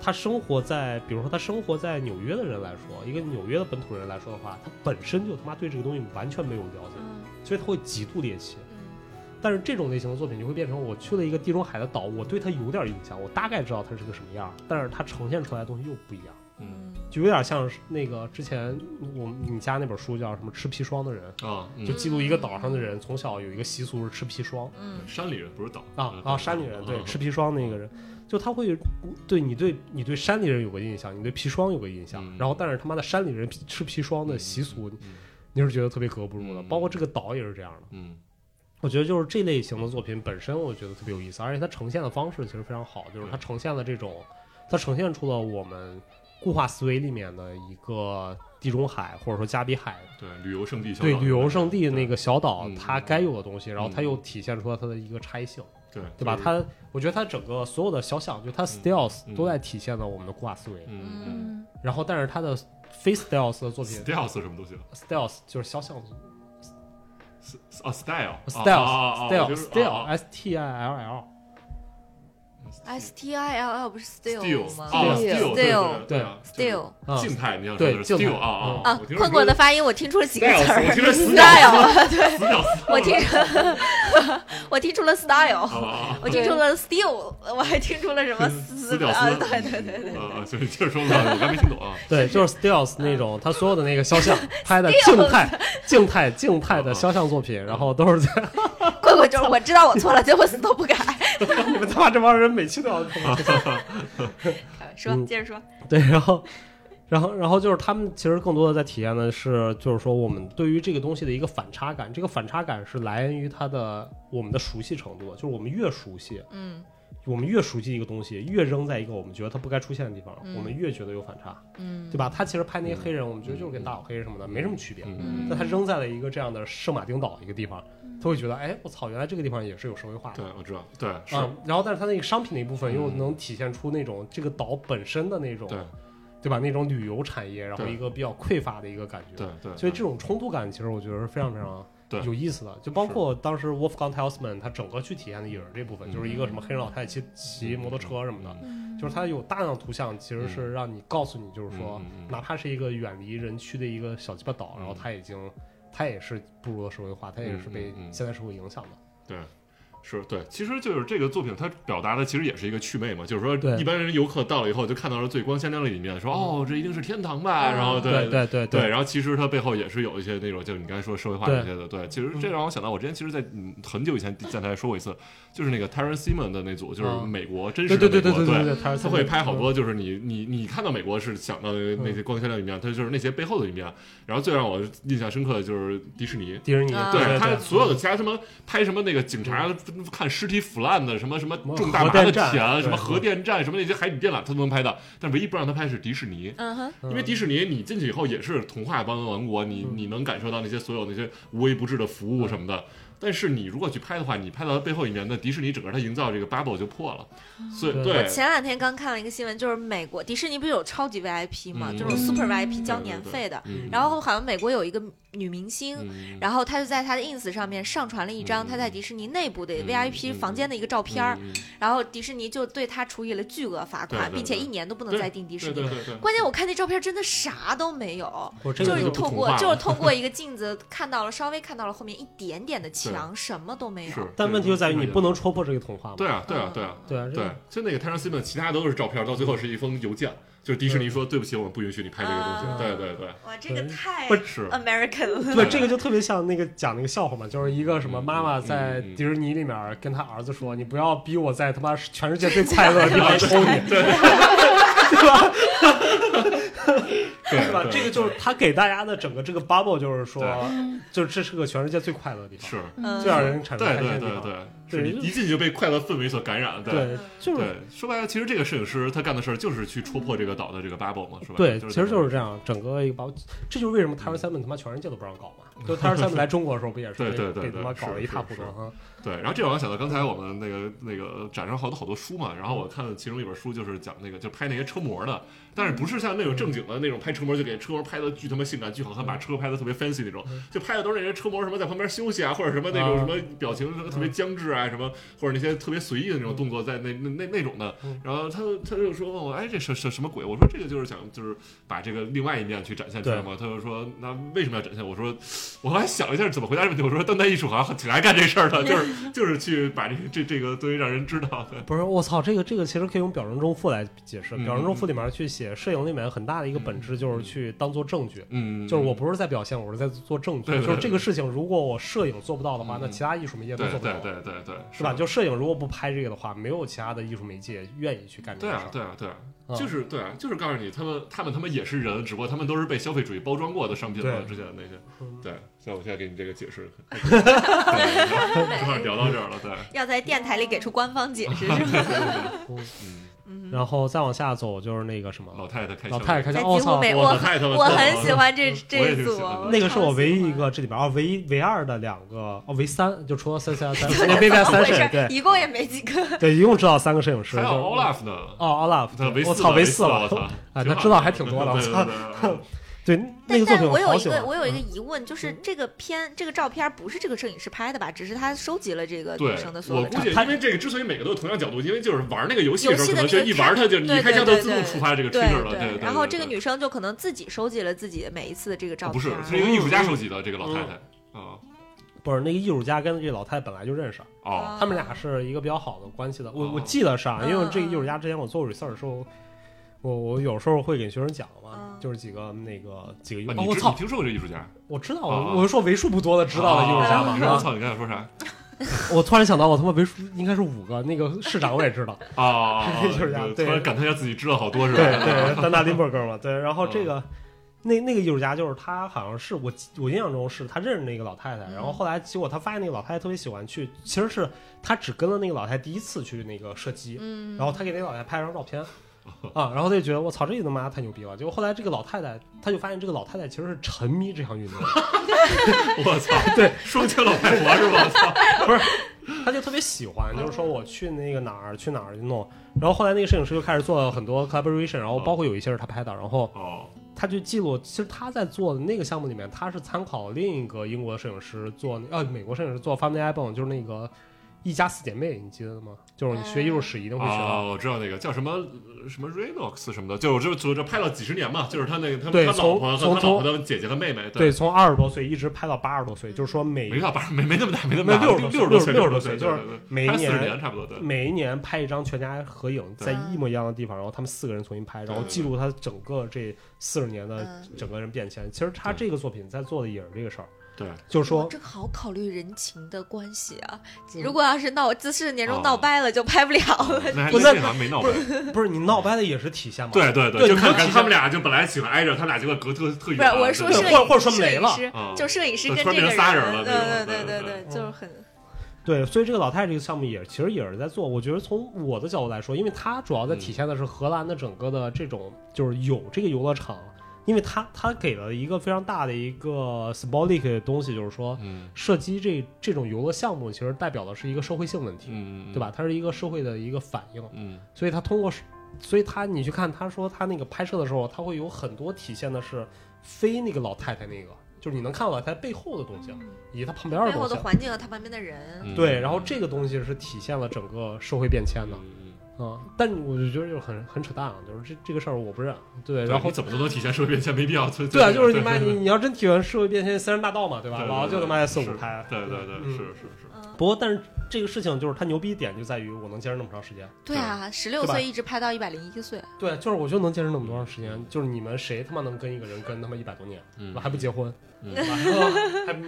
Speaker 1: 他生活在，比如说他生活在纽约的人来说，一个纽约的本土人来说的话，他本身就他妈对这个东西完全没有了解，
Speaker 2: 嗯
Speaker 1: 所以他会极度猎奇。
Speaker 2: 嗯
Speaker 1: 但是这种类型的作品就会变成，我去了一个地中海的岛，我对它有点印象，我大概知道它是个什么样儿，但是它呈现出来的东西又不一样，
Speaker 3: 嗯
Speaker 1: 就有点像是那个之前我你家那本书叫什么《吃砒霜的人》，
Speaker 3: 啊
Speaker 1: 就
Speaker 3: 嗯，
Speaker 1: 记录一个岛上的人从小有一个习俗是吃砒霜
Speaker 2: 嗯
Speaker 3: 山里人不是岛
Speaker 1: 啊
Speaker 3: 嗯
Speaker 1: 啊，山里人对
Speaker 3: 嗯
Speaker 1: 吃砒霜那个人，就他会对你对你对山里人有个印象，你对砒霜有个印象，
Speaker 3: 嗯
Speaker 1: 然后但是他妈的山里人吃砒霜的习俗，
Speaker 3: 嗯
Speaker 1: 你是觉得特别格格不入的，
Speaker 3: 嗯
Speaker 1: 包括这个岛也是这样的。
Speaker 3: 嗯
Speaker 1: 我觉得就是这类型的作品本身，我觉得特别有意思，而且它呈现的方式其实非常好，就是它呈现了这种，它呈现出了我们固化思维里面的一个地中海或者说加比海
Speaker 3: 嗯对旅游胜地小岛
Speaker 1: 对旅游胜地那个小岛
Speaker 3: 嗯
Speaker 1: 它该有的东西，然后它
Speaker 3: 嗯
Speaker 1: 又体现出了它的一个差异性，
Speaker 3: 对
Speaker 1: 对吧？它我觉得它整个所有的小想，就它 styles
Speaker 3: 嗯
Speaker 1: 都在体现了我们的固化思维，
Speaker 3: 嗯嗯
Speaker 2: 嗯
Speaker 4: 嗯
Speaker 1: 然后但是它的非 styles 的作品
Speaker 3: styles 什么东西
Speaker 1: styles 就是小想
Speaker 3: ？s- 啊 style
Speaker 1: 哦
Speaker 3: 哦
Speaker 1: styles style style
Speaker 3: style
Speaker 1: s t i l l
Speaker 2: ，S T I L L 不是
Speaker 3: style
Speaker 2: still 吗
Speaker 3: 啊
Speaker 4: Style
Speaker 3: style 对啊
Speaker 2: Still
Speaker 1: 啊
Speaker 3: 静态你要
Speaker 1: 对
Speaker 3: 说的是
Speaker 1: 静态嗯
Speaker 3: style 啊
Speaker 2: 啊
Speaker 3: 我听，说
Speaker 2: 困困的发音我听出了几个
Speaker 3: Styles，
Speaker 2: 词
Speaker 3: 我
Speaker 2: 儿
Speaker 3: 听着死
Speaker 2: ，style，对
Speaker 3: 死哦屌丝
Speaker 2: 我听出， 我听出了 style，
Speaker 3: 啊
Speaker 2: 我听出了 still，我还听出了什么
Speaker 3: 嗯死屌丝
Speaker 2: 啊，对对对对，
Speaker 3: 啊，所以接着说吧，我刚没听懂啊。
Speaker 1: 对，就是 Stills 那种，他所有的那个肖 像拍的静态、静态、静态
Speaker 3: 哦
Speaker 1: 的肖像作品，然后都是在
Speaker 2: 困困就是我知道我错了，结果死都不改。
Speaker 1: 你们他妈这帮人每期 都要看。
Speaker 2: 说
Speaker 1: 嗯
Speaker 2: 接着说，
Speaker 1: 对，然后，然后，然后就是他们其实更多的在体验的是，就是说我们对于这个东西的一个反差感，这个反差感是来源于它的我们的熟悉程度，就是我们越熟悉，
Speaker 2: 嗯
Speaker 1: 我们越熟悉一个东西，越扔在一个我们觉得它不该出现的地方，
Speaker 2: 嗯
Speaker 1: 我们越觉得有反差，
Speaker 2: 嗯
Speaker 1: 对吧？他其实拍那些黑人，我们觉得就是跟大老黑什么的没什么区别，
Speaker 3: 嗯，
Speaker 1: 但他扔在了一个这样的圣马丁岛一个地方，
Speaker 2: 嗯
Speaker 1: 他会觉得，哎，我操，原来这个地方也是有社会化的
Speaker 3: 对。，我知道，对是，
Speaker 1: 啊，然后但是它那个商品的一部分又
Speaker 3: 嗯
Speaker 1: 能体现出那种这个岛本身的那种
Speaker 3: 对
Speaker 1: 对吧？那种旅游产业，然后
Speaker 3: 对
Speaker 1: 一个比较匮乏的一个感觉。
Speaker 3: 对对，
Speaker 1: 所以这种冲突感，其实我觉得是非常非
Speaker 3: 对
Speaker 1: 常有意思的。就包括当时 Wolfgang Telsman 他整个去体验的也是这部分，
Speaker 3: 嗯
Speaker 1: 就是一个什么黑人老太太骑骑摩托车什么的，就是它有大量的图像，其实是让你告诉你，就是说
Speaker 3: 嗯嗯嗯，
Speaker 1: 哪怕是一个远离人区的一个小鸡巴岛，
Speaker 3: 嗯
Speaker 1: 然后它已经它也是步入了社会化，它也是被
Speaker 3: 嗯嗯嗯
Speaker 1: 现代社会影响的。
Speaker 3: 对。是对，其实就是这个作品，它表达的其实也是一个趣味嘛，就是说
Speaker 1: 对嗯
Speaker 3: 一般人游客到了以后就看到了最光鲜亮丽的一面，说哦，这一定是天堂吧，然后对
Speaker 1: 对对
Speaker 3: 对，然后其实它背后也是有一些那种，就是你刚才说社会化
Speaker 1: 对嗯
Speaker 3: 这些的，对，其实这让我想到，我之前其实在，嗯很久以前电台说过一次，就是那个 Terrence Simon 的那组，就是
Speaker 1: 嗯
Speaker 3: 美国真实
Speaker 1: 对
Speaker 3: 的
Speaker 1: 对对
Speaker 3: 美
Speaker 1: 对
Speaker 3: 国，
Speaker 1: 对对
Speaker 3: 对，
Speaker 1: 对，嗯他
Speaker 3: 他会拍好多，就是你你你看到美国是想到的那些光鲜亮丽一面，他就是那些背后的一面，然后最让我印象深刻的就是迪士尼。
Speaker 1: 迪士尼，
Speaker 2: 啊
Speaker 3: 对嗯
Speaker 1: 对
Speaker 3: 他所有的其他什么拍什么那个警察看尸体腐烂的什么什么种大麻
Speaker 1: 核
Speaker 3: 的
Speaker 1: 电站
Speaker 3: 田
Speaker 1: 对
Speaker 3: 什么核电站什么那些海底电缆他都能拍到，但唯一不让他拍是迪士尼。
Speaker 2: 嗯哼，
Speaker 1: 嗯
Speaker 3: 因为迪士尼，你进去以后也是童话般的王国，你
Speaker 1: 嗯
Speaker 3: 你能感受到那些所有那些无微不至的服务什么的。但是你如果去拍的话，你拍到它背后一面，那迪士尼整个它营造这个 bubble 就破了。所以
Speaker 1: 嗯对
Speaker 3: 对，
Speaker 2: 前两天刚看了一个新闻，就是美国迪士尼不是有超级 VIP 吗？
Speaker 3: 嗯
Speaker 2: 这种 Super
Speaker 4: 嗯
Speaker 2: VIP 交
Speaker 3: 对
Speaker 2: 年
Speaker 3: 对
Speaker 2: 费的，
Speaker 3: 嗯
Speaker 2: 然后好像美国有一个女明星，
Speaker 3: 嗯
Speaker 2: 然后她就在她的 ins 上面上传了一张她在迪士尼内部的给 VIP 房间的一个照片儿，
Speaker 3: 嗯
Speaker 2: 然后迪士尼就对他处以了巨额罚款，
Speaker 3: 对对
Speaker 2: 并且
Speaker 3: 对
Speaker 2: 一年都不能
Speaker 3: 对
Speaker 2: 再订迪士
Speaker 3: 对
Speaker 2: 尼
Speaker 3: 对。对对，
Speaker 2: 关键我看那照片真的啥都没有，
Speaker 1: 我这
Speaker 2: 就
Speaker 1: 个
Speaker 2: 是
Speaker 1: 就
Speaker 2: 你
Speaker 1: 不
Speaker 2: 透
Speaker 1: 图
Speaker 2: 过
Speaker 1: 画
Speaker 2: 就是
Speaker 1: 了
Speaker 2: 透过一个镜 子看到了，稍微看到了后面一点点的墙，什么都没有。
Speaker 3: 是。
Speaker 1: 但问题就在于你不
Speaker 3: 能
Speaker 1: 能戳破这个童话嘛。
Speaker 3: 对啊对啊对啊
Speaker 1: 对啊，这
Speaker 3: 对
Speaker 1: 个，
Speaker 3: 就那个 Taylor Swift 其他都是照片，到最后是一封邮件，就是迪士尼说对不起，我们不允许你拍这个东
Speaker 2: 啊
Speaker 1: 嗯
Speaker 3: 西。对对对，
Speaker 2: 哇，这个
Speaker 1: 对
Speaker 2: 太
Speaker 1: 不是
Speaker 3: 是
Speaker 2: American 了。
Speaker 1: 对，这个就特别像那个讲那个笑话嘛，就是一个什么妈妈在
Speaker 3: 嗯嗯嗯
Speaker 1: 迪士尼里面跟他儿子说：“你不要逼我在他妈全世界最快乐的地方抽你。” 对吧？
Speaker 3: 对
Speaker 1: 是吧？
Speaker 3: 对
Speaker 1: 这个就是他给大家的整个这个 bubble，就是说
Speaker 3: 对，
Speaker 1: 就是这是个全世界最快乐的地方，
Speaker 3: 是，
Speaker 2: 嗯
Speaker 1: 最让人产生
Speaker 3: 对
Speaker 1: 开心的
Speaker 3: 对
Speaker 1: 地
Speaker 3: 对
Speaker 1: 方。
Speaker 3: 对，是你一进去就被快乐氛围所感染。
Speaker 1: 对，就是
Speaker 3: 对，说白了，其实这个摄影师他干的事儿就是去戳破这个岛的这个 bubble 嘛，是吧？
Speaker 1: 对，其实就是是这样，整个一个把，这就是为什么 Taylor Simon 他妈全世界都不让搞嘛，就 Taylor Simon 来中国的时候不也是
Speaker 3: 对
Speaker 1: 被
Speaker 3: 对对
Speaker 1: 被
Speaker 3: 对
Speaker 1: 他妈搞得
Speaker 3: 是
Speaker 1: 一塌糊
Speaker 3: 是
Speaker 1: 涂
Speaker 3: 是
Speaker 1: 啊？
Speaker 3: 对。然后这让我想到刚才我们那个那个展上好多好多书嘛，然后我看其中一本书就是讲那个就拍那些车模的，但是不是像那种正经的那种拍车模就给车模拍的巨他妈性感巨好看，把车拍的特别 fancy 那种，就拍的都是那些车模什么在旁边休息啊，或者什么那种
Speaker 1: 啊
Speaker 3: 什么表情什么特别僵滞啊，什么或者那些特别随意的那种动作在那那那那种的
Speaker 1: 嗯。
Speaker 3: 然后他他就说问我，哎，这是什什么鬼？我说这个就是想就是把这个另外一面去展现出来嘛。他就说那为什么要展现？我说我还想了一下怎么回答这个问题。我说当代艺术好像挺爱干这事儿的，就是就是去把这个这这个东西让人知道的。
Speaker 1: 不是，我操，这个这个其实可以用表征中赋来解释。
Speaker 3: 嗯
Speaker 1: 表征中赋里面去写摄影里面很大的一个本质就是去当做证据，
Speaker 3: 嗯，
Speaker 1: 就是我不是在表现，我是在做证据。
Speaker 3: 对对
Speaker 1: 就是这个事情，如果我摄影做不到的话，
Speaker 3: 嗯
Speaker 1: 那其他艺术媒介都
Speaker 3: 对
Speaker 1: 做
Speaker 3: 对
Speaker 1: 不到，
Speaker 3: 对对对，
Speaker 1: 是吧？就摄影如果不拍这个的话，没有其他的艺术媒介愿意去干这
Speaker 3: 对
Speaker 1: 个事
Speaker 3: 啊
Speaker 1: 儿。，
Speaker 3: 对啊，对啊，
Speaker 1: 啊
Speaker 3: 就是对啊，就是告诉你，他们他们他们也是人，只不过他们都是被消费主义包装过的商品了。
Speaker 1: 对
Speaker 3: 之前的那些
Speaker 1: 嗯，
Speaker 3: 对，所以我现在给你这个解释，对正好聊到这儿了，对，
Speaker 2: 要在电台里给出官方解 释是吧？
Speaker 3: 嗯，
Speaker 1: 然后再往下走就是那个什么
Speaker 3: 老太太开
Speaker 1: 老太太开
Speaker 2: 在
Speaker 1: 枪，
Speaker 2: 吉
Speaker 1: 我
Speaker 2: 姆
Speaker 1: 操！
Speaker 2: 美，
Speaker 3: 我
Speaker 2: 我
Speaker 3: 老太太们
Speaker 2: 我
Speaker 3: 特
Speaker 2: 很
Speaker 3: 好
Speaker 2: 喜欢这
Speaker 3: 我
Speaker 2: 这
Speaker 3: 也
Speaker 2: 一
Speaker 3: 挺
Speaker 2: 组哦
Speaker 3: 喜欢的，
Speaker 1: 那个是我唯一一
Speaker 2: 超喜欢。
Speaker 1: 个这里边啊唯一唯二的两个哦唯三，就除了三三 三三
Speaker 2: 对
Speaker 1: 没在
Speaker 2: 怎么
Speaker 1: 三
Speaker 2: 回
Speaker 1: 谁
Speaker 2: 事？
Speaker 1: 对
Speaker 2: 一共也没几个。
Speaker 1: 对，一共知道三个摄影师，
Speaker 3: 还有
Speaker 1: 就是
Speaker 3: Olaf 呢，
Speaker 1: 哦，Olaf，
Speaker 3: 他维
Speaker 1: 我
Speaker 3: 斯
Speaker 1: 操，
Speaker 3: 了
Speaker 1: 维
Speaker 3: 维
Speaker 1: 斯
Speaker 3: 了，我操
Speaker 1: 了，，啊，
Speaker 3: 挺
Speaker 1: 他
Speaker 3: 好
Speaker 1: 知道还挺多的，我
Speaker 3: 对对
Speaker 1: 操，
Speaker 3: 对对
Speaker 1: 对，那个作
Speaker 2: 但
Speaker 1: 品
Speaker 2: 我有
Speaker 1: 好啊嗯
Speaker 2: 一
Speaker 1: 喜
Speaker 2: 个
Speaker 1: 欢，
Speaker 2: 我有一个疑问，就是
Speaker 3: 嗯
Speaker 2: 这个片这个照片不是这个摄影师拍的吧？只是他收集了这个
Speaker 3: 对
Speaker 2: 女生的，所
Speaker 3: 我
Speaker 2: 有的照
Speaker 3: 估
Speaker 2: 片。
Speaker 3: 计因为这个之所以每个都有同样角度，因为就是玩那个游戏的时候，
Speaker 2: 游戏
Speaker 3: 可
Speaker 2: 的
Speaker 3: 能就
Speaker 2: 那个
Speaker 3: 一玩它就你
Speaker 2: 对
Speaker 3: 一开
Speaker 2: 对
Speaker 3: 枪就
Speaker 2: 对
Speaker 3: 自动
Speaker 2: 对
Speaker 3: 触发这个 trigger 了，对。对
Speaker 2: 然后这个
Speaker 3: 对啊
Speaker 2: 女生就可能自己收集了自己每一次的这个照
Speaker 3: 不
Speaker 2: 片。啊
Speaker 3: 是是一个艺术家收集的这个老太太啊，
Speaker 1: 不是那个艺术家跟这老太太本来就认
Speaker 2: 啊
Speaker 1: 识，
Speaker 3: 哦，
Speaker 1: 他们俩是一个比较好的关系的，我
Speaker 3: 哦
Speaker 1: 我记得是啊，
Speaker 2: 嗯
Speaker 1: 因为这个艺术家之前我做 research 的时候，我我有时候会给学生讲嘛
Speaker 2: 嗯，
Speaker 1: 就是几个那个几个艺
Speaker 3: 啊
Speaker 1: 术，哦
Speaker 3: 你
Speaker 1: 我
Speaker 3: 知
Speaker 1: 操
Speaker 3: 你，听说过这艺术家？
Speaker 1: 我知道，
Speaker 3: 啊
Speaker 1: 我我就说为数不多的知道的艺术家
Speaker 3: 哦
Speaker 1: 嘛
Speaker 3: 你
Speaker 1: 是
Speaker 3: 说我
Speaker 1: 吧，
Speaker 3: 操，你刚才说啥？
Speaker 1: 我突然想到我他妈为数应该是五个，那个市长我也知道，
Speaker 3: 啊，
Speaker 1: 就是这样对
Speaker 3: 突然感叹一下自己知道好多是吧？嗯
Speaker 1: 对 对，丹娜林伯格嘛，对，然后这个。那那个艺术家就是他，好像是我记我印象中是他认识那个老太太，然
Speaker 3: 嗯
Speaker 1: 后后来结果他发现那个老太太特别喜欢去，其实是他只跟了那个老太太第一次去那个射击，
Speaker 2: 嗯，
Speaker 1: 然后他给那个老太太拍了张照片，啊，然后他就觉得我操，这他妈太牛逼了。结果后来这个老太太，他就发现这个老太太其实是沉迷这项运动的，
Speaker 3: 我操，
Speaker 1: 对，
Speaker 3: 双枪老太婆是吧？我操，
Speaker 1: 他就特别喜欢，就是说我去那个哪儿去哪儿去弄。然后后来那个摄影师就开始做很多 collaboration，然后包括有一些是他拍的，然后
Speaker 3: 哦，
Speaker 1: 他就记录，其实他在做的那个项目里面，他是参考另一个英国摄影师做，呃，美国摄影师做 Family Album，就是那个一家四姐妹，你记得吗？就是你学艺术史一定会学
Speaker 3: 啊，
Speaker 1: 到。
Speaker 3: 我知道那个叫什么呃什么 Renox 什么的，就我这我这拍了几十年嘛，就是他那个他
Speaker 1: 对
Speaker 3: 他老婆
Speaker 1: 从
Speaker 3: 和他老婆的姐姐和妹妹，
Speaker 1: 对，，从二十多岁一直拍到八十多岁，就是说每
Speaker 3: 没到八十，没没那么大，没那么大，
Speaker 1: 没有
Speaker 3: 六
Speaker 1: 六十
Speaker 3: 十
Speaker 1: 多
Speaker 3: 多
Speaker 1: 岁
Speaker 3: 岁，
Speaker 1: 六十多岁
Speaker 3: 十岁，
Speaker 1: 就是
Speaker 3: 对对对
Speaker 1: 每一
Speaker 3: 拍四十
Speaker 1: 年
Speaker 3: 年差不多， 对，
Speaker 1: 每一年拍一张全家合影，
Speaker 3: 对
Speaker 1: 在一模一样的地方，然后他们四个人重新拍，然后记录他整个这四十年的
Speaker 4: 嗯
Speaker 1: 整个人变迁。其实他这个作品在做的也是这个事儿，
Speaker 3: 对，
Speaker 1: 就是
Speaker 2: 哇
Speaker 1: 说
Speaker 2: 这个好考虑人情的关系啊。
Speaker 1: 嗯
Speaker 2: 如果要是闹自视年终
Speaker 3: 哦
Speaker 2: 闹掰了，就拍不了了。
Speaker 3: 那还
Speaker 1: 不
Speaker 3: 那
Speaker 1: 是
Speaker 3: 这好像没闹掰，
Speaker 1: 不是你闹掰的也是体现嘛？
Speaker 3: 对对
Speaker 1: 对
Speaker 3: 就
Speaker 1: 你
Speaker 3: 看
Speaker 1: 就
Speaker 3: 看
Speaker 1: 提
Speaker 3: 他们俩就本来喜欢挨着，他俩结果隔特特
Speaker 2: 不
Speaker 3: 远，
Speaker 2: 是，我是说
Speaker 3: 对
Speaker 1: 是
Speaker 2: 摄
Speaker 1: 或
Speaker 2: 影，
Speaker 1: 者或者说
Speaker 2: 摄影
Speaker 1: 没了
Speaker 2: 师
Speaker 3: 嗯
Speaker 2: 就摄影师
Speaker 3: 就
Speaker 2: 跟
Speaker 3: 突然
Speaker 2: 这个
Speaker 3: 变成仨
Speaker 2: 对对
Speaker 3: 人了这种
Speaker 2: 对
Speaker 3: 对
Speaker 2: 对，
Speaker 3: 对
Speaker 2: 就是很
Speaker 1: 对，所以这个老太太这个项目也其实也是在做。我觉得从我的角度来说，因为它主要在体现的是荷兰的整个的这种就是有这个游乐场，因为它它给了一个非常大的一个 symbolic 的东西，就是说
Speaker 3: 嗯
Speaker 1: 射击这这种游乐项目其实代表的是一个社会性问题，
Speaker 3: 嗯，
Speaker 1: 对吧？？它是一个社会的一个反应，
Speaker 3: 嗯，
Speaker 1: 所以它通过，所以它你去看，他说他那个拍摄的时候，他会有很多体现的是非那个老太太那个。就是你能看到它背后的东西，以及它旁边
Speaker 2: 嗯背
Speaker 1: 的
Speaker 2: 后
Speaker 1: 东
Speaker 2: 的
Speaker 1: 西。
Speaker 2: 环境和他旁边的人，
Speaker 3: 嗯嗯
Speaker 1: 对，然后这个东西是体现了整个社会变迁的。啊、但我就觉得就是很很扯淡啊，就是这这个事儿我不认。对，
Speaker 3: 对
Speaker 1: 然后
Speaker 3: 你怎么都能体现社会变迁，没必要。对
Speaker 1: 对啊，就是你
Speaker 3: 对
Speaker 1: 妈
Speaker 3: 对
Speaker 1: 你你要真体现社会变迁，三人大道嘛，对吧？
Speaker 3: 对对
Speaker 1: 老子就他妈
Speaker 3: 对
Speaker 1: 四
Speaker 3: 是
Speaker 1: 五拍。
Speaker 3: 对对对，
Speaker 1: 嗯
Speaker 3: 是是是，
Speaker 2: 嗯，
Speaker 1: 不过，但是这个事情就是它牛逼点就在于我能坚持那么长时间。
Speaker 2: 对啊，十六
Speaker 1: 对吧嗯
Speaker 2: 岁一直拍到一百零一岁，
Speaker 1: 对，就是我就能坚持那么多长时间。就是你们谁他妈能跟一个人跟他妈一百多年，
Speaker 3: 嗯
Speaker 1: 我还不结婚，
Speaker 3: 嗯
Speaker 1: 对 吧还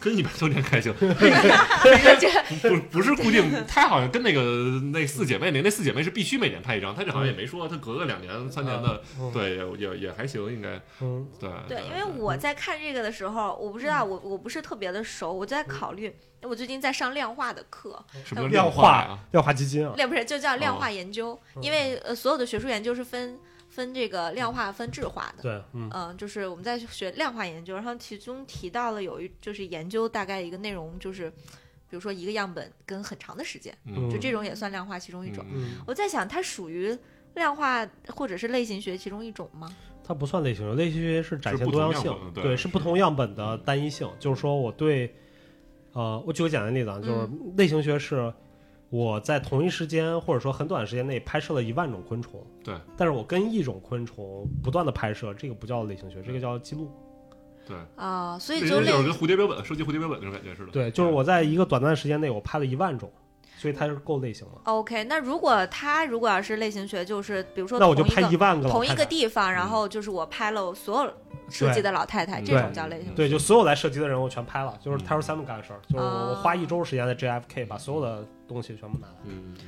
Speaker 3: 跟一百多年开 心，
Speaker 2: 这
Speaker 3: 不不是固定，他好像跟那个那四姐妹那那四姐妹是必须每年拍一张，他这好像也没说，他隔个两年三年的，
Speaker 1: 嗯
Speaker 3: 对也也也还行，应该
Speaker 1: 嗯
Speaker 3: 对
Speaker 2: 对，因为我在看这个的时候，我不知道，我我不是特别的熟，我就在考虑，我最近在上量化的课，
Speaker 3: 什么叫
Speaker 1: 量
Speaker 3: 化
Speaker 1: 化
Speaker 3: 呀？
Speaker 1: 量化基金啊，
Speaker 2: 量不是就叫量化研究，
Speaker 1: 嗯
Speaker 2: 因为呃所有的学术研究是分分这个量化分质化的。
Speaker 1: 对，嗯
Speaker 2: 嗯，就是我们在学量化研究，然后其中提到了有一就是研究大概一个内容，就是比如说一个样本跟很长的时间，
Speaker 1: 嗯
Speaker 2: 就这种也算量化其中一种。
Speaker 3: 嗯
Speaker 1: 嗯，
Speaker 2: 我在想，它属于量化或者是类型学其中一种吗？
Speaker 1: 它不算类型学，类型学是展
Speaker 3: 是
Speaker 1: 现
Speaker 3: 不
Speaker 1: 多样
Speaker 3: 同样
Speaker 1: 性
Speaker 3: 本，的对嗯
Speaker 1: 对，是不同样本的单一性。就是说，我对，呃，我举个简单的例子啊，就是
Speaker 2: 嗯
Speaker 1: 类型学是我在同一时间或者说很短的时间内拍摄了一万种昆虫，
Speaker 3: 对，
Speaker 1: 但是我跟一种昆虫不断的拍摄，这个不叫类型学，这个叫记录。
Speaker 3: 对，
Speaker 2: 啊、所
Speaker 3: 那
Speaker 2: 以
Speaker 3: 就
Speaker 2: 就是类
Speaker 3: 跟蝴蝶标本收集蝴蝶标本那种感觉似的，
Speaker 1: 对，就是我在一个短暂的时间内，我拍了一万种，所以它是够类型嘛？
Speaker 2: OK，那如果它如果要是类型学，就是比如说
Speaker 1: 那我
Speaker 2: 同
Speaker 1: 就拍
Speaker 2: 一
Speaker 1: 一
Speaker 2: 个
Speaker 1: 万个老
Speaker 2: 同一
Speaker 1: 太嗯
Speaker 2: 个
Speaker 1: 太。
Speaker 2: 地方，然后就是我拍了所有涉及的老太太，
Speaker 3: 嗯
Speaker 2: 这种叫类型学。
Speaker 1: 对，就所有来涉及的人我全拍了，就是
Speaker 3: 嗯
Speaker 1: Terry Sam 干的事儿，就是我我
Speaker 2: 哦
Speaker 1: 花一周时间在 JFK 把所有的东西全部拿来。
Speaker 3: 嗯，
Speaker 1: 嗯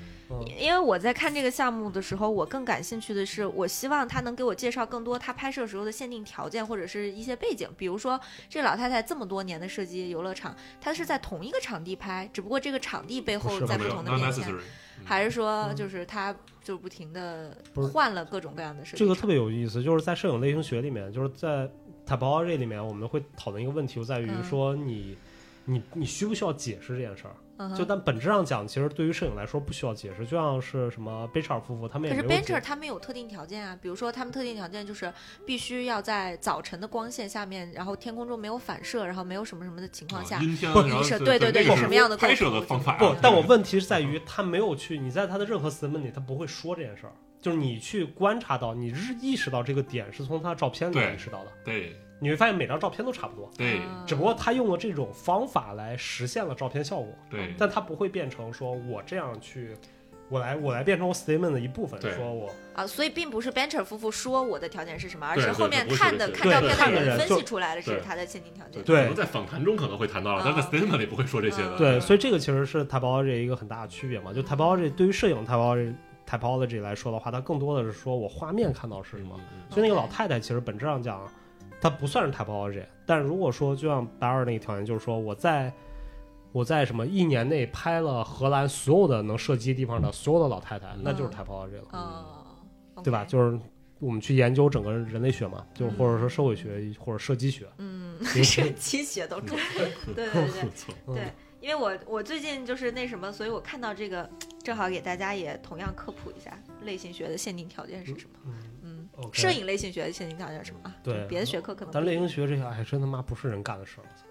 Speaker 2: 因为我在看这个项目的时候，我更感兴趣的是，我希望他能给我介绍更多他拍摄时候的限定条件或者是一些背景，比如说这老太太这么多年的设计游乐场，她是在同一个场地拍，只不过这个场地背后
Speaker 1: 不是
Speaker 2: 在
Speaker 3: 嗯没
Speaker 2: 不
Speaker 3: 有
Speaker 2: 同的
Speaker 3: not
Speaker 2: 变现，
Speaker 3: necessary，
Speaker 2: 还是说
Speaker 1: 嗯
Speaker 2: 就是她就不停的
Speaker 1: 不是
Speaker 2: 换了各种各样的设计
Speaker 1: 这
Speaker 2: 场。
Speaker 1: 个特别有意思，就是在摄影类型学里面，就是在 typology 里面，我们会讨论一个问题，就在于
Speaker 2: 嗯
Speaker 1: 说你、你你需不需要解释这件事儿。
Speaker 2: 嗯哼
Speaker 1: 就但本质上讲，其实对于摄影来说不需要解释，就像是什么贝查尔夫妇他们
Speaker 2: 可
Speaker 1: 也
Speaker 2: 是
Speaker 1: 没有解
Speaker 2: Bencher 他们有特定条件啊，比如说他们特定条件就是必须要在早晨的光线下面，然后天空中没有反射，然后没有什么什么的情况下嗯
Speaker 3: 啊，阴天，
Speaker 1: 不
Speaker 3: 然后
Speaker 2: 是
Speaker 3: 是
Speaker 2: 对对对
Speaker 3: 那个
Speaker 2: 是
Speaker 3: 是
Speaker 2: 什么样的构
Speaker 3: 拍摄的
Speaker 2: 图
Speaker 3: 方法？啊
Speaker 1: 不
Speaker 2: 嗯，
Speaker 1: 但我问题是在于他没有去，你在他的任何私问里，他不会说这件事儿。就是你去观察到，你是意识到这个点是从他照片里
Speaker 3: 对
Speaker 1: 意识到的，
Speaker 3: 对
Speaker 1: 你会发现每张照片都差不多，
Speaker 3: 对
Speaker 2: 啊
Speaker 1: 只不过他用了这种方法来实现了照片效果。
Speaker 3: 对
Speaker 2: 嗯
Speaker 1: 但它不会变成说我这样去，我来我来变成我 statement 的一部分，
Speaker 3: 对
Speaker 1: 说我
Speaker 2: 啊，所以并不是 Bencher 夫妇说我的条件是什么，而
Speaker 3: 对
Speaker 2: 是
Speaker 3: 对
Speaker 2: 后
Speaker 3: 对
Speaker 2: 面
Speaker 3: 不是
Speaker 2: 看
Speaker 3: 这
Speaker 2: 的
Speaker 3: 些
Speaker 2: 看照
Speaker 1: 对
Speaker 2: 片
Speaker 1: 看
Speaker 2: 的
Speaker 1: 的人
Speaker 2: 分
Speaker 1: 就
Speaker 2: 析出来的是
Speaker 3: 对
Speaker 2: 他的限定条件。
Speaker 1: 对
Speaker 3: 可能在访谈中可能会谈到了，但在
Speaker 2: 啊
Speaker 3: statement 里不会说这些的。
Speaker 1: 对，所以这个其实是 typology 一个很大的区别嘛。就 typology 对于摄影 typology typology 来说的话，它更多的是说我画面看到是什么。
Speaker 3: 嗯
Speaker 1: 所以那个
Speaker 2: OK
Speaker 1: 老太太其实本质上讲，她不算是 typology，但如果说就像白二那个条件，就是说我在我在什么一年内拍了荷兰所有的能射击地方的所有的老太太，那就是 typology 了。
Speaker 2: 哦，
Speaker 1: 对吧？
Speaker 2: OK
Speaker 1: 就是我们去研究整个人类学嘛，就是或者说社会学或者射击学，
Speaker 2: 嗯，
Speaker 1: 也
Speaker 2: 是鸡血 都出来了。对对对
Speaker 3: 不 错
Speaker 1: 嗯
Speaker 2: 对，因为我我最近就是那什么，所以我看到这个，正好给大家也同样科普一下类型学的限定条件是什么。
Speaker 1: 嗯
Speaker 2: 嗯。
Speaker 1: ，OK
Speaker 2: 摄。影类型学的限定条件是什么啊？
Speaker 1: 对
Speaker 2: 就别的学科可能不
Speaker 1: 但
Speaker 2: 一
Speaker 1: 类
Speaker 2: 样。
Speaker 1: 型学这些，哎，真他妈不是人干的事儿，我 操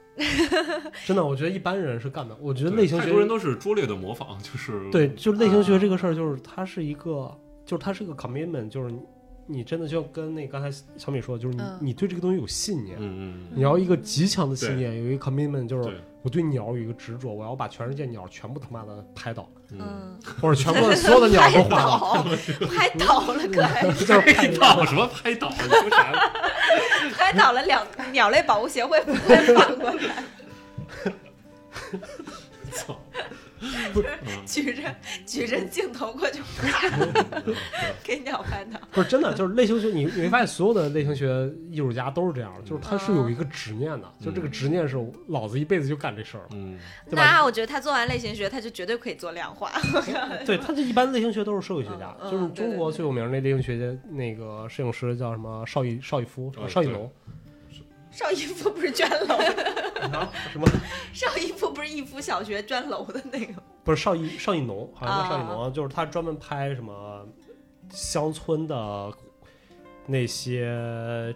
Speaker 1: 真的，我觉得一般人是干的。我觉得
Speaker 3: 对
Speaker 1: 类型
Speaker 3: 太
Speaker 1: 学
Speaker 3: 多，人都是拙劣的模仿，就是
Speaker 1: 对，就是类型
Speaker 2: 嗯
Speaker 1: 学这个事儿，就是它是一个，就是它是一个 commitment，就是你你真的就跟那刚才小米说的，就是你
Speaker 4: 嗯
Speaker 1: 你对这个东西有信念，
Speaker 3: 嗯，嗯
Speaker 1: 你要一个极强的信
Speaker 3: 对
Speaker 1: 念，有一个 commitment，就
Speaker 3: 嗯，
Speaker 1: 是我对鸟有一个执着，我要把全世界鸟全部他妈的拍倒，
Speaker 3: 对，嗯，
Speaker 2: 嗯，
Speaker 1: 或者全部的所有的鸟都
Speaker 2: 拍
Speaker 1: 画倒。
Speaker 2: 倒， 拍倒了，可还
Speaker 1: 就是拍
Speaker 3: 拍倒什么拍倒？你说啥？
Speaker 2: 拍倒了两鸟类保护协会不会反过来，
Speaker 3: 操！
Speaker 2: 举着举着镜头过去 给鸟拍倒。
Speaker 1: 不是真的，就是类型学，你你会发现所有的类型学艺术家都是这样，就是他是有一个执念的，就这个执念是老子一辈子就干这事儿，
Speaker 3: 嗯，
Speaker 1: 对吧？
Speaker 2: 那我觉得他做完类型学，他就绝对可以做量化。
Speaker 1: 对，他这一般类型学都是社会学家，
Speaker 2: 嗯嗯
Speaker 1: 就是中国
Speaker 2: 对对对
Speaker 1: 最有名的类型学家那个摄影师叫什么邵逸邵逸夫、
Speaker 3: 哦
Speaker 1: 邵逸农，
Speaker 2: 邵逸夫不是捐楼 的，
Speaker 1: 什么
Speaker 2: 邵逸夫不是逸夫小学捐楼的那个。
Speaker 1: 不是邵逸邵逸农，好像叫邵逸农，
Speaker 2: 啊
Speaker 1: 就是他专门拍什么乡村的那些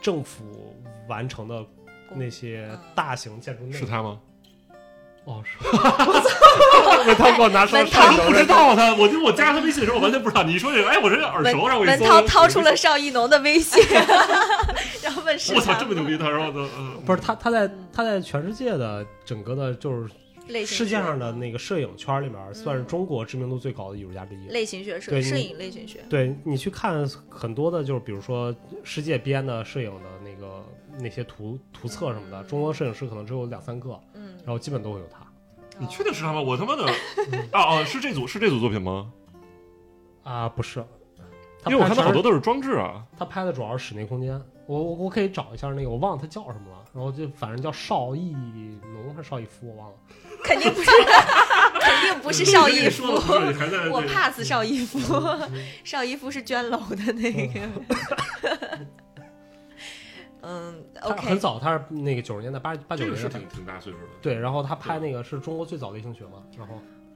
Speaker 1: 政府完成的
Speaker 2: 工
Speaker 1: 那些
Speaker 2: 嗯
Speaker 1: 大型建筑内
Speaker 3: 是他吗？
Speaker 1: 哦，是文涛 给我拿出来
Speaker 2: 文
Speaker 1: 上
Speaker 2: 涛
Speaker 1: 手
Speaker 3: 不
Speaker 1: 的
Speaker 3: 知道他，我就我加他微信的时候，我完全不知道。你一说这个，哎，我这耳
Speaker 2: 文
Speaker 3: 熟，让我一
Speaker 2: 文
Speaker 3: 搜
Speaker 2: 涛掏出了邵艺农的微 信，然后问是
Speaker 3: 我操，
Speaker 2: 他
Speaker 3: 这么牛逼！他说的，嗯
Speaker 1: 不是他，他在他在全世界的整个的，就是
Speaker 2: 类型
Speaker 1: 世界
Speaker 2: 学
Speaker 1: 上的那个摄影圈里
Speaker 2: 嗯
Speaker 1: 面，算是中国知名度最高的艺术家之一。
Speaker 2: 类型学是
Speaker 1: 对
Speaker 2: 摄
Speaker 1: 你
Speaker 2: 影类型学，
Speaker 1: 对你去看很多的，就是比如说世界编的摄影的那个那些图图册什么的，中国摄影师可能只有两三个，
Speaker 2: 嗯，哦
Speaker 1: 然后基本都会有他
Speaker 3: 哦你确定是他吗？我 他妈的，啊啊，是这组是这组作品吗？
Speaker 1: 啊，不是，他
Speaker 3: 因为我
Speaker 1: 拍
Speaker 3: 看到
Speaker 1: 全
Speaker 3: 好
Speaker 1: 是
Speaker 3: 多都是装置啊。
Speaker 1: 他拍的主要是室内空间，我我我可以找一下那个，我忘了他叫什么了，然后就反正叫邵艺农还是邵逸夫，我忘了。
Speaker 2: 肯定 不是，肯定不是邵逸夫。
Speaker 3: 你说的不是你还嗯在
Speaker 2: 我
Speaker 3: 这个
Speaker 2: pass 邵逸夫， 邵逸夫是捐楼的那个。
Speaker 3: 哦
Speaker 2: 嗯
Speaker 1: 他很
Speaker 2: ，OK，
Speaker 1: 早，他是那个九十年代八八九
Speaker 3: 这
Speaker 1: 十年代拍
Speaker 3: 个是挺
Speaker 1: 的。
Speaker 3: 挺大岁数的，
Speaker 1: 对，然后他拍那个是中国最早的性学嘛，
Speaker 3: 嗯
Speaker 1: 然后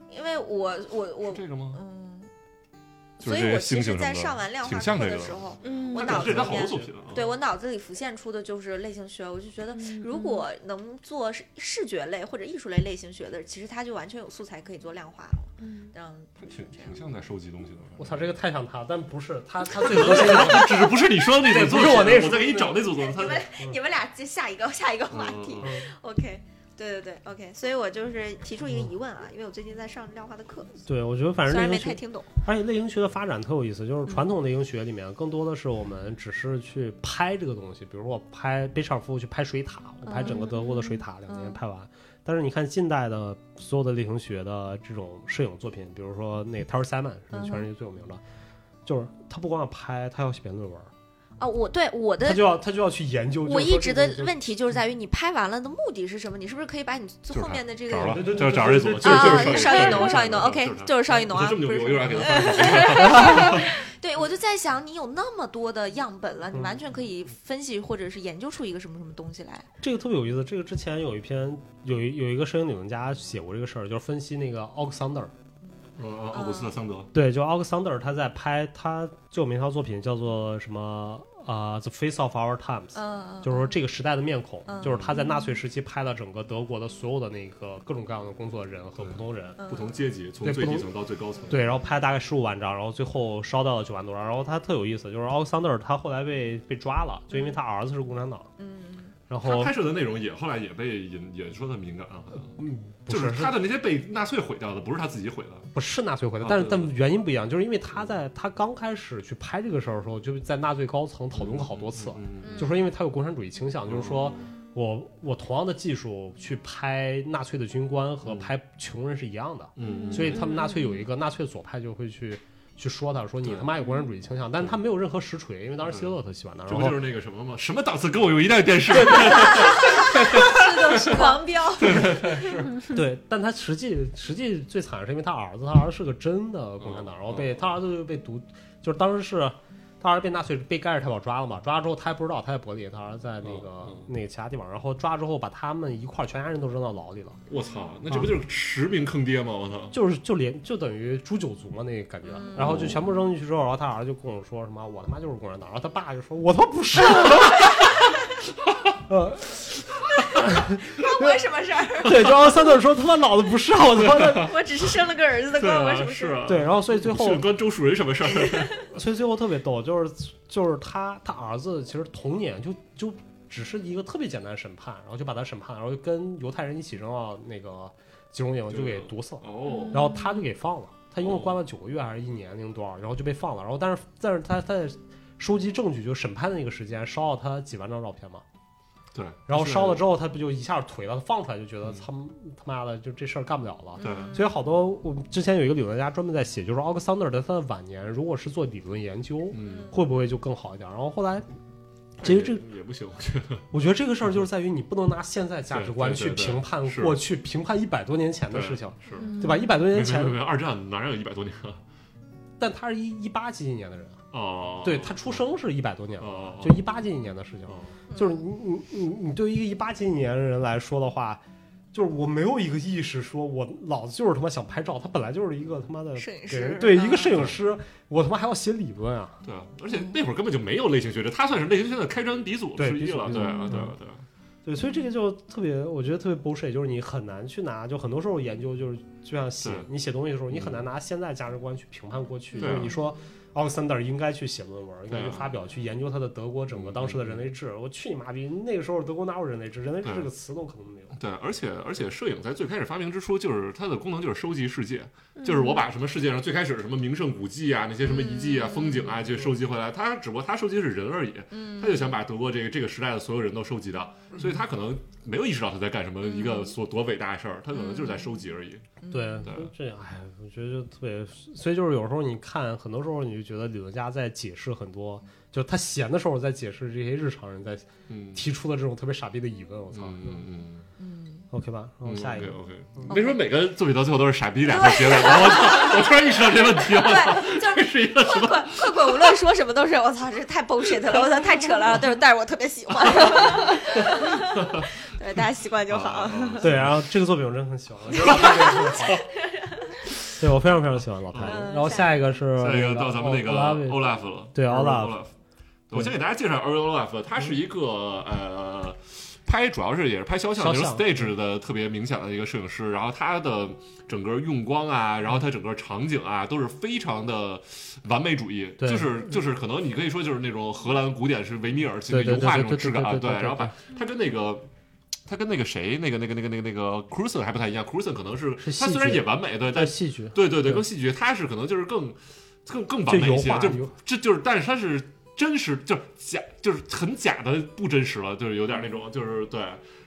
Speaker 2: 因为我我我
Speaker 3: 这个吗？
Speaker 2: 嗯，
Speaker 3: 就
Speaker 2: 所
Speaker 3: 是
Speaker 2: 以
Speaker 3: 这
Speaker 2: 我
Speaker 3: 些
Speaker 2: 其
Speaker 3: 星
Speaker 2: 实，
Speaker 3: 星
Speaker 2: 在
Speaker 3: 什么的
Speaker 2: 上完量化
Speaker 3: 挺像
Speaker 2: 课
Speaker 3: 这
Speaker 2: 的
Speaker 3: 个
Speaker 2: 时候，
Speaker 4: 嗯
Speaker 2: 我脑
Speaker 3: 这
Speaker 2: 子
Speaker 3: 是
Speaker 2: 里
Speaker 3: 他好多
Speaker 2: 面
Speaker 3: 作品啊。
Speaker 2: 对我脑子里浮现出的就是类型学，我就觉得如果能做视视觉类或者艺术类类型学的，其实它就完全有素材可以做量化了。
Speaker 4: 嗯
Speaker 2: 嗯，
Speaker 3: 他挺挺像在收集东西的。
Speaker 1: 我操，这个太像他，但不是他，他最核 心的
Speaker 3: 只是不是你说的那组
Speaker 1: 不
Speaker 3: 作品，
Speaker 1: 是我那
Speaker 3: 我再给你找那组作品。他
Speaker 2: 你们你们俩接下一个下一个话题。
Speaker 3: 嗯
Speaker 1: 嗯
Speaker 2: OK，对对对，OK，所以我就是提出一个疑问
Speaker 3: 嗯
Speaker 2: 啊，因为我最近在上量化的课，
Speaker 1: 对，我觉得反
Speaker 2: 虽
Speaker 1: 正
Speaker 2: 然
Speaker 1: 类
Speaker 2: 没
Speaker 1: 型
Speaker 2: 太
Speaker 1: 学，
Speaker 2: 听懂。
Speaker 1: 而且类型学的发展特有意思，
Speaker 2: 嗯
Speaker 1: 就是传统类型学里面更多的是我们只是去拍这个东西，比如说我拍贝绍尔夫去拍水塔，我拍整个德国的水
Speaker 2: 嗯
Speaker 1: 塔，两年拍完。但是你看近代的所有的类型学的这种摄影作品，比如说那个 Terry Simon 是
Speaker 2: 嗯
Speaker 1: 全世界最有名的，就是他不光要拍，他要写篇论文，
Speaker 2: 啊，我对我
Speaker 1: 他
Speaker 2: 的
Speaker 1: 就要他就要去研究。
Speaker 2: 我
Speaker 1: 就是说
Speaker 2: 一
Speaker 1: 这
Speaker 2: 直
Speaker 1: 个
Speaker 2: 的
Speaker 1: 东西
Speaker 2: 问题就是在于你拍完了的目的是什么？你是不是可以把你最
Speaker 3: 是
Speaker 2: 后
Speaker 3: 他
Speaker 2: 面的这个
Speaker 3: 找着了，
Speaker 1: 对对
Speaker 3: 就
Speaker 1: 对
Speaker 3: 找着这组，
Speaker 1: 对
Speaker 3: 就是
Speaker 2: 啊，
Speaker 3: 就是
Speaker 2: 邵
Speaker 3: 艺
Speaker 2: 艺农，邵艺农，OK，就是邵艺农啊，
Speaker 3: 哎这么牛
Speaker 2: 不
Speaker 3: 逼，
Speaker 2: 是
Speaker 3: 我又让给他 翻了。
Speaker 2: 对，我就在想，你有那么多的样本了，你
Speaker 1: 嗯
Speaker 2: 完全可以分析或者是研究出一个什么什么东西来。
Speaker 1: 这个特别有意思。这个之前有一篇有一有一个摄影理论家写过这个事儿，就是分析那个 Alexander，
Speaker 3: 嗯，奥古斯特桑德，
Speaker 1: 对，就 Alexander 他在拍他最有名一套作品叫做什么啊、呃 The Face of Our Times，、
Speaker 2: 嗯，
Speaker 1: 就是说这个时代的面孔，
Speaker 2: 嗯
Speaker 1: 就是他在纳粹时期拍了整个德国的所有的那个各种各样的工作人和普通人。
Speaker 2: 嗯
Speaker 3: 不同阶级，从
Speaker 1: 对
Speaker 3: 最
Speaker 1: 不
Speaker 3: 底
Speaker 1: 同
Speaker 3: 层到最高层。
Speaker 1: 对，然后拍了大概十五万张，然后最后烧到了九万多张。然后他特有意思，就是 Alexander 他后来被被抓了，就因为他儿子是共产党。
Speaker 2: 嗯，
Speaker 1: 然
Speaker 3: 他
Speaker 1: 后
Speaker 3: 拍摄的内容也后来也被引也说他敏感啊，好像
Speaker 1: 嗯，不
Speaker 3: 就是是他的那些被纳粹毁掉的，不是他自己毁的。
Speaker 1: 不是纳粹回来
Speaker 3: 啊，
Speaker 1: 但是
Speaker 3: 对对嗯
Speaker 1: 但原因不一样，就是因为他在他刚开始去拍这个事儿的时候，就在纳粹高层讨论过好多次，
Speaker 3: 嗯嗯
Speaker 1: 就说因为他有共产主义倾向，
Speaker 3: 嗯
Speaker 1: 就是说我我同样的技术去拍纳粹的军官和拍穷人是一样的，
Speaker 3: 嗯，
Speaker 1: 所以他们纳粹有一个纳粹左派就会去。去说他说你
Speaker 3: 对
Speaker 1: 他妈有共产主义倾向，但是他没有任何实锤，因为当时希特勒特喜欢他。
Speaker 3: 这
Speaker 1: 然
Speaker 3: 不
Speaker 1: 后
Speaker 3: 就是那个什么吗？什么档次跟我有一辆电视？
Speaker 2: 狂飙，
Speaker 1: 对，但他实际实际最惨是因为他儿子，他儿子是个真的共产党，
Speaker 3: 嗯
Speaker 1: 然后被
Speaker 3: 嗯
Speaker 1: 他儿子就被毒，就是当时是他儿子被纳粹被盖尔太保抓了嘛，抓了之后他还不知道他在伯利，他儿子在那个
Speaker 3: 嗯
Speaker 1: 那个其他地方，然后抓了之后把他们一块儿全家人都扔到牢里了，
Speaker 3: 我操，那这不就是实名坑爹吗？我操！
Speaker 1: 就是就连就等于诛九族嘛那个感觉，然后就全部扔进去之后，然后他儿子就跟我说什么我他妈就是共产党，然后他爸就说我他妈不是，啊呃，
Speaker 2: 关我什么事 儿？
Speaker 1: 对，就奥三顿说他妈老子不是，啊我他妈的，
Speaker 2: 我只是生了个儿子的，
Speaker 3: 对
Speaker 2: 关我什
Speaker 3: 啊，
Speaker 2: 么
Speaker 3: 是
Speaker 2: 事儿？
Speaker 3: 啊，
Speaker 1: 对，，然后所以最后
Speaker 3: 是关周树人什么事儿？
Speaker 1: 所以最后特别逗，就是就是他他儿子其实童年就就只是一个特别简单的审判，然后就把他审判，然后就跟犹太人一起扔到那个集中营，就给毒死了，
Speaker 3: 哦，
Speaker 1: 然后他就给放了，他一共关了九个月还是一年零多少，然后就被放了，然后但是但是他在收集证据，就审判的那个时间烧了他几万张照片嘛，
Speaker 3: 对，
Speaker 1: 然后烧了之
Speaker 3: 后，
Speaker 1: 后他不就一下颓了，他放出来就觉得
Speaker 3: 嗯
Speaker 1: 他他妈的就这事儿干不了了，
Speaker 3: 啊对，
Speaker 2: 嗯
Speaker 1: 所以好多我们之前有一个理论家专门在写，就是奥克桑德尔在他的晚年如果是做理论研究。
Speaker 3: 嗯，
Speaker 1: 会不会就更好一点？然后后来，其实这
Speaker 3: 也不行，我觉得
Speaker 1: 我觉得这个事儿就是在于你不能拿现在价值观
Speaker 3: 对对
Speaker 1: 去
Speaker 3: 对对
Speaker 1: 评判
Speaker 3: 是
Speaker 1: 过去，评判一百多年前的事情，
Speaker 3: 是。
Speaker 2: 嗯
Speaker 1: 对吧？一百多
Speaker 3: 没
Speaker 1: 年
Speaker 3: 没没
Speaker 1: 前，
Speaker 3: 没，二战哪有一百多年啊？
Speaker 1: 但他是一一八几几年的人啊，
Speaker 3: 哦，
Speaker 1: 对他出生是一百多年了，
Speaker 3: 哦，哦，
Speaker 1: 就一八几几年的事情。
Speaker 3: 哦
Speaker 1: 就是
Speaker 2: 嗯
Speaker 1: 你你你你对于一个一八几几年的人来说的话，就是我没有一个意识，说我老子就是他妈想拍照，他本来就是一个他妈
Speaker 3: 呃
Speaker 1: 的
Speaker 2: 摄影
Speaker 1: 给人
Speaker 2: 师
Speaker 1: 对
Speaker 2: 嗯
Speaker 1: 一个摄影师，我他妈还要写理论啊。
Speaker 3: 对啊，而且那会儿根本就没有类型学这，他算是类型学的开山鼻祖
Speaker 1: 对
Speaker 3: 之一
Speaker 1: 鼻祖
Speaker 3: 了，
Speaker 1: 鼻祖
Speaker 3: 对啊，
Speaker 1: 嗯
Speaker 3: 对啊，对啊。
Speaker 1: 对，所以这个就特别，我觉得特别 bullshit，就是你很难去拿，就很多时候研究就是就像写
Speaker 3: 对
Speaker 1: 你写东西的时候，你
Speaker 3: 嗯
Speaker 1: 很难拿现在价值观去评判过去。就
Speaker 3: 对啊
Speaker 1: 是你说 Alexander 应该去写论文，应该
Speaker 3: 对
Speaker 1: 去
Speaker 3: 啊
Speaker 1: 发表，去研究他的德国整个当时的人类志。我去你妈逼！那个时候德国哪有人类志？人类志
Speaker 3: 对啊
Speaker 1: 这个词都可能没有。
Speaker 3: 对，而且而且，摄影在最开始发明之初，就是它的功能就是收集世界，
Speaker 2: 嗯
Speaker 3: 就是我把什么世界上最开始什么名胜古迹啊、那些什么遗迹
Speaker 2: 嗯
Speaker 3: 啊、风景啊，就收集回来。它只不过它收集的是人而已，
Speaker 2: 嗯
Speaker 3: 他就想把德国这个这个时代的所有人都收集到，所以他可能没有意识到他在干什么
Speaker 2: 嗯
Speaker 3: 一个所多伟大的事儿，他可能就是在收集而已。
Speaker 1: 对
Speaker 3: 对，啊
Speaker 1: 这哎，我觉得就特别，所以就是有时候你看，很多时候你就觉得理论家在解释很多，就他闲的时候在解释这些日常人在
Speaker 3: 嗯，
Speaker 1: 提出的这种特别傻逼的疑问。我操、
Speaker 3: 嗯嗯嗯。
Speaker 1: OK 吧，然后啊下一个。嗯
Speaker 3: OK，, o k 没准每个作品到最后都是傻逼俩字结尾了。我操！我突然意识到这问题，我操！
Speaker 2: 对，就是
Speaker 3: 这是一个
Speaker 2: 困困困困，无论说什么都是我操，这太 bullshit 了，我操，太扯了，啊但是但是我特别喜欢， 对，大家习惯就
Speaker 3: 啊
Speaker 1: 啊
Speaker 2: 好。
Speaker 1: 对，然后这个作品我真的很喜欢，我觉得这个作品很好对我非常非常喜欢老太。
Speaker 2: 嗯
Speaker 1: 然后下一个是哦
Speaker 3: 下一个到咱们那
Speaker 1: 奥拉维
Speaker 3: 个 Olaf 了，
Speaker 1: 对 Olaf
Speaker 3: 我先给大家介绍 Olaf，他
Speaker 1: 嗯
Speaker 3: 是一个呃。拍主要是也是拍肖像，
Speaker 1: 肖
Speaker 3: 就是
Speaker 1: 像
Speaker 3: stage 的特别明显的一个摄影师，然后他的整个用光啊，然后他整个场景啊，都是非常的完美主义，
Speaker 1: 对嗯
Speaker 3: 就是就是可能你可以说就是那种荷兰古典式维米尔型
Speaker 1: 对对
Speaker 3: 油画
Speaker 1: 对对
Speaker 3: 那种
Speaker 1: 对
Speaker 3: 质
Speaker 1: 对
Speaker 3: 感，啊
Speaker 1: 对对对
Speaker 3: 然后把他跟那个他跟那个谁那个那个那个那个那个 c r u s o n 还不太一样 c r u s o n 可能是
Speaker 1: 是
Speaker 3: 他
Speaker 1: 戏
Speaker 3: 虽然
Speaker 1: 剧
Speaker 3: 也完美，对，但
Speaker 1: 在戏剧，
Speaker 3: 对对对，
Speaker 1: 对
Speaker 3: 更戏剧，它是可能就是更更更
Speaker 1: 这
Speaker 3: 完美
Speaker 1: 油
Speaker 3: 一些
Speaker 1: 画，
Speaker 3: 就
Speaker 1: 油
Speaker 3: 这就是，但是它是真实，就是假，就是很假的不真实了，就是有点那种，就是对。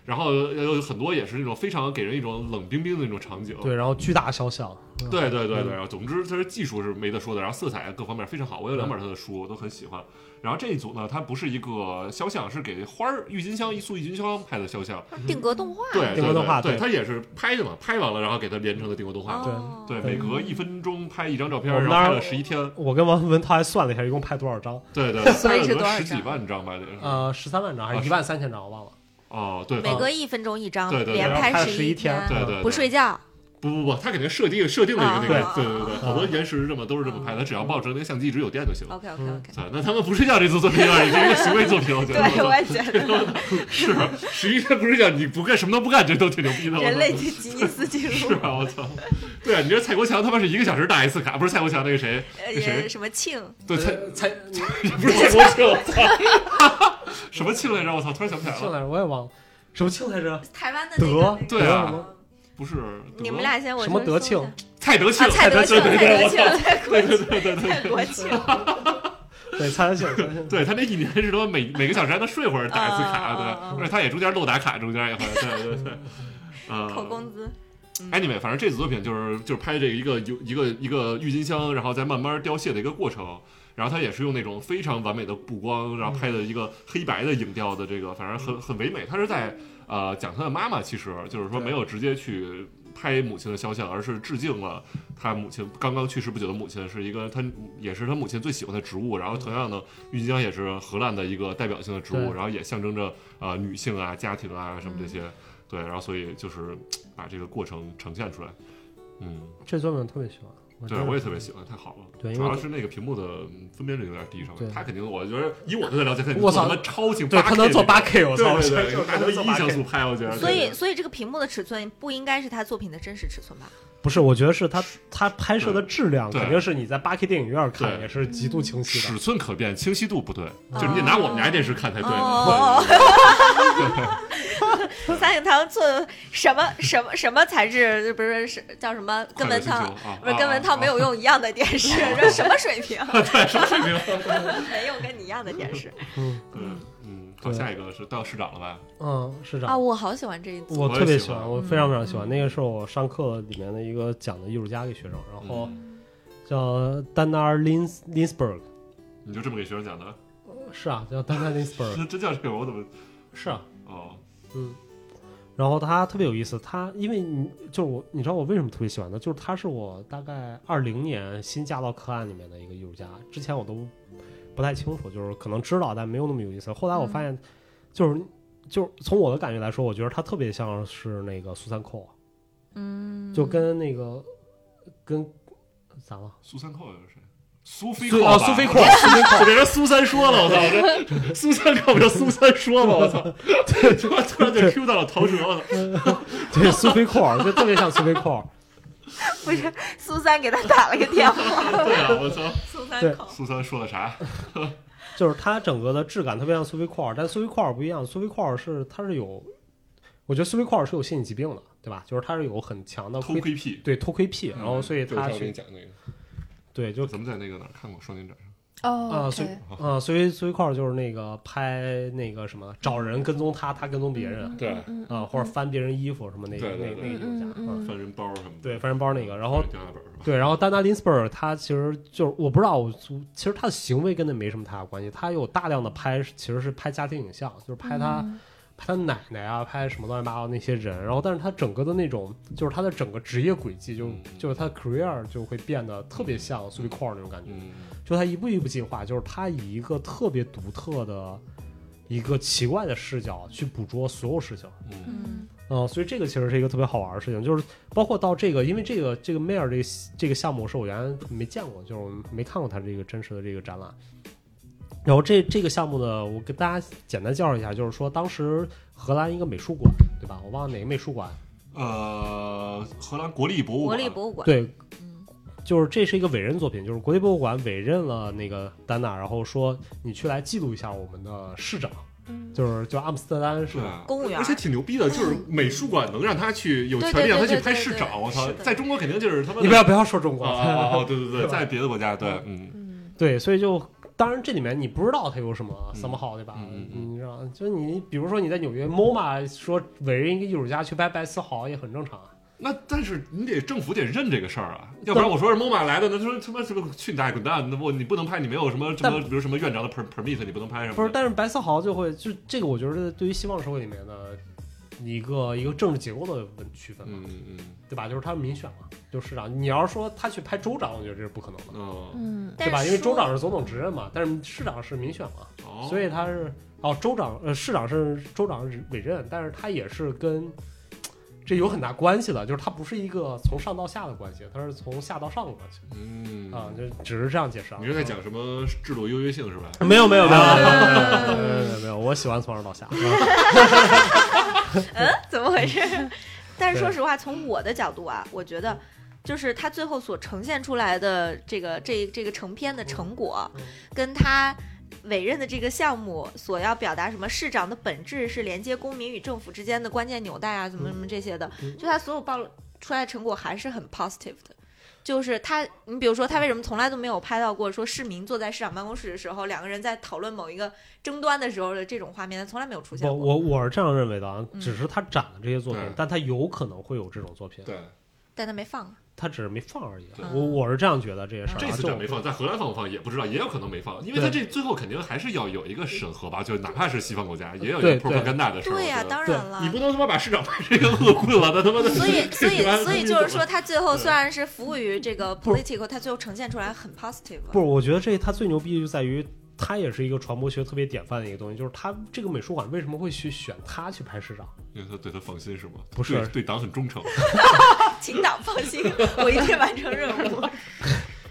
Speaker 3: 然后有很多也是那种非常给人一种冷冰冰的那种场景，
Speaker 1: 对，然后巨大肖像，嗯
Speaker 3: 对对对对，
Speaker 1: 嗯
Speaker 3: 然后总之它是技术是没得说的，然后色彩啊各方面非常好，我有两本他的书，我都很喜欢。然后这一组呢，它不是一个肖像，是给花儿郁金香一束郁金香拍的肖像，
Speaker 2: 定格动画，
Speaker 3: 对
Speaker 1: 定格动画
Speaker 3: 对，
Speaker 1: 对
Speaker 3: 它也是拍的嘛，拍完了然后给它连成的定格动画，
Speaker 2: 哦
Speaker 3: 对，每隔一分钟拍一张照片，
Speaker 1: 我
Speaker 3: 然
Speaker 1: 们
Speaker 3: 后
Speaker 1: 当
Speaker 3: 拍
Speaker 1: 时
Speaker 3: 了十一天，
Speaker 1: 我跟王文涛还算了一下，一共拍多少张？
Speaker 3: 对对，
Speaker 4: 所以是多少
Speaker 3: 十几
Speaker 4: 张
Speaker 3: 万张吧，得是。
Speaker 1: 呃，十三万张还
Speaker 3: 啊
Speaker 1: 是
Speaker 3: 是
Speaker 1: 一万三千张？我忘了。
Speaker 3: 哦，对，
Speaker 2: 每
Speaker 3: 对
Speaker 2: 隔一分钟一张，
Speaker 3: 对对对
Speaker 2: 连
Speaker 3: 然后
Speaker 1: 拍
Speaker 2: 十
Speaker 1: 11
Speaker 2: 天，
Speaker 1: 天
Speaker 3: 对对，
Speaker 2: 不
Speaker 3: 对
Speaker 2: 睡觉，
Speaker 3: 不不不，他肯定设定设定了一个那
Speaker 1: 对
Speaker 3: 个，对啊对对，好多延时这么都是这么拍的，只要抱着那个相机一直有电就行了。
Speaker 2: OK OK OK，
Speaker 3: 对，嗯那他们不睡觉这次作品啊，也是一个行为作品，我觉得。
Speaker 2: 对，我也觉得
Speaker 3: 是啊十一天不睡觉，你不干什么都不干，这都挺牛逼的。啊我操
Speaker 2: 人类的吉尼斯 纪
Speaker 3: 是
Speaker 2: 录，
Speaker 3: 啊，我操！对啊，你这蔡国强他妈是一个小时打一次卡，不是蔡国强那个谁，
Speaker 2: 呃
Speaker 3: 那谁
Speaker 2: 也什么庆，
Speaker 3: 对蔡
Speaker 2: 呃
Speaker 1: 呃才
Speaker 3: 不是蔡国庆，我操！ 什么庆来着？我操！突然想不起来
Speaker 1: 庆
Speaker 3: 了，
Speaker 1: 来着，我也忘了什么庆来着？
Speaker 2: 台湾的那个
Speaker 1: 德
Speaker 2: 那个
Speaker 3: 对啊
Speaker 1: 德什么
Speaker 3: 不是德
Speaker 2: 你们俩先我
Speaker 1: 什么
Speaker 2: 先
Speaker 1: 德
Speaker 2: 搜一
Speaker 1: 庆
Speaker 2: 下
Speaker 3: 蔡德庆，
Speaker 2: 啊，蔡德庆，
Speaker 3: 对
Speaker 2: 蔡
Speaker 3: 对对，
Speaker 2: 德
Speaker 3: 我操！
Speaker 2: 庆，蔡国庆，
Speaker 3: 对对对
Speaker 2: 蔡国庆，
Speaker 1: 对，蔡德庆，蔡德庆
Speaker 3: 对他那一年是他妈每每个小时还能睡会儿打一次卡，
Speaker 2: 啊
Speaker 3: 对
Speaker 2: 啊啊
Speaker 3: 吧，而且他也中间漏打卡，中间也会，对 对对，嗯。
Speaker 2: 扣工资，
Speaker 3: Anyway，反正这组作品就是就是拍这个一个有一个一个郁金香，然后再慢慢凋谢的一个过程。然后它也是用那种非常完美的布光，然后拍的一个黑白的影调的这个，反正很很唯美。它是在呃讲他的妈妈，其实就是说没有直接去拍母亲的肖像，而是致敬了他母亲刚刚去世不久的母亲，是一个他也是他母亲最喜欢的植物。然后同样呢，郁金香也是荷兰的一个代表性的植物，
Speaker 1: 对
Speaker 3: 然后也象征着呃女性啊、家庭啊什么这些。对，然后所以就是把这个过程呈现出来。嗯，
Speaker 1: 这作品我特别喜欢，我
Speaker 3: 对
Speaker 1: 真的
Speaker 3: 我也特别喜欢，太好了。
Speaker 1: 啊对因
Speaker 3: 主
Speaker 1: 为
Speaker 3: 要是那个屏幕的分辨率有点低，上面
Speaker 1: 对
Speaker 3: 他肯定，我觉得以我对他了解，他肯定
Speaker 1: 我
Speaker 3: 做
Speaker 1: 操
Speaker 3: 他妈超清，
Speaker 1: 对他能做八 K，我
Speaker 3: 我
Speaker 1: 操，
Speaker 3: 对对
Speaker 1: 我
Speaker 3: 对，
Speaker 1: 觉
Speaker 3: 拿
Speaker 1: 得
Speaker 3: 他
Speaker 1: 就
Speaker 3: 妈
Speaker 1: 是能做
Speaker 3: 一像
Speaker 1: 8K
Speaker 3: 素拍，我觉得。
Speaker 2: 所以
Speaker 3: 对
Speaker 2: 所以这个屏幕的尺寸不应该是他作品的真实尺寸吧？
Speaker 1: 不是，我觉得是他他拍摄的质量
Speaker 3: 对
Speaker 1: 肯定是你在八 K 电影院看
Speaker 3: 对
Speaker 1: 也是极度清晰的
Speaker 3: 尺。寸可变，清晰度不对，就是你得拿我们家电视看才对。
Speaker 2: 哦
Speaker 3: 对
Speaker 2: 三影堂做什么什么什么材质？不是是叫什么跟文
Speaker 3: 快乐
Speaker 2: 涛
Speaker 3: 星球啊
Speaker 2: 不是
Speaker 3: 啊
Speaker 2: 跟文涛没有用一样的电视，这什么水平？
Speaker 3: 对，什么水平？
Speaker 2: 没用跟你一样的 电视
Speaker 1: 嗯
Speaker 3: 嗯嗯，到下一个是到市长了吧？
Speaker 1: 嗯，是这
Speaker 2: 啊！
Speaker 1: 样。
Speaker 2: 我好喜欢这一组，
Speaker 1: 我
Speaker 3: 我也
Speaker 1: 特别
Speaker 3: 喜
Speaker 1: 喜
Speaker 3: 欢
Speaker 1: 欢，我非常非常喜欢。那个是我上课里面的一个讲的艺术家给学生，然后
Speaker 3: 嗯，
Speaker 1: 叫丹娜尔林斯林斯伯格，
Speaker 3: 你就这么给学生讲的？
Speaker 1: 是啊，叫丹娜林斯伯格，
Speaker 3: 那真叫这个我怎么？
Speaker 1: 是啊。
Speaker 3: 哦，
Speaker 1: 然后他特别有意思，他因为你就是我，你知道我为什么特别喜欢他，就是他是我大概二零年新加到科案里面的一个艺术家，之前我都不太清楚，就是可能知道，但没有那么有意思。后来我发现，就是就是从我的感觉来说，我觉得他特别像是那个苏三啊寇，
Speaker 2: 嗯，
Speaker 1: 就跟那个跟咋了？
Speaker 3: 苏三寇又是谁？苏菲
Speaker 1: 苏
Speaker 3: 克
Speaker 1: 哦
Speaker 3: 吧
Speaker 1: 苏菲克苏菲克
Speaker 3: 这变成苏三说了，我操！我这苏三克不就苏三说吗？我操！突然突然 就 Q 到了陶喆， 我操！
Speaker 1: 对苏菲扣儿，就特别像苏菲扣儿。
Speaker 2: 不是苏三给他打了个电话，
Speaker 3: 对啊，我操！
Speaker 2: 苏三
Speaker 1: 对
Speaker 2: 口
Speaker 3: 苏三说了啥？
Speaker 1: 哦就是它整个的质感特别像苏菲块儿，但苏菲块儿不一样，苏菲块儿是它是有，我觉得苏菲块儿是有心理疾病的，对吧？就是它是有很强的
Speaker 3: 偷
Speaker 1: 窥，
Speaker 3: 窥癖。
Speaker 1: 对偷窥癖，然后所以
Speaker 3: 对我
Speaker 1: 它
Speaker 3: 上次给你
Speaker 1: 去
Speaker 3: 讲那个，
Speaker 1: 对就
Speaker 3: 咱们在那个哪儿看过《双年展》上？
Speaker 1: 啊
Speaker 4: 哦
Speaker 1: 所以
Speaker 4: ，OK，
Speaker 1: 啊、所以苏菲块儿就是那个拍那个什么找人跟踪他，他跟踪别人啊、
Speaker 3: 对，
Speaker 4: 嗯
Speaker 1: 或者翻别人衣服什么那个
Speaker 3: 对对
Speaker 1: 那
Speaker 3: 对
Speaker 1: 那个
Speaker 4: 嗯
Speaker 1: 游
Speaker 4: 嗯
Speaker 1: 侠啊，
Speaker 4: 嗯
Speaker 3: 翻人包什么的。
Speaker 1: 对翻人包那个，然后
Speaker 3: 翻人掉下本儿是吧？
Speaker 1: 对，然后丹娜林斯贝尔他其实就是我不知道，我其实他的行为跟那没什么太大关系，他有大量的拍其实是拍家庭影像，就是拍他、拍他奶奶啊，拍什么乱七八糟那些人，然后但是他整个的那种就是他的整个职业轨迹就
Speaker 3: 嗯
Speaker 1: 就是他的 career 就会变得特别像苏比块那种感觉，
Speaker 3: 嗯，
Speaker 1: 就他一步一步进化，就是他以一个特别独特的一个奇怪的视角去捕捉所有事情。
Speaker 3: 嗯
Speaker 4: 嗯
Speaker 1: 嗯，所以这个其实是一个特别好玩的事情，就是包括到这个，因为这个这个 Mayor 这个这个项目是我原来没见过，就是我没看过他这个真实的这个展览。然后这这个项目呢，我给大家简单介绍一下，就是说当时荷兰一个美术馆，对吧？我忘了哪个美术馆，
Speaker 3: 呃，荷兰国立博物
Speaker 2: 国
Speaker 3: 馆，
Speaker 2: 立博物馆，
Speaker 1: 对，
Speaker 2: 嗯
Speaker 1: 就是这是一个委任作品，就是国立博物馆委任了那个丹娜，然后说你去来记录一下我们的市长，
Speaker 4: 嗯
Speaker 1: 就是叫阿姆斯特丹市
Speaker 3: 对
Speaker 1: 长。
Speaker 3: 啊，
Speaker 2: 公务员
Speaker 3: 而且挺牛逼的，就是美术馆能让他去有权利让他去拍市长，我
Speaker 2: 对对对
Speaker 3: 操
Speaker 2: 对对是！的
Speaker 3: 在中国肯定就是他妈的
Speaker 1: 你不要不要说中国，
Speaker 3: 啊啊啊！啊对对
Speaker 1: 是
Speaker 3: 对，
Speaker 1: 吧
Speaker 3: 在别的国家对，嗯，
Speaker 4: 嗯
Speaker 1: 对，所以就当然这里面你不知道它有什么
Speaker 3: 嗯
Speaker 1: s o m e 对吧？
Speaker 3: 嗯嗯嗯
Speaker 1: 你知道，就是你比如说你在纽约 MoMA 说委任一个艺术家去拍白思豪也很正常啊。
Speaker 3: 那但是你得政府得认这个事儿啊，要不然我说是 MoMA 来的，那他说他妈什么去你大爷滚蛋！那我你不能拍，你没有什么什么，比如什么院长的 per permit，你不能拍什么的。
Speaker 1: 不是，但是白思豪就会就这个，我觉得对于西方社会里面的一个一个政治结构的问区分嘛，
Speaker 3: 嗯嗯
Speaker 1: 对吧？就是他民选嘛，就市长。你要是说他去拍州长，我觉得这是不可能的，
Speaker 3: 嗯
Speaker 4: 嗯
Speaker 2: 但
Speaker 1: 对
Speaker 2: 是
Speaker 1: 吧？因为州
Speaker 2: 说
Speaker 1: 长是总统职任嘛，但是市长是民选嘛。
Speaker 3: 哦，
Speaker 1: 所以他是哦，州长呃，市长是州长委任，但是他也是跟这有很大关系的，就是他不是一个从上到下的关系，他是从下到上的关系
Speaker 3: 嗯
Speaker 1: 啊，就只是这样解释啊。
Speaker 3: 你是在讲什么制度优越性是吧？
Speaker 1: 没有没有没有没有没有没有，我喜欢从上到下。
Speaker 2: 嗯怎么回事？但是说
Speaker 1: 对
Speaker 2: 实话，从我的角度啊，我觉得就是他最后所呈现出来的这个这这个成片的成果
Speaker 1: 嗯，
Speaker 2: 跟他。委任的这个项目所要表达什么？市长的本质是连接公民与政府之间的关键纽带啊，怎么怎么这些的，
Speaker 1: 嗯
Speaker 2: 就他所有暴露出来的成果还是很 positive 的。就是他，你比如说他为什么从来都没有拍到过说市民坐在市长办公室的时候，两个人在讨论某一个争端的时候的这种画面，他从来没有出现
Speaker 1: 我
Speaker 2: 过。
Speaker 1: 我我是这样认为的啊，
Speaker 2: 嗯
Speaker 1: 只是他展了这些作品
Speaker 3: 对，
Speaker 1: 但他有可能会有这种作品，
Speaker 3: 对，
Speaker 2: 但他没放。
Speaker 1: 他只是没放而已啊
Speaker 3: 对。
Speaker 1: 我我是这样觉得这些事儿啊。
Speaker 3: 这次
Speaker 1: 就
Speaker 3: 展没放，在荷兰放不放也不知道，也有可能没放，因为他这最后肯定还是要有一个审核吧，就哪怕是西方国家也有一个
Speaker 1: 对
Speaker 3: p r o p a g a n d 的事儿。
Speaker 2: 对呀、
Speaker 3: 我觉得
Speaker 2: 当然了。
Speaker 3: 你不能他妈把市长拍成一个恶棍了，他他妈的。
Speaker 2: 所 以，所以，所以就是说，
Speaker 3: 这他妈的，
Speaker 2: 他最后虽然是服务于这个
Speaker 1: 不
Speaker 2: political，他最后呈现出来很 positive。
Speaker 1: 不是，我觉得这它最牛逼就在于，它也是一个传播学特别典范的一个东西，就是它这个美术馆为什么会去选它去拍市长？
Speaker 3: 因为他对他放心是吗？
Speaker 1: 不是
Speaker 3: 对对党很忠诚。
Speaker 2: 请党放心，我一定完成任 务。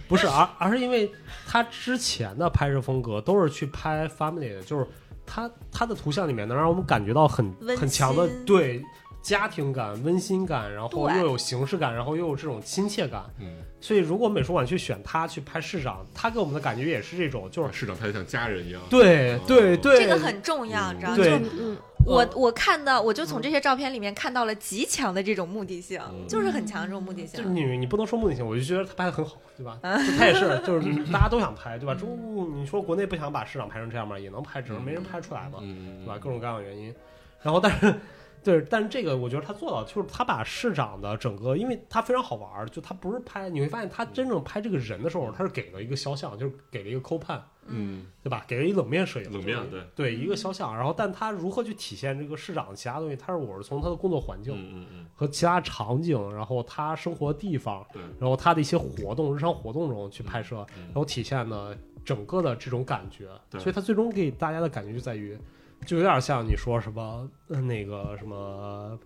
Speaker 1: 不是，而而是因为它之前的拍摄风格都是去拍 family 的，就是它它的图像里面能让我们感觉到很
Speaker 2: 温馨
Speaker 1: 很强的对家庭感、温馨感，然后
Speaker 2: 对
Speaker 1: 又有形式感，然后又有这种亲切感。
Speaker 3: 嗯，
Speaker 1: 所以如果美术馆去选它去拍市长，它给我们的感觉也是这种，就是
Speaker 3: 市长拍的像家人一样。
Speaker 1: 对对对，
Speaker 2: 这个很重要，你知道吗？
Speaker 1: 对嗯
Speaker 2: 就
Speaker 4: 嗯
Speaker 2: 我我看到，我就从这些照片里面看到了极强的这种目的性，
Speaker 3: 嗯
Speaker 2: 就是很强的这种目的
Speaker 1: 就是
Speaker 2: 性。
Speaker 1: 你你不能说目的性，我就觉得他拍的很好，对吧？就他也是，就是大家都想拍，对吧？中国你说国内不想把市场拍成这样嘛，也能拍，只是没人拍出来嘛，
Speaker 3: 嗯，
Speaker 1: 对吧？各种各样的原因。然后，但是，对，但是这个我觉得他做到，就是他把市长的整个，因为他非常好玩儿，就他不是拍，你会发现他真正拍这个人的时候，他是给了一个肖像，就是给了一个抠判，
Speaker 3: 嗯，
Speaker 1: 对吧？给了一冷面
Speaker 2: 嗯
Speaker 1: 摄影，
Speaker 3: 冷
Speaker 1: 就
Speaker 3: 面啊
Speaker 1: 是
Speaker 3: 对。
Speaker 1: 对一个肖像。然后，但他如何去体现这个市长其他东西？他是我是从他的工作环境。
Speaker 3: 嗯嗯嗯，
Speaker 1: 和其他场景，然后他生活地方，
Speaker 3: 对，
Speaker 1: 然后他的一些活动、日常活动中去拍摄，
Speaker 3: 嗯
Speaker 1: 然后体现呢整个的这种感觉，
Speaker 3: 对
Speaker 1: 所以他最终给大家的感觉就在于，就有点像你说什么、呃那个什么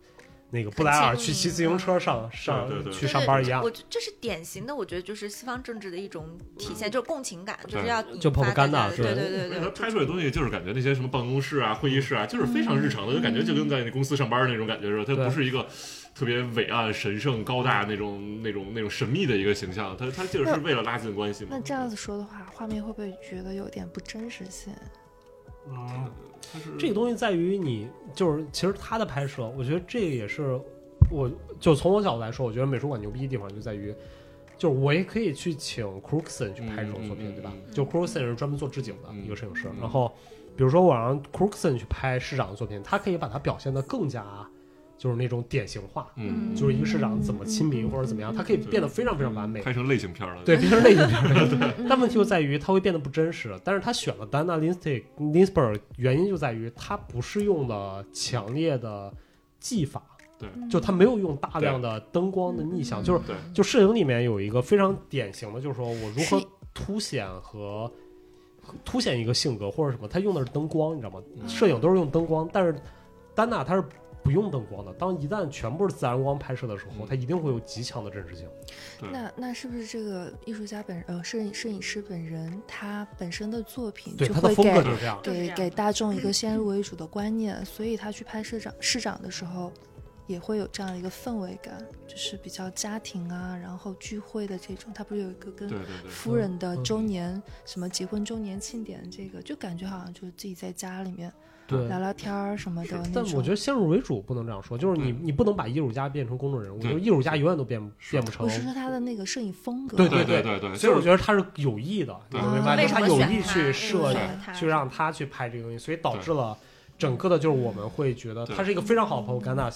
Speaker 1: 那个布莱尔
Speaker 2: 很
Speaker 1: 去
Speaker 2: 亲民
Speaker 1: 骑自行车上上
Speaker 3: 对啊对
Speaker 1: 去上班一样嗯
Speaker 2: 我。觉这是典型的，我觉得就是西方政治的一种体现，就是共情感，就是
Speaker 3: 对
Speaker 2: 要
Speaker 1: 就
Speaker 2: 引发
Speaker 1: propaganda，
Speaker 2: 大家的
Speaker 1: 对
Speaker 2: 对对对
Speaker 3: 他
Speaker 2: 对，
Speaker 3: 拍出来的东西就是感觉那些什么办公室啊、会议室啊，就是非常日常的，就感觉
Speaker 2: 嗯
Speaker 3: 就跟在那公司上班那种感觉似的。它
Speaker 1: 对
Speaker 3: 不是一个特别伟岸、神圣、高大那种、那种、那种神秘的一个形象。它它就是为了拉近关系嘛
Speaker 4: 那。这样子说的话，画面会不会觉得有点不真实性？
Speaker 1: 嗯，
Speaker 3: 它是
Speaker 1: 这个东西在于你就是其实它的拍摄，我觉得这个也是我就从我角度来说，我觉得美术馆牛逼的地方就在于。就是我也可以去请 Crookston 去拍这种作品，
Speaker 3: 嗯嗯嗯
Speaker 1: 对吧？
Speaker 3: 嗯
Speaker 1: 就 Crookston 是专门做置景的
Speaker 3: 嗯
Speaker 1: 一个摄影师，
Speaker 3: 嗯
Speaker 1: 然后比如说我让 Crookston 去拍市长的作品，他可以把它表现得更加就是那种典型化，
Speaker 3: 嗯，
Speaker 1: 就是一个市长怎么亲民或者怎么样，他可以变得非常非常完
Speaker 2: 嗯
Speaker 1: 美，
Speaker 3: 拍成类型片了。
Speaker 1: 对，变成类型片儿了。但问题就在于它会变得不真实。但是他选了丹娜林斯特林斯 r 原因就在于他不是用了强烈的技法，就他没有用大量的灯光的逆向，就是
Speaker 4: 嗯
Speaker 3: 对，
Speaker 1: 就摄影里面有一个非常典型的，就是说我如何
Speaker 4: 是
Speaker 1: 凸显和凸显一个性格或者什么，他用的是灯光，你知道吗？摄影都是用灯光，但是丹娜她是不用灯光的。当一旦全部是自然光拍摄的时候，
Speaker 3: 嗯
Speaker 1: 它一定会有极强的真实性。
Speaker 3: 对
Speaker 4: 那那是不是这个艺术家本人，呃，摄影摄影师本人，他本身的作品
Speaker 1: 对，
Speaker 4: 就
Speaker 1: 它的
Speaker 4: 会
Speaker 1: 风格就
Speaker 4: 给
Speaker 1: 是嗯这样。
Speaker 2: 就是这
Speaker 4: 给
Speaker 2: 样
Speaker 4: 给
Speaker 2: 的
Speaker 4: 大众一个先入为主的观念，所以他去拍市长市长的时候，也会有这样的一个氛围感，就是比较家庭啊，然后聚会的这种。他不是有一个跟
Speaker 3: 对对对。
Speaker 4: 夫人的
Speaker 1: 嗯
Speaker 4: 周年、什么结婚周年庆典，这个就感觉好像就是自己在家里面
Speaker 1: 对
Speaker 4: 聊聊天儿什么的那
Speaker 1: 但
Speaker 4: 种。
Speaker 1: 我觉得先入为主不能这样说，就是你
Speaker 3: 对
Speaker 1: 你不能把艺术家变成公众人物，
Speaker 3: 对
Speaker 1: 就是艺术家永远都变不
Speaker 3: 是
Speaker 1: 变不成
Speaker 4: 我。是说他的那个摄影风格，
Speaker 1: 对
Speaker 3: 对
Speaker 1: 对
Speaker 3: 对对，
Speaker 1: 所以
Speaker 3: 就
Speaker 1: 我
Speaker 3: 是
Speaker 1: 觉得他是有意的，你
Speaker 3: 对
Speaker 1: 明白吗？就
Speaker 2: 为
Speaker 1: 是
Speaker 2: 什么
Speaker 1: 有
Speaker 2: 选
Speaker 1: 意去设
Speaker 2: 他为
Speaker 1: 计
Speaker 2: 什么选他
Speaker 1: 去让他去拍这个东西，所以导致了整个的，就是我们会觉得
Speaker 3: 对
Speaker 1: 它是一个非常好的
Speaker 2: 嗯
Speaker 1: propaganda，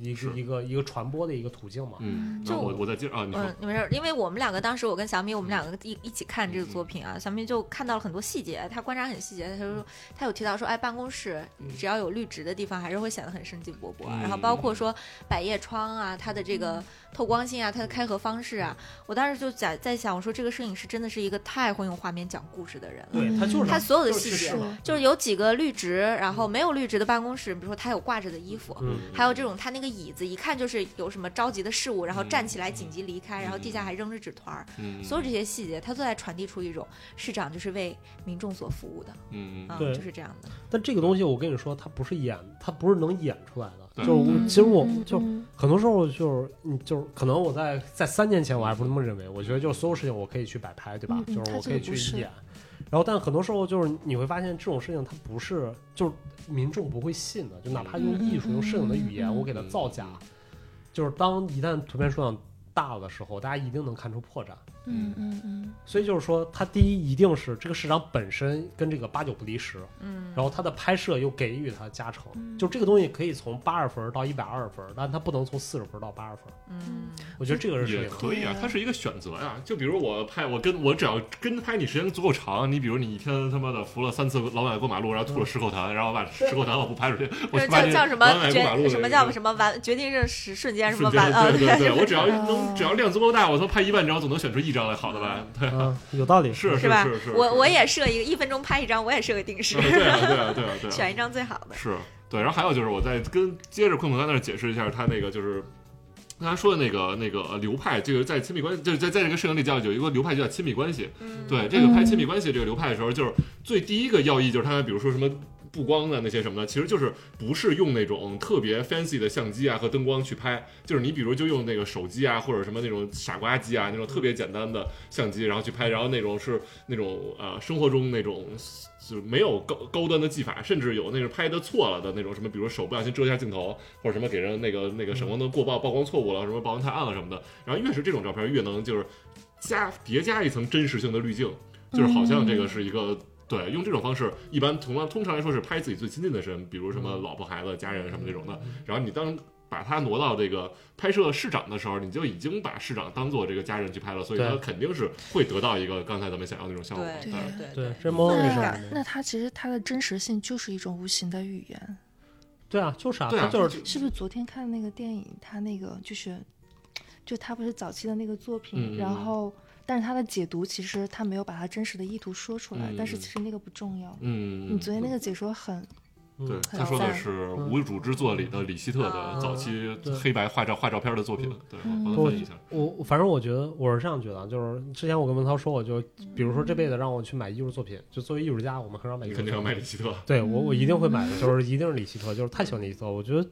Speaker 1: 一
Speaker 3: 是
Speaker 1: 个一个一个传播的一个途径嘛。
Speaker 3: 嗯，
Speaker 2: 就
Speaker 3: 那我我再接着啊，你说
Speaker 2: 嗯，没事儿，因为我们两个当时我跟小米，我们两个一一起看这个作品啊，小米就看到了很多细节，他观察很细节，他就说他有提到说，哎，办公室只要有绿植的地方，还是会显得很生机勃勃啊。
Speaker 3: 嗯
Speaker 2: 然后包括说百叶窗啊，它的这个透光性啊，它的开合方式啊，我当时就在在想，我说这个摄影师真的是一个太会用画面讲故事的人了。
Speaker 1: 对，它就是
Speaker 2: 他所有的
Speaker 1: 就是
Speaker 2: 细节
Speaker 1: 是嘛
Speaker 2: 就是有几个绿植，然后没有绿植的办公室，比如说他有挂着的衣服，
Speaker 1: 嗯，
Speaker 2: 还有这种他那个椅子，一看就是有什么着急的事物，然后站起来紧急离开，然后地下还扔着纸团儿，
Speaker 3: 嗯
Speaker 2: 所有这些细节，他都在传递出一种市长就是为民众所服务的
Speaker 3: 嗯嗯
Speaker 2: 啊，
Speaker 1: 对
Speaker 2: 就是这样的。
Speaker 1: 但这个东西我跟你说，它不是演，它不是能演出来的。就
Speaker 3: 对
Speaker 1: 是我其实我
Speaker 4: 嗯
Speaker 1: 就
Speaker 4: 嗯
Speaker 1: 很多时候就是嗯，就是可能我在在三年前我还不那么认为，我觉得就是所有事情我可以去摆拍，对吧
Speaker 4: 嗯？嗯
Speaker 1: 就是我可以去
Speaker 4: 它这个不是
Speaker 1: 演。然后，但很多时候就是你会发现这种事情它不是就是民众不会信的，就哪怕用艺术、
Speaker 4: 嗯嗯
Speaker 1: 用摄影的语言，
Speaker 4: 嗯
Speaker 1: 我给它造假，就是当一旦图片数量大了的时候，大家一定能看出破绽。
Speaker 4: 嗯嗯嗯，
Speaker 1: 所以就是说，它第一一定是这个市场本身跟这个八九不离十，
Speaker 2: 嗯，
Speaker 1: 然后它的拍摄又给予它加成，就这个东西可以从八十分到一百二十分，但它不能从四十分到八十分。
Speaker 2: 嗯，
Speaker 1: 我觉得这个是摄
Speaker 3: 也
Speaker 1: 影。
Speaker 3: 可以啊
Speaker 4: 对，啊
Speaker 3: 它是一个选择呀、就比如我拍，我跟我只要跟着拍你时间足够长，你比如你一天他妈的扶了三次老板过马路，然后吐了石口痰，然后把石口痰我不拍出去，我
Speaker 2: 就是
Speaker 3: 就把
Speaker 2: 叫
Speaker 3: 这
Speaker 2: 叫什
Speaker 3: 老
Speaker 2: 么
Speaker 3: 板过马路
Speaker 2: 决
Speaker 3: 的
Speaker 2: 什么
Speaker 3: 那
Speaker 2: 叫
Speaker 3: 个
Speaker 2: 什么完决定这时瞬间什么
Speaker 3: 瞬
Speaker 2: 完
Speaker 3: 间
Speaker 2: 啊？
Speaker 3: 对对对，我只要
Speaker 4: 哦
Speaker 3: 能只要量足够大，我他妈拍一万张总能选出一张来好的来，对，
Speaker 1: 嗯，有道理。
Speaker 3: 是
Speaker 2: 吧
Speaker 3: 是是，？
Speaker 2: 我
Speaker 3: 是
Speaker 2: 我也设一个一分钟拍一张，我也设个定时
Speaker 3: 嗯， 对啊对啊对啊 对啊，
Speaker 2: 选一张最好的。
Speaker 3: 是对，然后还有就是我再跟接着困困刚那儿解释一下，他那个就是。刚才说的那个那个呃流派，这个在亲密关系，就是在在这个摄影里叫有一个流派就叫亲密关系。
Speaker 2: 嗯，
Speaker 3: 对，这个拍亲密关系这个流派的时候，就是最第一个要义就是他们比如说什么布光的那些什么的，其实就是不是用那种特别 fancy 的相机啊和灯光去拍，就是你比如就用那个手机啊或者什么那种傻瓜机啊那种特别简单的相机，然后去拍，然后那种是那种呃生活中那种就是没有高高端的技法，甚至有那种拍的错了的那种什么，比如手不小心遮一下镜头，或者什么给人那个那个闪光灯过曝曝光错误了，什么曝光太暗了什么的，然后越是这种照片越能就是加叠加一层真实性的滤镜，就是好像这个是一个。对，用这种方式，一般通常通常来说是拍自己最亲近的人，比如什么老婆、孩子、家人什么这种的。然后你当把它挪到这个拍摄市长的时候，你就已经把市长当做这个家人去拍了，所以
Speaker 1: 对
Speaker 3: 他肯定是会得到一个刚才咱们想要的那种效果。
Speaker 2: 对
Speaker 4: 对
Speaker 2: 对
Speaker 1: 对
Speaker 2: 对，，
Speaker 1: 这猫也是。
Speaker 4: 那那他其实他的真实性就是一种无形的语言，
Speaker 1: 对啊，就是啊，
Speaker 3: 对
Speaker 1: 它
Speaker 3: 啊，
Speaker 1: 就是
Speaker 4: 是不是昨天看的那个电影，他那个就是，就他不是早期的那个作
Speaker 3: 嗯
Speaker 4: 品，然后但是他的解读其实他没有把他真实的意图说出来，但是
Speaker 3: 嗯
Speaker 4: 其实那个不重要。
Speaker 3: 嗯，
Speaker 4: 你昨天那个解说很
Speaker 1: 嗯
Speaker 3: 对，
Speaker 4: 很
Speaker 3: 他说的
Speaker 4: 赞
Speaker 3: 是《无主之作》里的李希特的早期
Speaker 1: 对
Speaker 3: 黑白画照画照片的作品，对，我
Speaker 4: 嗯
Speaker 3: 帮他翻译一下。
Speaker 1: 我我反正我觉得我是这样觉得啊，就是之前我跟文涛说过，就比如说这辈子让我去买艺术作品，就作为艺术家，我们很少买艺
Speaker 3: 你
Speaker 1: 术
Speaker 3: 肯
Speaker 1: 作
Speaker 3: 定要
Speaker 1: 品。
Speaker 3: 买李希特，
Speaker 1: 对我我一定会买的，就是
Speaker 4: 嗯
Speaker 1: 一定是李希特，就是太喜欢李希特。我觉得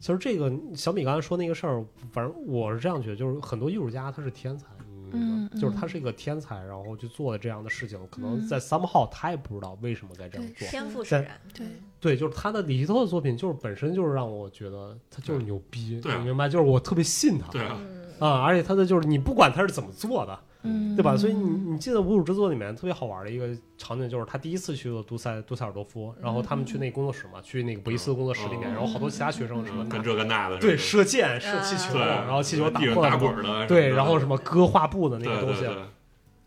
Speaker 1: 其实这个小米刚才说那个事儿，反正我是这样觉得，就是很多艺术家他是天才，你明白吗
Speaker 4: 嗯
Speaker 1: 就是
Speaker 4: 嗯
Speaker 1: 他是一个天才，然后去做这样的事情，可能
Speaker 4: 嗯
Speaker 1: 在 somehow 他也不知道为什么该这样
Speaker 4: 对
Speaker 1: 做。
Speaker 2: 天赋使
Speaker 1: 但
Speaker 2: 然，
Speaker 4: 对
Speaker 1: 对，就是他的李希特的作品，就是本身就是让我觉得他就是牛逼，
Speaker 3: 对啊
Speaker 1: 你明白？就是我特别信他。
Speaker 3: 对啊，
Speaker 2: 嗯，
Speaker 1: 啊、而且他的就是你不管他是怎么做的，
Speaker 4: 嗯，
Speaker 1: 对吧？所以你你记得《无主之作》里面特别好玩的一个场景，就是他第一次去杜塞杜塞尔多夫，然后他们去那个工作室嘛，去那个布伊斯的工作室里面，
Speaker 3: 嗯
Speaker 1: 然后好多其他学生什么
Speaker 3: 嗯
Speaker 1: 拿
Speaker 3: 跟这跟那的，
Speaker 1: 对射箭、射气球，
Speaker 3: 对，
Speaker 1: 然后气球打
Speaker 3: 地上
Speaker 1: 破
Speaker 3: 打
Speaker 1: 了，
Speaker 3: 滚儿的，
Speaker 1: 对，
Speaker 3: 什么的
Speaker 1: 然后什么割画布的那
Speaker 3: 对
Speaker 1: 个东
Speaker 3: 对
Speaker 1: 西，
Speaker 3: 对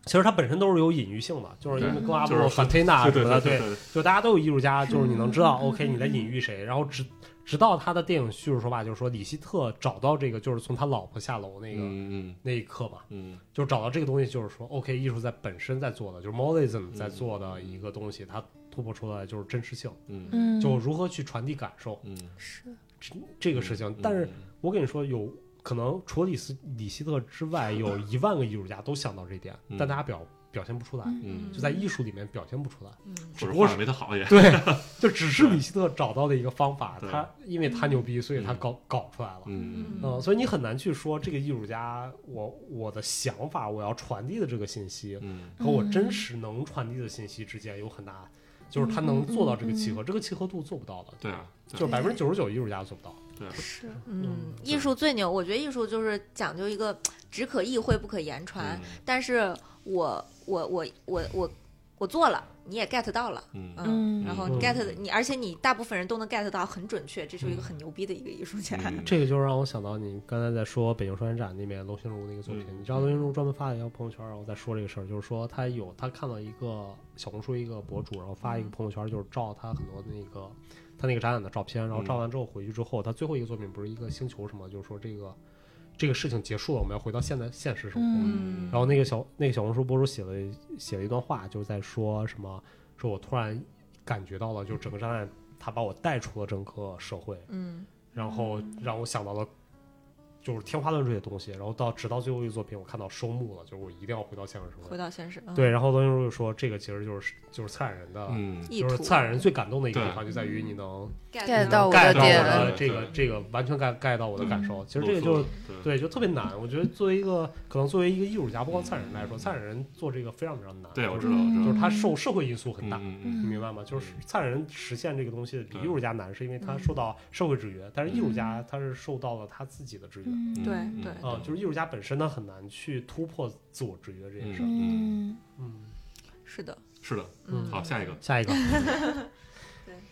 Speaker 1: 其实它本身都是有隐喻性的，就是因为
Speaker 3: 对
Speaker 1: 割画布
Speaker 3: 就是、
Speaker 1: 反推纳什
Speaker 3: 对对
Speaker 1: 么的，
Speaker 3: 对对，
Speaker 1: 就大家都有艺术家，就是你能知
Speaker 3: 嗯
Speaker 1: 道，OK，你在隐喻谁，然后直直到他的电影叙述手法，就是说李希特找到这个，就是从他老婆下楼那个、
Speaker 3: 嗯嗯
Speaker 1: 那一刻嘛。
Speaker 3: 嗯
Speaker 1: 就找到这个东西，就是说，OK，艺术在本身在做的，就是 modalism 在做的一个东西，它突破出来就是真实性，
Speaker 3: 嗯嗯
Speaker 4: 嗯，
Speaker 1: 就如何去传递感受
Speaker 3: 嗯，
Speaker 4: 是
Speaker 1: 这这个事情。但是我跟你说，有可能除了李斯李希特之外，有一万个艺术家都想到这一点，
Speaker 3: 嗯
Speaker 1: 但大家表表现不出来，
Speaker 3: 嗯，
Speaker 1: 就在艺术里面表现不出来。
Speaker 3: 或者
Speaker 1: 不过
Speaker 3: 画
Speaker 1: 是
Speaker 3: 的没他好也，
Speaker 1: 对，就只是李希特找到的一个方法，
Speaker 3: 对
Speaker 1: 他因为他牛逼，所以他搞搞出来了。
Speaker 3: 嗯
Speaker 1: 嗯，所以你很难去说这个艺术家，我我的想法，我要传递的这个信息，
Speaker 3: 嗯
Speaker 1: 和我真实能传递的信息之间有很大，就是他能做到这个契合，这个契合度做不到的，
Speaker 3: 对啊，对
Speaker 1: 就是百分
Speaker 4: 对
Speaker 1: 之九十九艺术家做不到。
Speaker 3: 对啊，
Speaker 4: 是，
Speaker 2: 嗯，
Speaker 3: 对
Speaker 2: 艺术最牛，我觉得艺术就是讲究一个只可意会不可言传
Speaker 3: 嗯。
Speaker 2: 但是我我我我我我做了，你也 get 到了，
Speaker 3: 嗯
Speaker 2: 嗯，
Speaker 4: 嗯
Speaker 2: 然后
Speaker 1: 嗯
Speaker 2: get 的你，而且你大部分人都能 get 到，很准确，这是一个很牛逼的一个艺术家。
Speaker 3: 嗯
Speaker 1: 这个就让我想到你刚才在说北京双年展那边娄心如那个作品，
Speaker 3: 嗯
Speaker 1: 你知道娄心如专门发了一条朋友圈，然后在说这个事儿，就是说他有他看到一个小红书一个博主，然后发一个朋友圈，就是照他很多那个他那个展览的照片，然后
Speaker 3: 嗯
Speaker 1: 照完之后回去之后，他最后一个作品不是一个星球什么，就是说这个这个事情结束了，我们要回到现在现实生活。
Speaker 4: 嗯，
Speaker 1: 然后那个小那个小红书博主写了写了一段话，就是在说什么，说我突然感觉到了，就是整个展览它把我带出了整个社会，
Speaker 2: 嗯
Speaker 1: 然后让我想到了就是天花乱坠的东西，然后到直到最后一个作品，我看到收幕了，就是我一定要回到现实生
Speaker 2: 回
Speaker 1: 活。
Speaker 2: 到现实。嗯，
Speaker 1: 对，然后罗云如就说，这个其实就是就是策展人的，
Speaker 3: 嗯
Speaker 2: 意
Speaker 1: 就是
Speaker 2: 图
Speaker 1: 策展人最感动的一个地
Speaker 3: 对
Speaker 1: 方，就在于你能
Speaker 4: get
Speaker 2: ，get
Speaker 4: 到我
Speaker 1: 盖
Speaker 4: 的
Speaker 1: 到我的
Speaker 4: 点
Speaker 1: 这个
Speaker 3: 对
Speaker 1: 这个完全盖盖到我的感
Speaker 2: 嗯
Speaker 1: 受。其实这个
Speaker 3: 露出
Speaker 1: 就是
Speaker 3: 了对
Speaker 1: 对，就特别难。我觉得作为一个可能作为一个艺术家，包括策展人来说，策展人做这个非常非常难。
Speaker 3: 对，我
Speaker 1: 就
Speaker 3: 知
Speaker 1: 是
Speaker 3: 道我知道
Speaker 1: 就是他受社会因素很大，
Speaker 3: 嗯嗯
Speaker 1: 你明白吗？就是策展人实现这个东西比
Speaker 3: 对
Speaker 1: 艺术家难，是因为他受到社会制约，但是艺术家他是受到了他自己的制约。
Speaker 3: 嗯
Speaker 2: 对
Speaker 3: 嗯
Speaker 2: 对
Speaker 1: 啊，就是艺术家本身他很难去突破自我制约这件事。儿。
Speaker 3: 嗯
Speaker 4: 嗯，
Speaker 1: 嗯，
Speaker 2: 是的，
Speaker 3: 是的，
Speaker 1: 嗯
Speaker 3: 好，下一个，
Speaker 1: 下一个，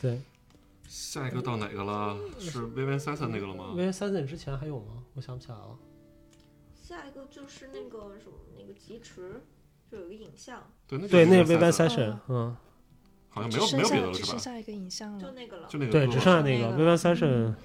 Speaker 1: 对
Speaker 3: 下一个到哪个了？是 Vivian s a s o n 那个了吗？
Speaker 1: ，V 三 n 之前还有吗？我想不起来了。
Speaker 2: 下一个就是那个什么那个疾驰，就有个影像，
Speaker 3: 对，那
Speaker 1: 对，那
Speaker 3: 个
Speaker 1: 个
Speaker 3: 是
Speaker 1: V 三
Speaker 3: Vincent
Speaker 1: 神，嗯，
Speaker 3: 好像没
Speaker 4: 只
Speaker 3: 有没
Speaker 4: 剩
Speaker 3: 有别的了
Speaker 4: 下只
Speaker 3: 是
Speaker 4: 剩
Speaker 3: 吧？
Speaker 4: 下一个影像了，
Speaker 2: 那个了
Speaker 3: 就那个
Speaker 1: 对，
Speaker 3: 歌
Speaker 1: 只剩下
Speaker 3: 吧
Speaker 1: 那个
Speaker 2: 那
Speaker 1: V 三 n
Speaker 3: Vivian s a s o n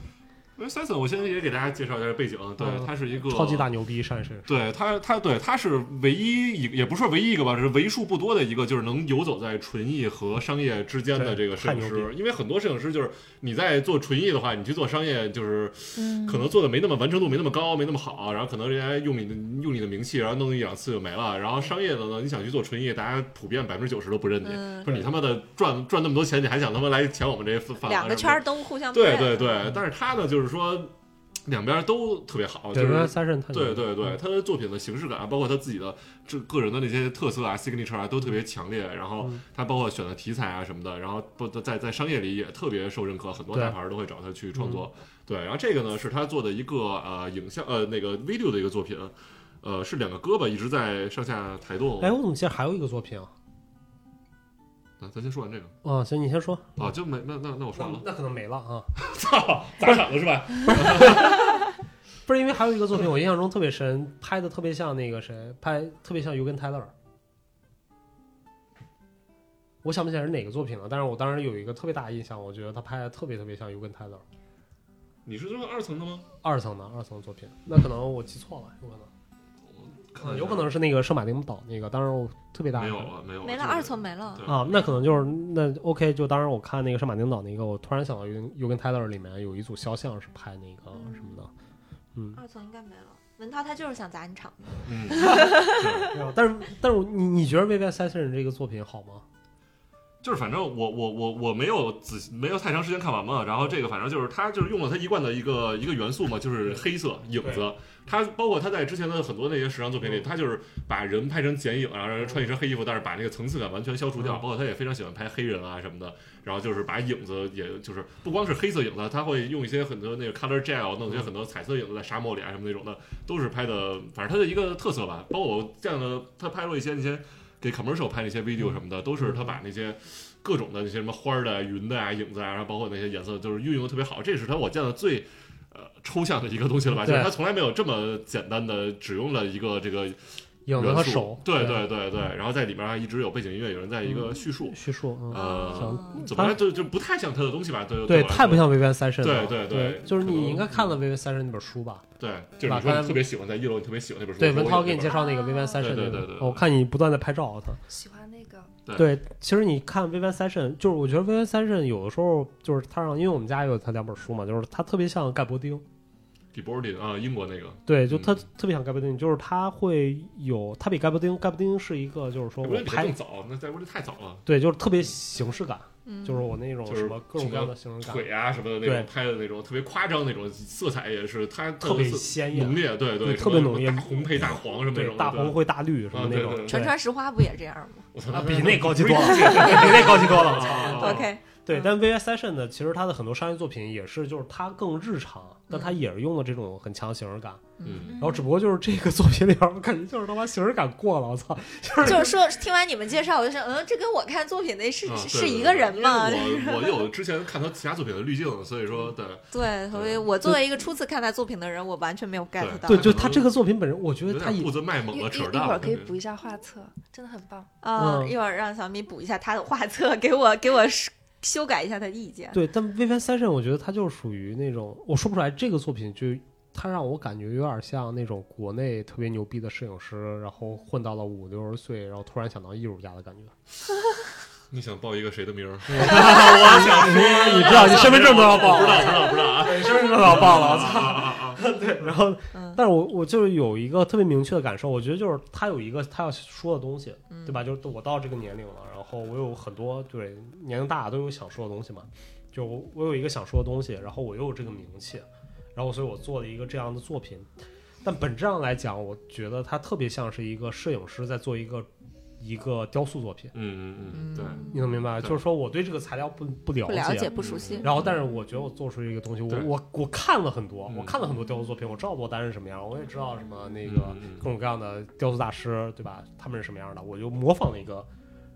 Speaker 3: 我现在也给大家介绍一下背景，对，
Speaker 1: 嗯
Speaker 3: 他是一个
Speaker 1: 超级大牛逼上身。
Speaker 3: 对他，他对他是唯一一，也不是唯一一个吧，是为数不多的一个，就是能游走在纯艺和商业之间的
Speaker 1: 对
Speaker 3: 这个摄影
Speaker 1: 太牛
Speaker 3: 师。因为很多摄影师就是你在做纯艺的话，你去做商业，就是
Speaker 4: 嗯，
Speaker 3: 可能做的没那么完成度没那么高，没那么好，然后可能人家用你的用你的名气，然后弄一两次就没了。然后商业的呢，你想去做纯艺，大家普遍百分之九十都不认你，
Speaker 2: 嗯
Speaker 3: 说你他妈的赚赚那么多钱，你还想他妈来抢我们这饭碗
Speaker 2: 两个
Speaker 3: 什么的
Speaker 2: 圈儿都互相不
Speaker 3: 对
Speaker 2: 认
Speaker 3: 对对，但是他呢，就是说两边都特别好，哦就
Speaker 1: 对
Speaker 3: 是
Speaker 1: V 三 n 太牛
Speaker 3: 对
Speaker 1: 逼
Speaker 3: 对对，，他嗯的作品的形式感啊，包括他自己的这个人的那些特色啊、signature 啊，都特别强烈。然后
Speaker 1: 嗯
Speaker 3: 他包括选的题材啊什么的，然后不在在商业里也特别受认可，很多
Speaker 1: 对
Speaker 3: 大牌儿都会找他去创作。对，然后这个呢是他做的一个呃影像呃那个 video 的一个作品，呃是两个胳膊一直在上下抬动。
Speaker 1: 哎，我怎么记得还有一个作品啊？
Speaker 3: 啊，咱先说完这个
Speaker 1: 啊，行，你先说。
Speaker 3: 啊，就没那那那我说完了，
Speaker 1: 那可能没了啊。
Speaker 3: 操，砸场子是吧？
Speaker 1: 不是因为还有一个作品，我印象中特别深，拍的特别像那个谁，拍特别像尤根泰勒尔。我想不起来是哪个作品了，但是我当时有一个特别大的印象，我觉得他拍的特别特别像尤根泰勒尔。
Speaker 3: 你是说二层的吗？
Speaker 1: 二层的二层的作品，那可能我记错了，有可能。
Speaker 3: 看一下
Speaker 1: 呃有可能是那个圣马丁堡那个，当时我特别大
Speaker 3: 没有了，没有啊
Speaker 2: 没了
Speaker 3: 这个
Speaker 2: 二层没了
Speaker 3: 对
Speaker 1: 啊，那可能就是那 OK，就当时我看那个圣马丁岛那个，我突然想到尤尤根泰勒里面有一组肖像是拍那个什么的，嗯，
Speaker 2: 二层应该没了。文涛他就是想砸你场子，
Speaker 3: 嗯，
Speaker 1: 没嗯有但是但是我你你觉得《Vivian s e s s i o n 这个作品好吗？
Speaker 3: 就是反正我我我我没有仔细没有太长时间看完嘛，然后这个反正就是他就是用了他一贯的一个一个元素嘛，就是黑色影子。他包括他在之前的很多那些时尚作品里，
Speaker 1: 嗯
Speaker 3: 他就是把人拍成剪影，啊然后让人穿一身黑衣服，但是把那个层次感完全消除掉。
Speaker 1: 嗯
Speaker 3: 包括他也非常喜欢拍黑人啊什么的，然后就是把影子，也就是不光是黑色影子，他会用一些很多那个 color gel 弄一些
Speaker 1: 嗯
Speaker 3: 很多彩色影子在沙漠里啊什么那种的，都是拍的，反正他的一个特色吧。包括我见了他拍过一些那些给 commercial 拍那些
Speaker 1: 嗯
Speaker 3: video 什么的，都是他把那些各种的那些什么花儿的、云的啊、影子啊，然后包括那些颜色，就是运用的特别好。这是他我见的最。呃，抽象的一个东西了吧？就是
Speaker 1: 对
Speaker 3: 他从来没有这么简单的，只用了一个这个
Speaker 1: 影子
Speaker 3: 元
Speaker 1: 和
Speaker 3: 素
Speaker 1: 手，嗯
Speaker 3: 对对对对，然后在里面还一直有背景音乐，有人在一个叙述，
Speaker 1: 叙述，嗯，
Speaker 3: 呃，
Speaker 1: 像
Speaker 3: 怎么说就就不太像他的东西吧？对
Speaker 1: 对，
Speaker 3: 我来说
Speaker 1: 太不像《Vivian s e s s i o n 了，
Speaker 3: 对对对
Speaker 1: 对，就是
Speaker 3: 可能
Speaker 1: 你应该看了《Vivian s e s s i o n 那本书吧？
Speaker 3: 对，就是
Speaker 1: 把
Speaker 3: 你说
Speaker 1: 它
Speaker 3: 你特别喜欢在一楼，你特别喜欢那本书。
Speaker 1: 对，
Speaker 3: 我说
Speaker 1: 文
Speaker 3: 我
Speaker 1: 涛
Speaker 3: 有
Speaker 1: 给你
Speaker 3: 那
Speaker 1: 介
Speaker 3: 本
Speaker 1: 绍那个《Vivian s e s s i o
Speaker 3: 对
Speaker 1: n 那
Speaker 3: 对对
Speaker 1: 个
Speaker 3: 对，对
Speaker 1: 我看你不断的拍照它。
Speaker 4: 喜欢那个，
Speaker 1: 对，其实你看《微班三圣》，就是我觉得《微班三圣》有的时候就是他让，因为我们家有他两本书嘛，就是他特别像盖博丁，
Speaker 3: d e b o r d i n 啊，英国那个，
Speaker 1: 对，就他
Speaker 3: 嗯
Speaker 1: 特别像盖博丁，就是他会有他比盖博丁，盖博丁是一个就是说
Speaker 3: 我
Speaker 1: 我
Speaker 3: 比他
Speaker 1: 拍
Speaker 3: 更早，那在我这太早了，
Speaker 1: 对，就是特别形式感，
Speaker 2: 嗯，
Speaker 1: 就是我那种
Speaker 3: 就是
Speaker 1: 什么各种各样的形式感，
Speaker 3: 腿啊什么的那
Speaker 1: 对
Speaker 3: 种拍的那种特别夸张那种，色彩也是它
Speaker 1: 特别
Speaker 3: 色
Speaker 1: 鲜
Speaker 3: 浓
Speaker 1: 艳，
Speaker 3: 烈，对
Speaker 1: 对
Speaker 3: 对，
Speaker 1: 特别浓烈
Speaker 3: 什么大红配大黄什么那
Speaker 1: 对，
Speaker 3: 种，
Speaker 1: 大红
Speaker 3: 对，
Speaker 1: 会大绿什么那种
Speaker 3: 啊对对，对
Speaker 2: 全川石花不也这样吗
Speaker 3: 我操
Speaker 1: 啊比那高级 多了， 比那高级多了。
Speaker 3: 啊啊
Speaker 2: ？OK，
Speaker 1: 对，
Speaker 2: 嗯
Speaker 1: 但 V S Session 呢，其实它的很多商业作品也是，就是它更日常，但它也是用了这种很强形式感。
Speaker 3: 嗯，
Speaker 1: 然后只不过就是这个作品里边儿，我感觉就是他妈形式感过了，我操！就是
Speaker 2: 就是说听完你们介绍，我就说，嗯，这跟我看作品的是
Speaker 3: 啊对
Speaker 2: 是
Speaker 3: 对
Speaker 2: 一
Speaker 3: 对
Speaker 2: 个人
Speaker 3: 因为
Speaker 2: 吗？
Speaker 3: 我我有之前看他其他作品的滤镜，所以说对，
Speaker 2: 对，所以我作为一个初次看他作品的人，我完全没有 get 到
Speaker 1: 对，就他这个作品本身，我觉
Speaker 3: 有
Speaker 1: 得他
Speaker 3: 点
Speaker 1: 也
Speaker 3: 步子卖
Speaker 4: 一
Speaker 3: 猛
Speaker 4: 一
Speaker 3: 了，扯
Speaker 4: 一
Speaker 3: 淡
Speaker 4: 会
Speaker 3: 了
Speaker 4: 儿
Speaker 3: 感
Speaker 4: 可以
Speaker 3: 觉。
Speaker 4: 补一下画册，真的很棒。
Speaker 2: 啊。
Speaker 1: 嗯
Speaker 2: 一会儿让小米补一下他的画册，给我 给我修改一下他的意见。
Speaker 1: 对。但《微 i Session》我觉得他就是属于那种，我说不出来这个作品就。他让我感觉有点像那种国内特别牛逼的摄影师，然后混到了五六十岁，然后突然想当艺术家的感觉。
Speaker 3: 你想报一个谁 的名儿？
Speaker 1: 你你知道你身份证都要报
Speaker 3: 不知，道不知道不知道啊！
Speaker 1: 身份证都要报了，我操！
Speaker 3: 啊啊啊！
Speaker 1: 对，然后
Speaker 2: 嗯，
Speaker 1: 但是我我就是有一个特别明确的感受，我觉得就是他有一个他要说的东西，
Speaker 2: 嗯
Speaker 1: 对吧？就是我到这个年龄了，然后我有很多对年龄大都有想说的东西嘛，就我我有一个想说的东西，然后我又有这个名气，然后所以我做了一个这样的作品，但本质上来讲，我觉得它特别像是一个摄影师在做一个一个雕塑作品，
Speaker 3: 嗯嗯嗯，对。
Speaker 1: 你能明白？
Speaker 3: 对
Speaker 1: 就是说我对这个材料不不了
Speaker 2: 不了解，不熟
Speaker 3: 嗯
Speaker 2: 悉。
Speaker 1: 然后，但是我觉得我做出一个东西，我
Speaker 3: 对
Speaker 1: 我我看了很多，
Speaker 3: 嗯
Speaker 1: 我看了很多雕塑作品，我知道罗丹是什么样，我也知道什么那
Speaker 3: 嗯
Speaker 1: 个
Speaker 3: 嗯
Speaker 1: 各种各样的雕塑大师，对吧？他们是什么样的，我就模仿了一个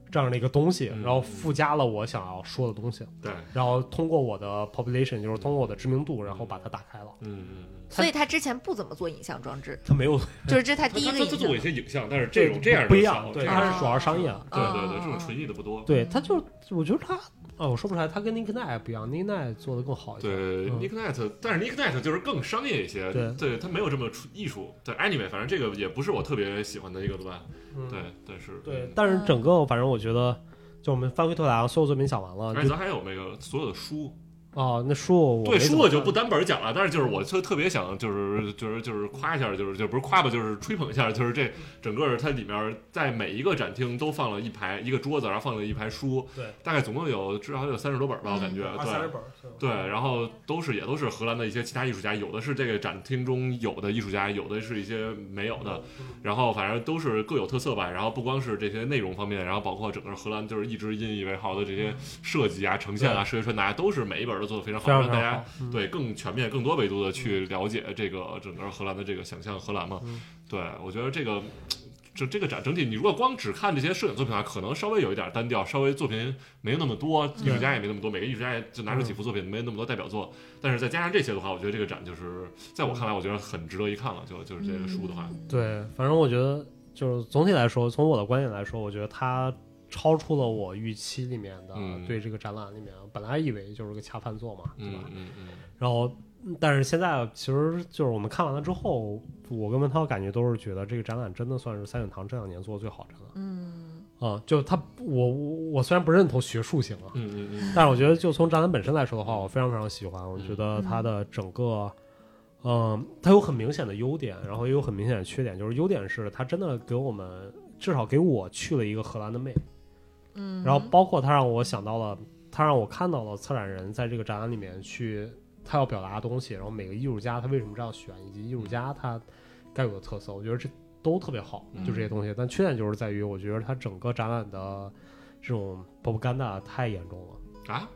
Speaker 1: 这样的一个东西，
Speaker 3: 嗯
Speaker 1: 然后附加了我想要说的东西，
Speaker 3: 对，
Speaker 1: 然后通过我的 population，就是通过我的知名度，然后把它打开了。
Speaker 3: 嗯嗯嗯。
Speaker 2: 所以他之前不怎么做影像装置，
Speaker 1: 他没 有
Speaker 2: 就是这是他
Speaker 3: 他
Speaker 2: 第一个
Speaker 3: 他他
Speaker 2: 影啊
Speaker 3: 做过
Speaker 2: 像
Speaker 3: 一。些影像，但是这种这
Speaker 1: 对
Speaker 3: 样的
Speaker 1: 不一
Speaker 3: 小
Speaker 1: 样，对，
Speaker 3: 这
Speaker 1: 它
Speaker 3: 样嗯
Speaker 1: 是主要商业。
Speaker 3: 对对
Speaker 2: 哦
Speaker 3: 对，
Speaker 2: 哦
Speaker 3: 这种纯艺的不多。
Speaker 1: 对，他就是，我觉得他，哦，我说不出来，他跟 Nick Knight 不一样，Nick Knight 做的更好一些。
Speaker 3: 对
Speaker 1: 嗯
Speaker 3: Nick Knight，但是 Nick Knight 就是更商业一些，
Speaker 1: 对
Speaker 3: 对，他没有这么出艺术。对，anyway，反正这个也不是我特别喜欢的一个吧。
Speaker 1: 嗯
Speaker 3: 对，但是嗯
Speaker 1: 对，，但是整个反正我觉得，就我们翻回头来啊，所有作品讲完了，
Speaker 3: 而
Speaker 1: 就
Speaker 3: 且咱还有那个所有的书，
Speaker 1: 哦，那书我
Speaker 3: 对书我就不
Speaker 1: 打，
Speaker 3: 单本讲了，但是就是我就特别想就是就是就是夸一下，就是就不是夸吧，就是吹捧一下，就是
Speaker 1: 嗯
Speaker 3: 这整个它里面在每一个展厅都放了一排一个桌子，然后放了一排书，
Speaker 1: 对，嗯啊
Speaker 3: 大概总共有至少有三十多本吧，我感觉，对。
Speaker 1: 本，
Speaker 3: 对，然后都是也都是荷兰的一些其他艺术家，有的是这个展厅中有的艺术家，有的是一些没有的，
Speaker 1: 嗯
Speaker 3: 然后反正都是各有特色吧。然后不光是这些内容方面，然后包括整个荷兰就是一直引以为豪的这些设计啊、呈现啊、视觉传达，都是每一本都做得非常好，
Speaker 1: 非常
Speaker 3: 让大家
Speaker 1: 好，嗯，
Speaker 3: 对更全面、更多维度的去了解这个整个荷兰的这个想象荷兰嘛。
Speaker 1: 嗯
Speaker 3: 对我觉得这个这这个展整体，你如果光只看这些摄影作品的话，可能稍微有一点单调，稍微作品没那么多，艺术家也没那么多，每个艺术家也就拿出几幅作品，没那么多代表作。但是再加上这些的话，我觉得这个展就是在我看来，我觉得很值得一看了。就就是这个书的话，
Speaker 1: 对，反正我觉得就是总体来说，从我的观点来说，我觉得它超出了我预期里面的
Speaker 3: 嗯
Speaker 1: 对这个展览里面，本来以为就是个恰饭作嘛，对吧
Speaker 3: 嗯？嗯嗯，
Speaker 1: 然后但是现在其实就是我们看完了之后，我跟文涛感觉都是觉得这个展览真的算是三影堂这两年做的最好的展览。
Speaker 2: 嗯，
Speaker 1: 啊、就他，我我我虽然不认同学术性啊，
Speaker 3: 嗯嗯 嗯，
Speaker 1: 但是我觉得就从展览本身来说的话，我非常非常喜欢。我觉得它的整个，嗯、它有很明显的优点，然后也有很明显的缺点。就是优点是它真的给我们，至少给我去了一个荷兰的妹。嗯，然后包括它让我想到了，它让我看到了策展人在这个展览里面去他要表达的东西，然后每个艺术家他为什么这样选，以及艺术家他该有的特色，我觉得这都特别好，
Speaker 3: 嗯
Speaker 1: 就这些东西。但缺点就是在于，我觉得它整个展览的这种 propaganda 太严重了。
Speaker 3: 啊，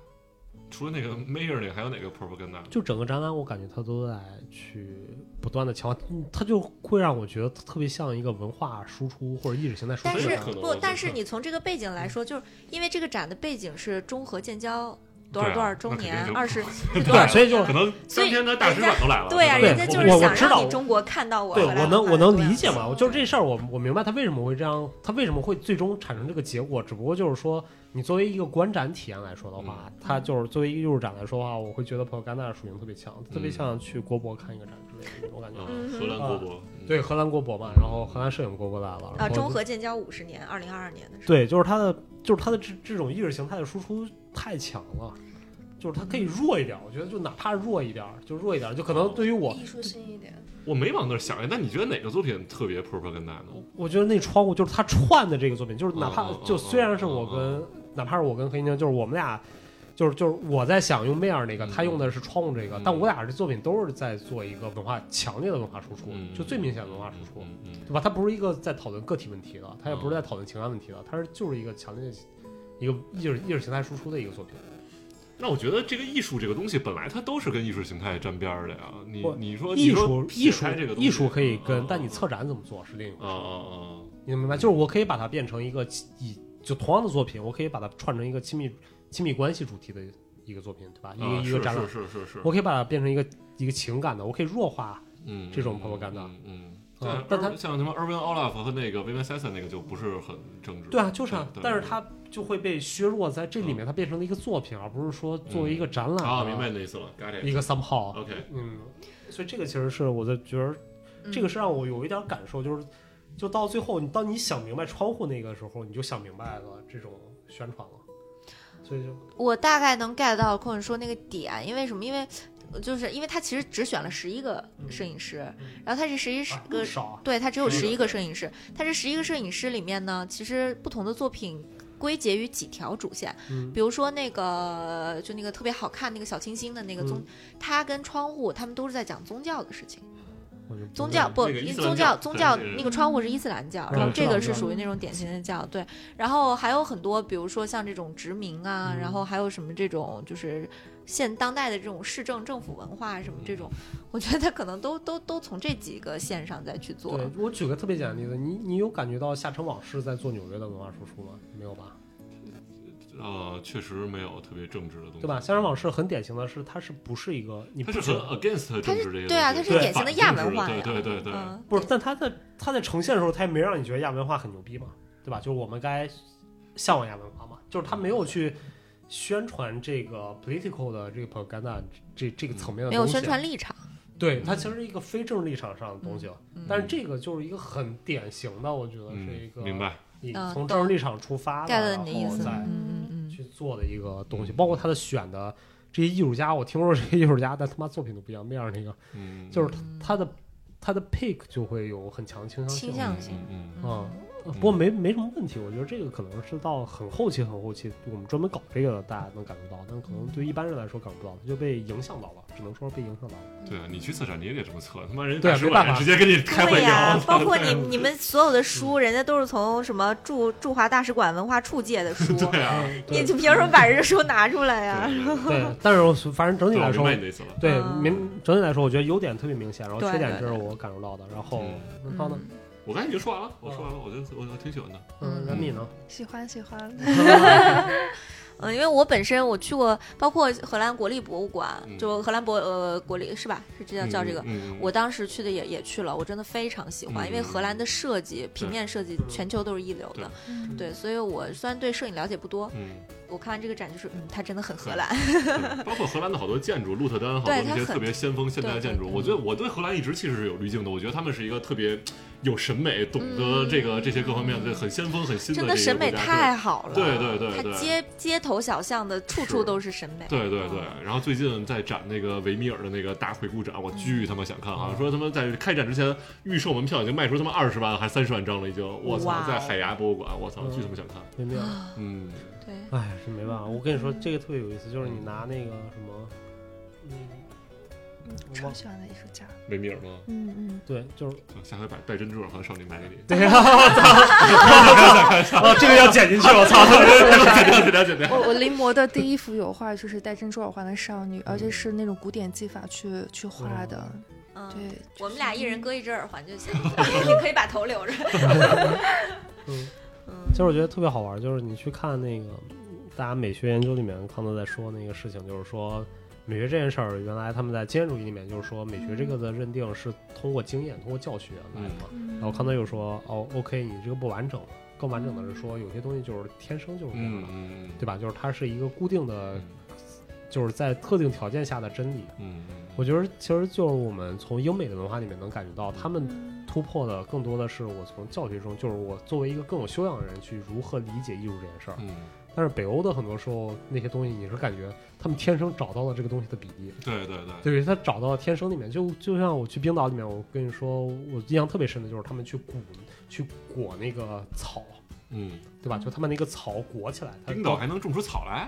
Speaker 3: 除了那个 Mayor 那个，还有哪个 propaganda？
Speaker 1: 就整个展览，我感觉它都在去不断的强化，嗯它就会让我觉得特别像一个文化输出或者意识形态输出
Speaker 2: 但
Speaker 1: 的
Speaker 2: 是
Speaker 1: 展
Speaker 3: 可
Speaker 1: 览。
Speaker 3: 能
Speaker 2: 不
Speaker 3: 我，觉
Speaker 2: 但
Speaker 3: 得
Speaker 2: 是你从这个背景来说，就是因为这个展的背景是中荷建交多少
Speaker 3: 对啊
Speaker 2: 多少周年
Speaker 3: 那肯定，就
Speaker 2: 二 十
Speaker 3: 对
Speaker 2: 多少
Speaker 1: 所以
Speaker 2: 周
Speaker 1: 就
Speaker 2: 年
Speaker 3: 可
Speaker 2: 了
Speaker 3: 能
Speaker 2: 所
Speaker 3: 当
Speaker 2: 以
Speaker 3: 天的大
Speaker 2: 人
Speaker 3: 使
Speaker 2: 家
Speaker 3: 馆都来了。
Speaker 2: 对呀、
Speaker 1: 啊对
Speaker 2: 人家就是
Speaker 1: 我我
Speaker 2: 想
Speaker 1: 知道
Speaker 2: 让你中国看到我
Speaker 1: 对
Speaker 2: 荷兰
Speaker 1: 我能
Speaker 2: 文
Speaker 1: 我
Speaker 2: 化
Speaker 1: 能
Speaker 2: 对啊
Speaker 1: 理解嘛？我就是这事儿，我我明白他为什么会这样，他为什么会最终产生这个结果。只不过就是说，你作为一个观展体验来说的话，它就是作为一个艺术展来说的话，我会觉得 propaganda 属性特别强，特别
Speaker 3: 嗯
Speaker 1: 像去国博看一个展之类的那种感觉。
Speaker 3: 嗯，荷兰国博，嗯
Speaker 1: 对，，荷兰国博嘛，然后荷兰摄影国博来了，然
Speaker 2: 啊，
Speaker 1: 后
Speaker 2: 中荷建交五十年，二零二二年的时候，
Speaker 1: 对，就是它的，就是它的这这种意识形态的输出太强了，就是它可以弱一点儿，我觉得就哪怕弱一点儿，就弱一点儿，就可能对于
Speaker 3: 哦
Speaker 1: 我，
Speaker 3: 嗯
Speaker 4: 艺术性一点，
Speaker 3: 我没往那儿想。哎，那你觉得哪个作品特别 propaganda 呢？
Speaker 1: 我觉得那窗户就是他串的这个作品，就是哪怕
Speaker 3: 嗯嗯嗯
Speaker 1: 就虽然是我
Speaker 3: 嗯
Speaker 1: 跟，哪怕是我跟黑妞，就是我们俩。就是就是我在想用妹儿那个，他
Speaker 3: 嗯
Speaker 1: 用的是窗户这个，但我俩这作品都是在做一个文化强烈的文化输出，
Speaker 3: 嗯，
Speaker 1: 就最明显的文化输出，
Speaker 3: 嗯嗯
Speaker 1: 对吧？它不是一个在讨论个体问题的，它也不是在讨论情感问题的，它是就是一个强烈的一个意识意识形态输出的一个作品。
Speaker 3: 那我觉得这个艺术这个东西本来它都是跟艺术形态沾边儿的呀。你
Speaker 1: 不
Speaker 3: 你说
Speaker 1: 艺术艺
Speaker 3: 你
Speaker 1: 术
Speaker 3: 说撇开这个东西
Speaker 1: 艺术可以跟
Speaker 3: 嗯，
Speaker 1: 但你策展怎么做是另一回
Speaker 3: 嗯
Speaker 1: 事。
Speaker 3: 嗯
Speaker 1: 你明白？就是我可以把它变成一个以就同样的作品，我可以把它串成一个亲密亲密关系主题的一个作品，对吧？一
Speaker 3: 嗯，
Speaker 1: 个、
Speaker 3: 啊
Speaker 1: 一个展览，
Speaker 3: 是是是是，
Speaker 1: 我可以把它变成一个一个情感的，我可以弱化。
Speaker 3: 嗯
Speaker 1: 这种
Speaker 3: 嗯
Speaker 1: propaganda
Speaker 3: 嗯嗯。
Speaker 1: 啊
Speaker 3: 但
Speaker 1: 但它
Speaker 3: 像什么 Erwin Olaf 和那个 Vivian Sasson 那个就不是很政治，
Speaker 1: 对啊，就是啊，
Speaker 3: 对
Speaker 1: 但是
Speaker 3: 对
Speaker 1: 它就会被削弱在这里面，它变成了一个作品，而不是说作为一个展览
Speaker 3: 啊，
Speaker 1: 的
Speaker 3: 明白你的意思了，got
Speaker 1: 一
Speaker 3: it。
Speaker 1: 个 somehow。
Speaker 3: OK，
Speaker 1: 嗯，所以这个其实是我的觉得，
Speaker 2: 嗯
Speaker 1: 这个是让我有一点感受，就是就到最后，你当你想明白窗户那个时候，你就想明白了这种宣传了，所以就
Speaker 2: 我大概能 get 到寇恩说那个点，因为什么？因为就是因为他其实只选了十一个摄影师，
Speaker 1: 嗯
Speaker 2: 然后他这十一
Speaker 1: 啊那
Speaker 2: 个
Speaker 1: 么少啊，
Speaker 2: 对，它只有
Speaker 3: 是
Speaker 2: 十
Speaker 3: 的
Speaker 2: 一个摄影师。它这十一个摄影师里面呢，其实不同的作品归结于几条主线。
Speaker 1: 嗯
Speaker 2: 比如说那个，就那个特别好看那个小清新的那个
Speaker 1: 嗯
Speaker 2: 宗，他跟窗户他们都是在讲宗教的事情。
Speaker 1: 我就
Speaker 2: 宗教不，
Speaker 3: 那个伊斯兰
Speaker 2: 宗
Speaker 3: 教
Speaker 2: 宗教
Speaker 3: 对
Speaker 2: 那个窗户是伊斯兰教，
Speaker 1: 嗯
Speaker 2: 然后
Speaker 1: 知道
Speaker 2: 这个
Speaker 1: 知
Speaker 2: 是
Speaker 1: 道
Speaker 2: 属于那种典型的教，对。然后还有很多，比如说像这种殖民啊，
Speaker 1: 嗯
Speaker 2: 然后还有什么这种就是现当代的这种市政政府文化啊什么这种，我觉得可能都都都从这几个线上再去做。
Speaker 1: 对我举个特别简单的例子，你你有感觉到下城往事在做纽约的文化输出吗？没有吧，
Speaker 3: 呃，确实没有特别政治的东西，
Speaker 1: 对吧？下城往事很典型的是，它是不是一个你
Speaker 3: 它
Speaker 1: 不
Speaker 3: 是
Speaker 1: 觉
Speaker 3: 很
Speaker 1: 得
Speaker 3: against 政治这个东西，
Speaker 2: 对啊，它是
Speaker 1: 对
Speaker 2: 典型的亚文化
Speaker 3: 对
Speaker 2: 呀。
Speaker 3: 对对对，
Speaker 2: 嗯，
Speaker 1: 不是？但它在它在呈现的时候，它也没让你觉得亚文化很牛逼嘛，对吧？就是我们该向往亚文化嘛，就是它没有去宣传这个 political 的这个 propaganda 这
Speaker 3: 嗯
Speaker 1: 这个层面的
Speaker 2: 没有
Speaker 1: 东西
Speaker 2: 宣，传立场。
Speaker 1: 对它其实是一个非政治立场上的东西了。
Speaker 2: 嗯
Speaker 1: 但是这个就是一个很典型的，我觉得是一
Speaker 3: 嗯，
Speaker 1: 个
Speaker 3: 明白。
Speaker 1: 你
Speaker 2: 嗯
Speaker 1: 从政治立场出发的，
Speaker 2: get 到
Speaker 1: 然
Speaker 2: 你的意
Speaker 1: 后
Speaker 2: 思
Speaker 1: 再
Speaker 2: 嗯
Speaker 4: 嗯嗯
Speaker 1: 去做的一个东西，包括他的选的这些艺术家，我听说这些艺术家，但他妈作品都不一样。面儿那个
Speaker 3: 嗯，
Speaker 1: 就是他他的他的 pick 就会有很强倾向性
Speaker 2: 倾向性
Speaker 3: 嗯嗯
Speaker 1: 啊、
Speaker 3: 嗯
Speaker 1: 呃不过没没什么问题，我觉得这个可能是到很后期很后期，我们专门搞这个的大家能感受到，但可能对一般人来说感受不到，就被影响到了，只能说被影响到了。
Speaker 3: 对啊，你去策展你也得这么策，他妈人
Speaker 1: 对
Speaker 3: 家
Speaker 1: 啊
Speaker 3: 大使
Speaker 1: 没办
Speaker 3: 馆
Speaker 1: 法
Speaker 3: 直接跟你开会
Speaker 2: 对呀、
Speaker 3: 聊，
Speaker 2: 包括 你你们所有的书，
Speaker 1: 嗯
Speaker 2: 人家都是从什么驻驻华大使馆文化处借的书，
Speaker 3: 对啊，
Speaker 2: 你就凭什么把人家书拿出来呀、
Speaker 3: 对 对对
Speaker 1: 哎嗯对，但是我反正整体
Speaker 3: 对我
Speaker 1: 来
Speaker 3: 明
Speaker 1: 说
Speaker 3: 白，你的意思了。
Speaker 1: 对
Speaker 2: 嗯
Speaker 1: 明整体来说，我觉得优点特别明显，然后
Speaker 2: 对
Speaker 1: 缺点
Speaker 2: 对
Speaker 1: 这是
Speaker 2: 对
Speaker 1: 我感受到的。然后
Speaker 3: 嗯
Speaker 1: 文涛呢？
Speaker 3: 我刚才已经说完了，我说完了，我觉得我我挺喜欢的。
Speaker 1: 嗯，冉米呢？
Speaker 4: 喜欢喜欢，
Speaker 2: 嗯，因为我本身我去过，包括荷兰国立博物馆，
Speaker 3: 嗯
Speaker 2: 就荷兰博呃国立是吧？是这叫叫这个。
Speaker 3: 嗯，嗯
Speaker 2: 我当时去的也也去了，我真的非常喜欢，
Speaker 3: 嗯
Speaker 2: 因为荷兰的设计、平面设计
Speaker 1: 嗯
Speaker 4: 嗯
Speaker 2: 全球都是一流的，对，所以我虽然对摄影了解不多，
Speaker 3: 嗯
Speaker 2: 我看完这个展就是，嗯，它真的很荷兰。
Speaker 3: 对包括荷兰的好多建筑，鹿特丹好多
Speaker 2: 对
Speaker 3: 那些
Speaker 2: 它很
Speaker 3: 特别先锋现代
Speaker 2: 对
Speaker 3: 建筑，
Speaker 2: 对
Speaker 3: 我觉得我对荷兰一直其实是有滤镜的，我觉得他们是一个特别有审美，懂得这个这些各方面的很先锋、很新
Speaker 2: 嗯真
Speaker 3: 的
Speaker 2: 的
Speaker 3: 这
Speaker 2: 审
Speaker 3: 个国
Speaker 2: 美
Speaker 3: 家
Speaker 2: 太好了，
Speaker 3: 对对对对
Speaker 2: 它街街头小巷的处处
Speaker 3: 是
Speaker 2: 都是审美，
Speaker 3: 对对对，
Speaker 1: 嗯
Speaker 3: 然后最近在展那个维米尔的那个大回顾展，我巨他妈想看，
Speaker 1: 嗯
Speaker 3: 好像说他们在开展之前预售门票已经卖出他妈二十万还三十万张了，已经，我
Speaker 2: 哇
Speaker 3: 操，
Speaker 2: 哦
Speaker 3: 在海牙博物馆，我操，
Speaker 1: 嗯
Speaker 3: 巨他妈想看，
Speaker 1: 没妙。
Speaker 3: 嗯，
Speaker 2: 啊对
Speaker 1: 哎，真没办法。我跟你说，
Speaker 2: 嗯
Speaker 1: 这个特别有意思，就是你拿那个什么，嗯，我
Speaker 4: 超
Speaker 1: 忘
Speaker 4: 喜欢的艺术家。
Speaker 3: 维米尔吗？啊
Speaker 4: 嗯嗯，
Speaker 1: 对，就是
Speaker 3: 下回把戴珍珠耳环少女买给你，
Speaker 1: 对呀，我操，哦，这个要剪进去，我操，
Speaker 3: 了解了解了 解，
Speaker 4: 我我临摹的第一幅油画就是戴珍珠耳环的少女，
Speaker 1: 嗯
Speaker 4: 而且是那种古典技法去去画的。
Speaker 2: 嗯，
Speaker 4: 对，
Speaker 2: 我们俩一人割一只耳环就 行，你可以把头留着。
Speaker 1: 嗯
Speaker 2: 嗯，
Speaker 1: 其实我觉得特别好玩，就是你去看那个大家美学研究里面，康德在说那个事情，就是说美学这件事儿，原来他们在经验主义里面就是说美学这个的认定是通过经验、通过教学来的嘛。然后康德又说，哦，OK，你这个不完整，更完整的是说有些东西就是天生就是这样
Speaker 3: 嗯
Speaker 1: 的，
Speaker 3: 嗯
Speaker 1: 对吧？呃就是它是一个固定的
Speaker 3: 嗯，
Speaker 1: 就是在特定条件下的真理。
Speaker 3: 嗯
Speaker 1: 我觉得其实就是我们从英美的文化里面能感觉到，他们突破的更多的是我从教学中，就是我作为一个更有修养的人去如何理解艺术这件事儿。
Speaker 3: 嗯，
Speaker 1: 但是北欧的很多时候那些东西，你是感觉他们天生找到了这个东西的比例，
Speaker 3: 对对对，
Speaker 1: 对于他找到了天生里面，就就像我去冰岛里面，我跟你说，我印象特别深的就是他们去鼓去裹那个草，
Speaker 3: 嗯，
Speaker 1: 对吧？就他们那个草裹起来，它
Speaker 3: 冰岛还能种出草来，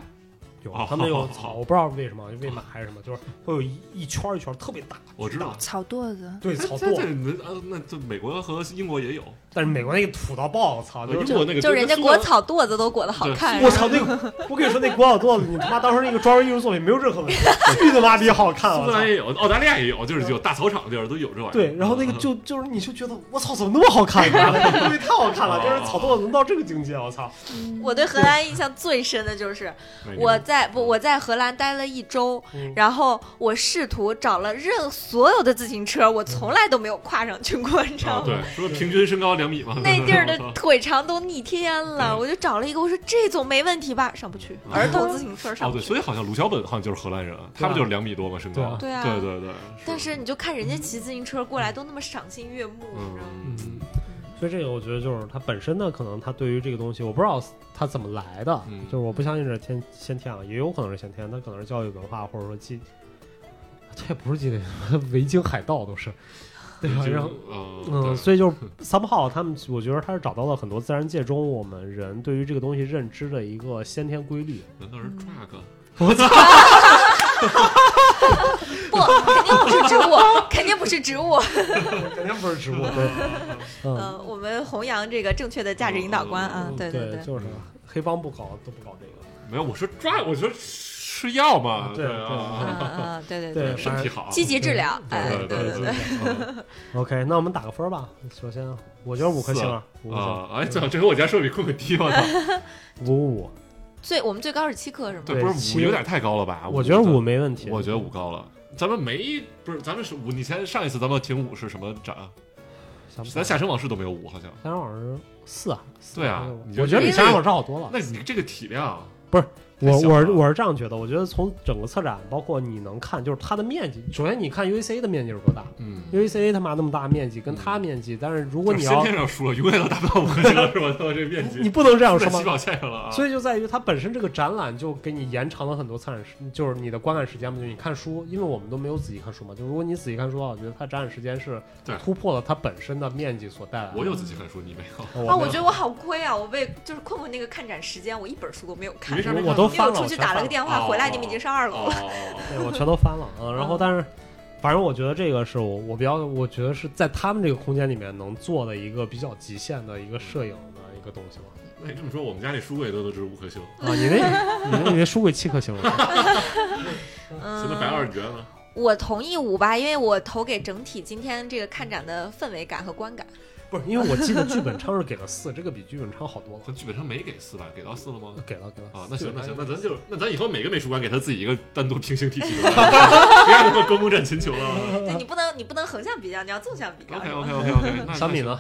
Speaker 1: 有
Speaker 3: 哦
Speaker 1: 他们 有草，我不知道为什么，喂马还是什么，就是会有一一圈儿一圈儿特别大，
Speaker 3: 我知道
Speaker 1: 巨大，
Speaker 4: 草垛子，
Speaker 1: 对
Speaker 3: 这
Speaker 1: 草
Speaker 3: 这这
Speaker 1: 垛，
Speaker 3: 能呃，那这美国和英国也有，呃
Speaker 1: 但是美国那个土到爆，我操，啊就是
Speaker 3: 英国那个
Speaker 2: 就是人家
Speaker 3: 跟苏
Speaker 2: 裹
Speaker 3: 格
Speaker 2: 草垛子都裹得好看，啊
Speaker 1: 我操，那个我跟你说，那古老垛子，你他妈当时那个装饰艺术作品没有任何问题， 巨他妈逼好看，
Speaker 3: 苏
Speaker 1: 我
Speaker 3: 格
Speaker 1: 操！
Speaker 3: 兰也有，澳大利亚也有，就是有大草场地儿都有这玩意儿。
Speaker 1: 对，然后那个就就是你就觉得我操，怎么那么好看？妈的这东西太好看了，就是草垛能到这个境界，我操！
Speaker 2: 我对荷兰印象最深的就是
Speaker 3: 美国
Speaker 2: 我在不我在荷兰待了一周，
Speaker 1: 嗯
Speaker 2: 然后我试图找了任所有的自行车，我从来都没有跨上去过，你知
Speaker 3: 嗯啊
Speaker 2: 道，吗？
Speaker 3: 对，说平均身高两米嘛，
Speaker 2: 那地儿的
Speaker 3: 我操
Speaker 2: 腿长都逆天了，我就找了一个，我说这总没问题吧？上不去，儿童自行车上
Speaker 3: 哦
Speaker 2: 不
Speaker 3: 对，
Speaker 2: 去。
Speaker 3: 所以好像卢小本好像就是荷兰人，啊他们就是两米多嘛身高，
Speaker 2: 对啊
Speaker 3: 对对对。
Speaker 2: 但是你就看人家骑自行车过来都那么赏心悦目，你知道吗？
Speaker 3: 嗯，
Speaker 1: 所以这个我觉得就是它本身呢，可能它对于这个东西，我不知道它怎么来的，
Speaker 3: 嗯
Speaker 1: 就是我不相信这是天先天啊，也有可能是先天，它可能是教育文化或者说积， 它也不是积累， 维京海盗都是，对吧？
Speaker 3: 就
Speaker 1: 然后。
Speaker 3: 呃
Speaker 1: 嗯，
Speaker 3: 对
Speaker 1: 所以就是 somehow 他们，我觉得他是找到了很多自然界中我们人对于这个东西认知的一个先天规律。
Speaker 3: 难道是 drug？嗯
Speaker 2: 不，肯定不是植物，肯定不是植物。
Speaker 1: 肯定不是植物，对， 嗯，
Speaker 2: 呃，我们弘扬这个正确的价值引导观啊
Speaker 3: 嗯，
Speaker 2: 对
Speaker 1: 对
Speaker 2: 对，
Speaker 1: 就是黑帮不搞都不搞这个。
Speaker 3: 没有，我说 drug，我说吃药嘛，
Speaker 1: 对
Speaker 2: 嗯
Speaker 3: 啊，
Speaker 2: 嗯，嗯对对
Speaker 1: 对嗯
Speaker 2: 对，
Speaker 3: 身体好，
Speaker 2: 积极治疗，哎，
Speaker 3: 对
Speaker 2: 对
Speaker 3: 对
Speaker 2: 对，
Speaker 3: 对。
Speaker 1: OK，那我们打个分儿吧。首先，我觉得五颗星啊，五颗星，
Speaker 3: 啊，哎，这这和我家设比困 困低，我操，
Speaker 1: 五五五，
Speaker 2: 最我们最高是七颗是吗？
Speaker 3: 对，不是五有点太高了吧？
Speaker 1: 我觉得五没问题。
Speaker 3: 我觉得啊五高了。咱们没不是，咱们是五。你前上一次咱们停五是什么展啊？
Speaker 1: 想不起来
Speaker 3: 咱夏城往事都没有五，好像。
Speaker 1: 夏天往是四啊，四
Speaker 3: 对啊你
Speaker 1: 我
Speaker 3: 觉
Speaker 1: 觉得
Speaker 3: 得
Speaker 1: 比
Speaker 3: 这
Speaker 1: 夏天
Speaker 3: 个
Speaker 1: 往事好多了。
Speaker 3: 那你这个体量，
Speaker 1: 我
Speaker 3: 太小
Speaker 1: 我
Speaker 3: 了
Speaker 1: 是我是这样觉得，我觉得从整个策展，包括你能看，就是它的面积，首先你看 UACA 的面积有多大
Speaker 3: 嗯，
Speaker 1: ，UACA 他妈那么大面积，跟它面积，但是如果
Speaker 3: 就是
Speaker 1: 你
Speaker 3: 先
Speaker 1: 要
Speaker 3: 天上输了，永远都达不到五颗星了，是吧？到这面积，
Speaker 1: 你不能这样
Speaker 3: 在
Speaker 1: 说
Speaker 3: 起
Speaker 1: 吗？
Speaker 3: 跑线上了啊。
Speaker 1: 所以就在于它本身这个展览就给你延长了很多参展时，就是你的观看时间嘛，就是你看书，因为我们都没有仔细看书嘛，就如果你仔细看书的话，我觉得它展览时间是
Speaker 3: 对
Speaker 1: 突破了它本身的面积所带来的。
Speaker 3: 我有仔细看书，你没有？
Speaker 1: 哦
Speaker 2: 啊，
Speaker 1: 没
Speaker 2: 我
Speaker 1: 有
Speaker 2: 觉得我好亏啊！我被就是困困那个看展时间，我一本书都没有看，
Speaker 3: 没
Speaker 2: 因
Speaker 3: 事没事
Speaker 1: 我都
Speaker 2: 为
Speaker 1: 翻
Speaker 2: 我
Speaker 1: 了，
Speaker 2: 出
Speaker 1: 我
Speaker 2: 去
Speaker 1: 全
Speaker 2: 打了
Speaker 1: 翻
Speaker 2: 个
Speaker 1: 了
Speaker 2: 电话，
Speaker 3: 哦
Speaker 2: 回来你们已经上二楼
Speaker 3: 哦
Speaker 2: 了。
Speaker 3: 哦
Speaker 1: 对，我全都翻了啊。
Speaker 2: 嗯
Speaker 1: 然后，但是，反正我觉得这个是我我比较，我觉得是在他们这个空间里面能做的一个比较极限的一个摄影的一个东西了。
Speaker 3: 哦，那你这么说，我们家那书柜都都值五颗星，
Speaker 1: 啊，你那，你那你那书柜七颗星了，
Speaker 3: 现在
Speaker 2: 嗯，
Speaker 3: 百二你觉得呢？
Speaker 2: 我同意五吧，因为我投给整体今天这个看展的氛围感和观感。
Speaker 1: 不是？因为我记得剧本昌是给了四，这个比剧本昌好多了
Speaker 3: 咱。剧本上没给四吧？给到四了吗？
Speaker 1: 给了给了
Speaker 3: 啊，那行
Speaker 1: 对
Speaker 3: 那行，那咱就那咱以后每个美术馆给他自己一个单独平行体系，别让 他们关公战秦琼了。
Speaker 2: 对你不能你不能横向比较，你要纵向比较。
Speaker 3: OK
Speaker 2: 是吧
Speaker 3: OK OK OK，
Speaker 1: 小米呢？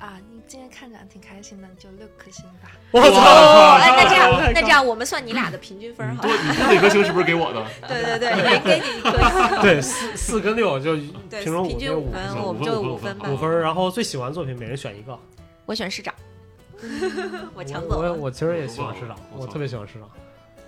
Speaker 4: 啊，你今天看展挺开心的，你就六颗星吧。
Speaker 1: 我
Speaker 2: 哦，哎，
Speaker 1: 操！
Speaker 2: 那这样，那这样，我们算你俩的平均分儿好
Speaker 3: 多
Speaker 2: 了。
Speaker 3: 你多哪颗星是不是给我的？
Speaker 2: 对对对，每给你一颗，
Speaker 1: 对，四四跟六就
Speaker 2: 对，
Speaker 1: 成
Speaker 2: 平
Speaker 1: 我
Speaker 2: 均
Speaker 1: 就
Speaker 2: 五
Speaker 1: 五
Speaker 2: 分，哦
Speaker 1: 分
Speaker 2: 我们就五分吧
Speaker 1: 五。分儿，然后最喜欢的作品每人选一个。
Speaker 2: 我选市长，我
Speaker 1: 我
Speaker 2: 抢走
Speaker 1: 我
Speaker 2: 了。
Speaker 1: 我其实也喜欢市长，
Speaker 3: 我
Speaker 1: 我
Speaker 3: 操
Speaker 1: 特别喜欢市长。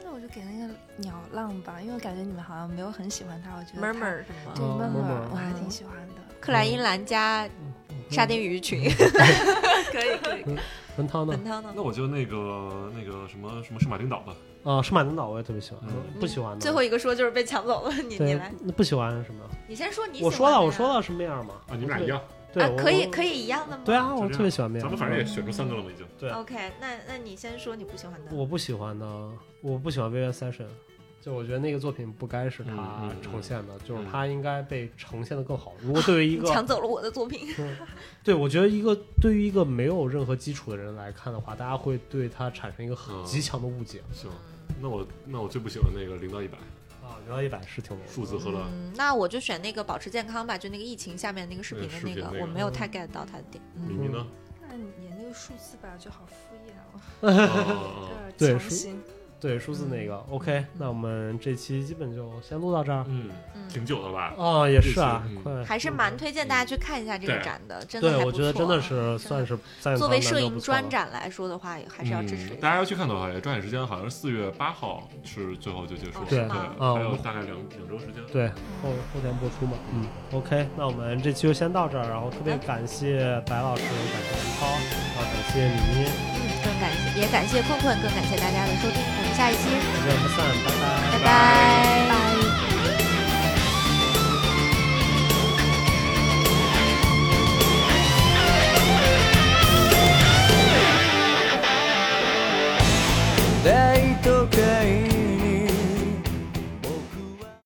Speaker 4: 那我就给那个鸟浪吧，因为我感觉你们好像没有很喜欢他，我觉得他
Speaker 2: murmur 什么？
Speaker 4: 对
Speaker 1: 哦
Speaker 4: m u
Speaker 1: murmur
Speaker 4: 我还挺喜欢的。
Speaker 2: 克莱因兰加
Speaker 1: 嗯
Speaker 2: 嗯沙丁鱼群， 可以可以。
Speaker 1: 嗯文涛呢
Speaker 2: 本？汤呢？
Speaker 3: 那我就那个那个什么什么圣马丁岛吧，
Speaker 1: 啊，圣马丁岛我也特别喜欢，
Speaker 3: 嗯
Speaker 1: 不喜欢的。
Speaker 2: 嗯最后一个说就是被抢走了，你你
Speaker 1: 对
Speaker 2: 来，，
Speaker 1: 那不喜欢是什么？
Speaker 2: 你先说你。
Speaker 1: 我说了，我说。了什么样嘛？
Speaker 3: 啊，你们俩一样，
Speaker 1: 对。
Speaker 2: 啊
Speaker 1: 对，，我
Speaker 2: 可以
Speaker 1: 我
Speaker 2: 可以一样的吗？
Speaker 1: 对啊，
Speaker 3: 就
Speaker 1: 我
Speaker 3: 这
Speaker 1: 特别
Speaker 3: 样
Speaker 1: 喜欢面。
Speaker 3: 咱们反正也选出三个了嘛，已经。
Speaker 1: 对
Speaker 2: OK，那那你先说你不喜欢的。
Speaker 1: 我不喜欢的，我不喜欢《Vivid Session》，就我觉得那个作品不该是
Speaker 3: 嗯
Speaker 1: 他
Speaker 3: 嗯嗯
Speaker 1: 呈现的，就是
Speaker 3: 嗯
Speaker 1: 他应该被呈现的更好。 如果对于一
Speaker 2: 你抢
Speaker 1: 个，
Speaker 2: 走了我的作品，
Speaker 1: 对我觉得一个对于一个没有任何基础的人来看的话，大家会对他产生一个很
Speaker 3: 嗯
Speaker 1: 极强的误解。
Speaker 3: 行，那我那我最不喜欢那个零到一百
Speaker 1: 啊，聊到一百是挺难的
Speaker 3: 嗯数字荷兰，
Speaker 2: 嗯，那我就选那个保持健康吧，就那个疫情下面那个视频
Speaker 3: 嗯
Speaker 2: 的
Speaker 3: 视
Speaker 2: 那
Speaker 3: 频
Speaker 2: 个
Speaker 3: 那，个
Speaker 2: 我没有太 get 到他的点。
Speaker 3: 你
Speaker 2: 嗯，
Speaker 3: 你呢？
Speaker 4: 那你那个数字吧，就好敷衍哦，
Speaker 1: 嗯
Speaker 3: 啊啊 啊
Speaker 4: 有
Speaker 1: 哦对
Speaker 4: 点
Speaker 1: 数
Speaker 4: 强行。
Speaker 1: 对数字那个。OK，那我们这期基本就先录到这儿。
Speaker 3: 嗯，
Speaker 2: 嗯
Speaker 3: 挺久的吧？
Speaker 1: 啊，也是啊
Speaker 3: 这期嗯，
Speaker 1: 快
Speaker 2: 还是蛮推荐大家去看一下这个
Speaker 3: 对
Speaker 2: 展的，真的
Speaker 1: 嗯
Speaker 2: 还
Speaker 1: 对，
Speaker 2: 不
Speaker 1: 我觉得
Speaker 2: 错
Speaker 1: 真的
Speaker 2: 啊
Speaker 1: 是算是在
Speaker 2: 作为
Speaker 1: 咱们
Speaker 2: 摄
Speaker 1: 当中
Speaker 2: 影
Speaker 1: 不错了
Speaker 2: 专展来说的话，也还是要支持一
Speaker 3: 嗯大
Speaker 2: 下。
Speaker 3: 家要去看的话，也抓紧时间，好像是四月八号是最后就结束
Speaker 2: 哦
Speaker 3: 了，
Speaker 1: 是
Speaker 3: 对，
Speaker 2: 吗
Speaker 1: 啊
Speaker 3: 还
Speaker 1: 我
Speaker 3: 有
Speaker 1: 们
Speaker 3: 大概两两周时间。
Speaker 1: 对，后后天播出嘛。嗯，OK，那我们这期就先到这儿，然后特别感谢白老师，感谢文涛，然后感谢米妮，
Speaker 2: 嗯，更感谢也感谢困困，更感谢大家的收听，我们下一期
Speaker 1: 不见不散，拜拜
Speaker 2: 拜拜。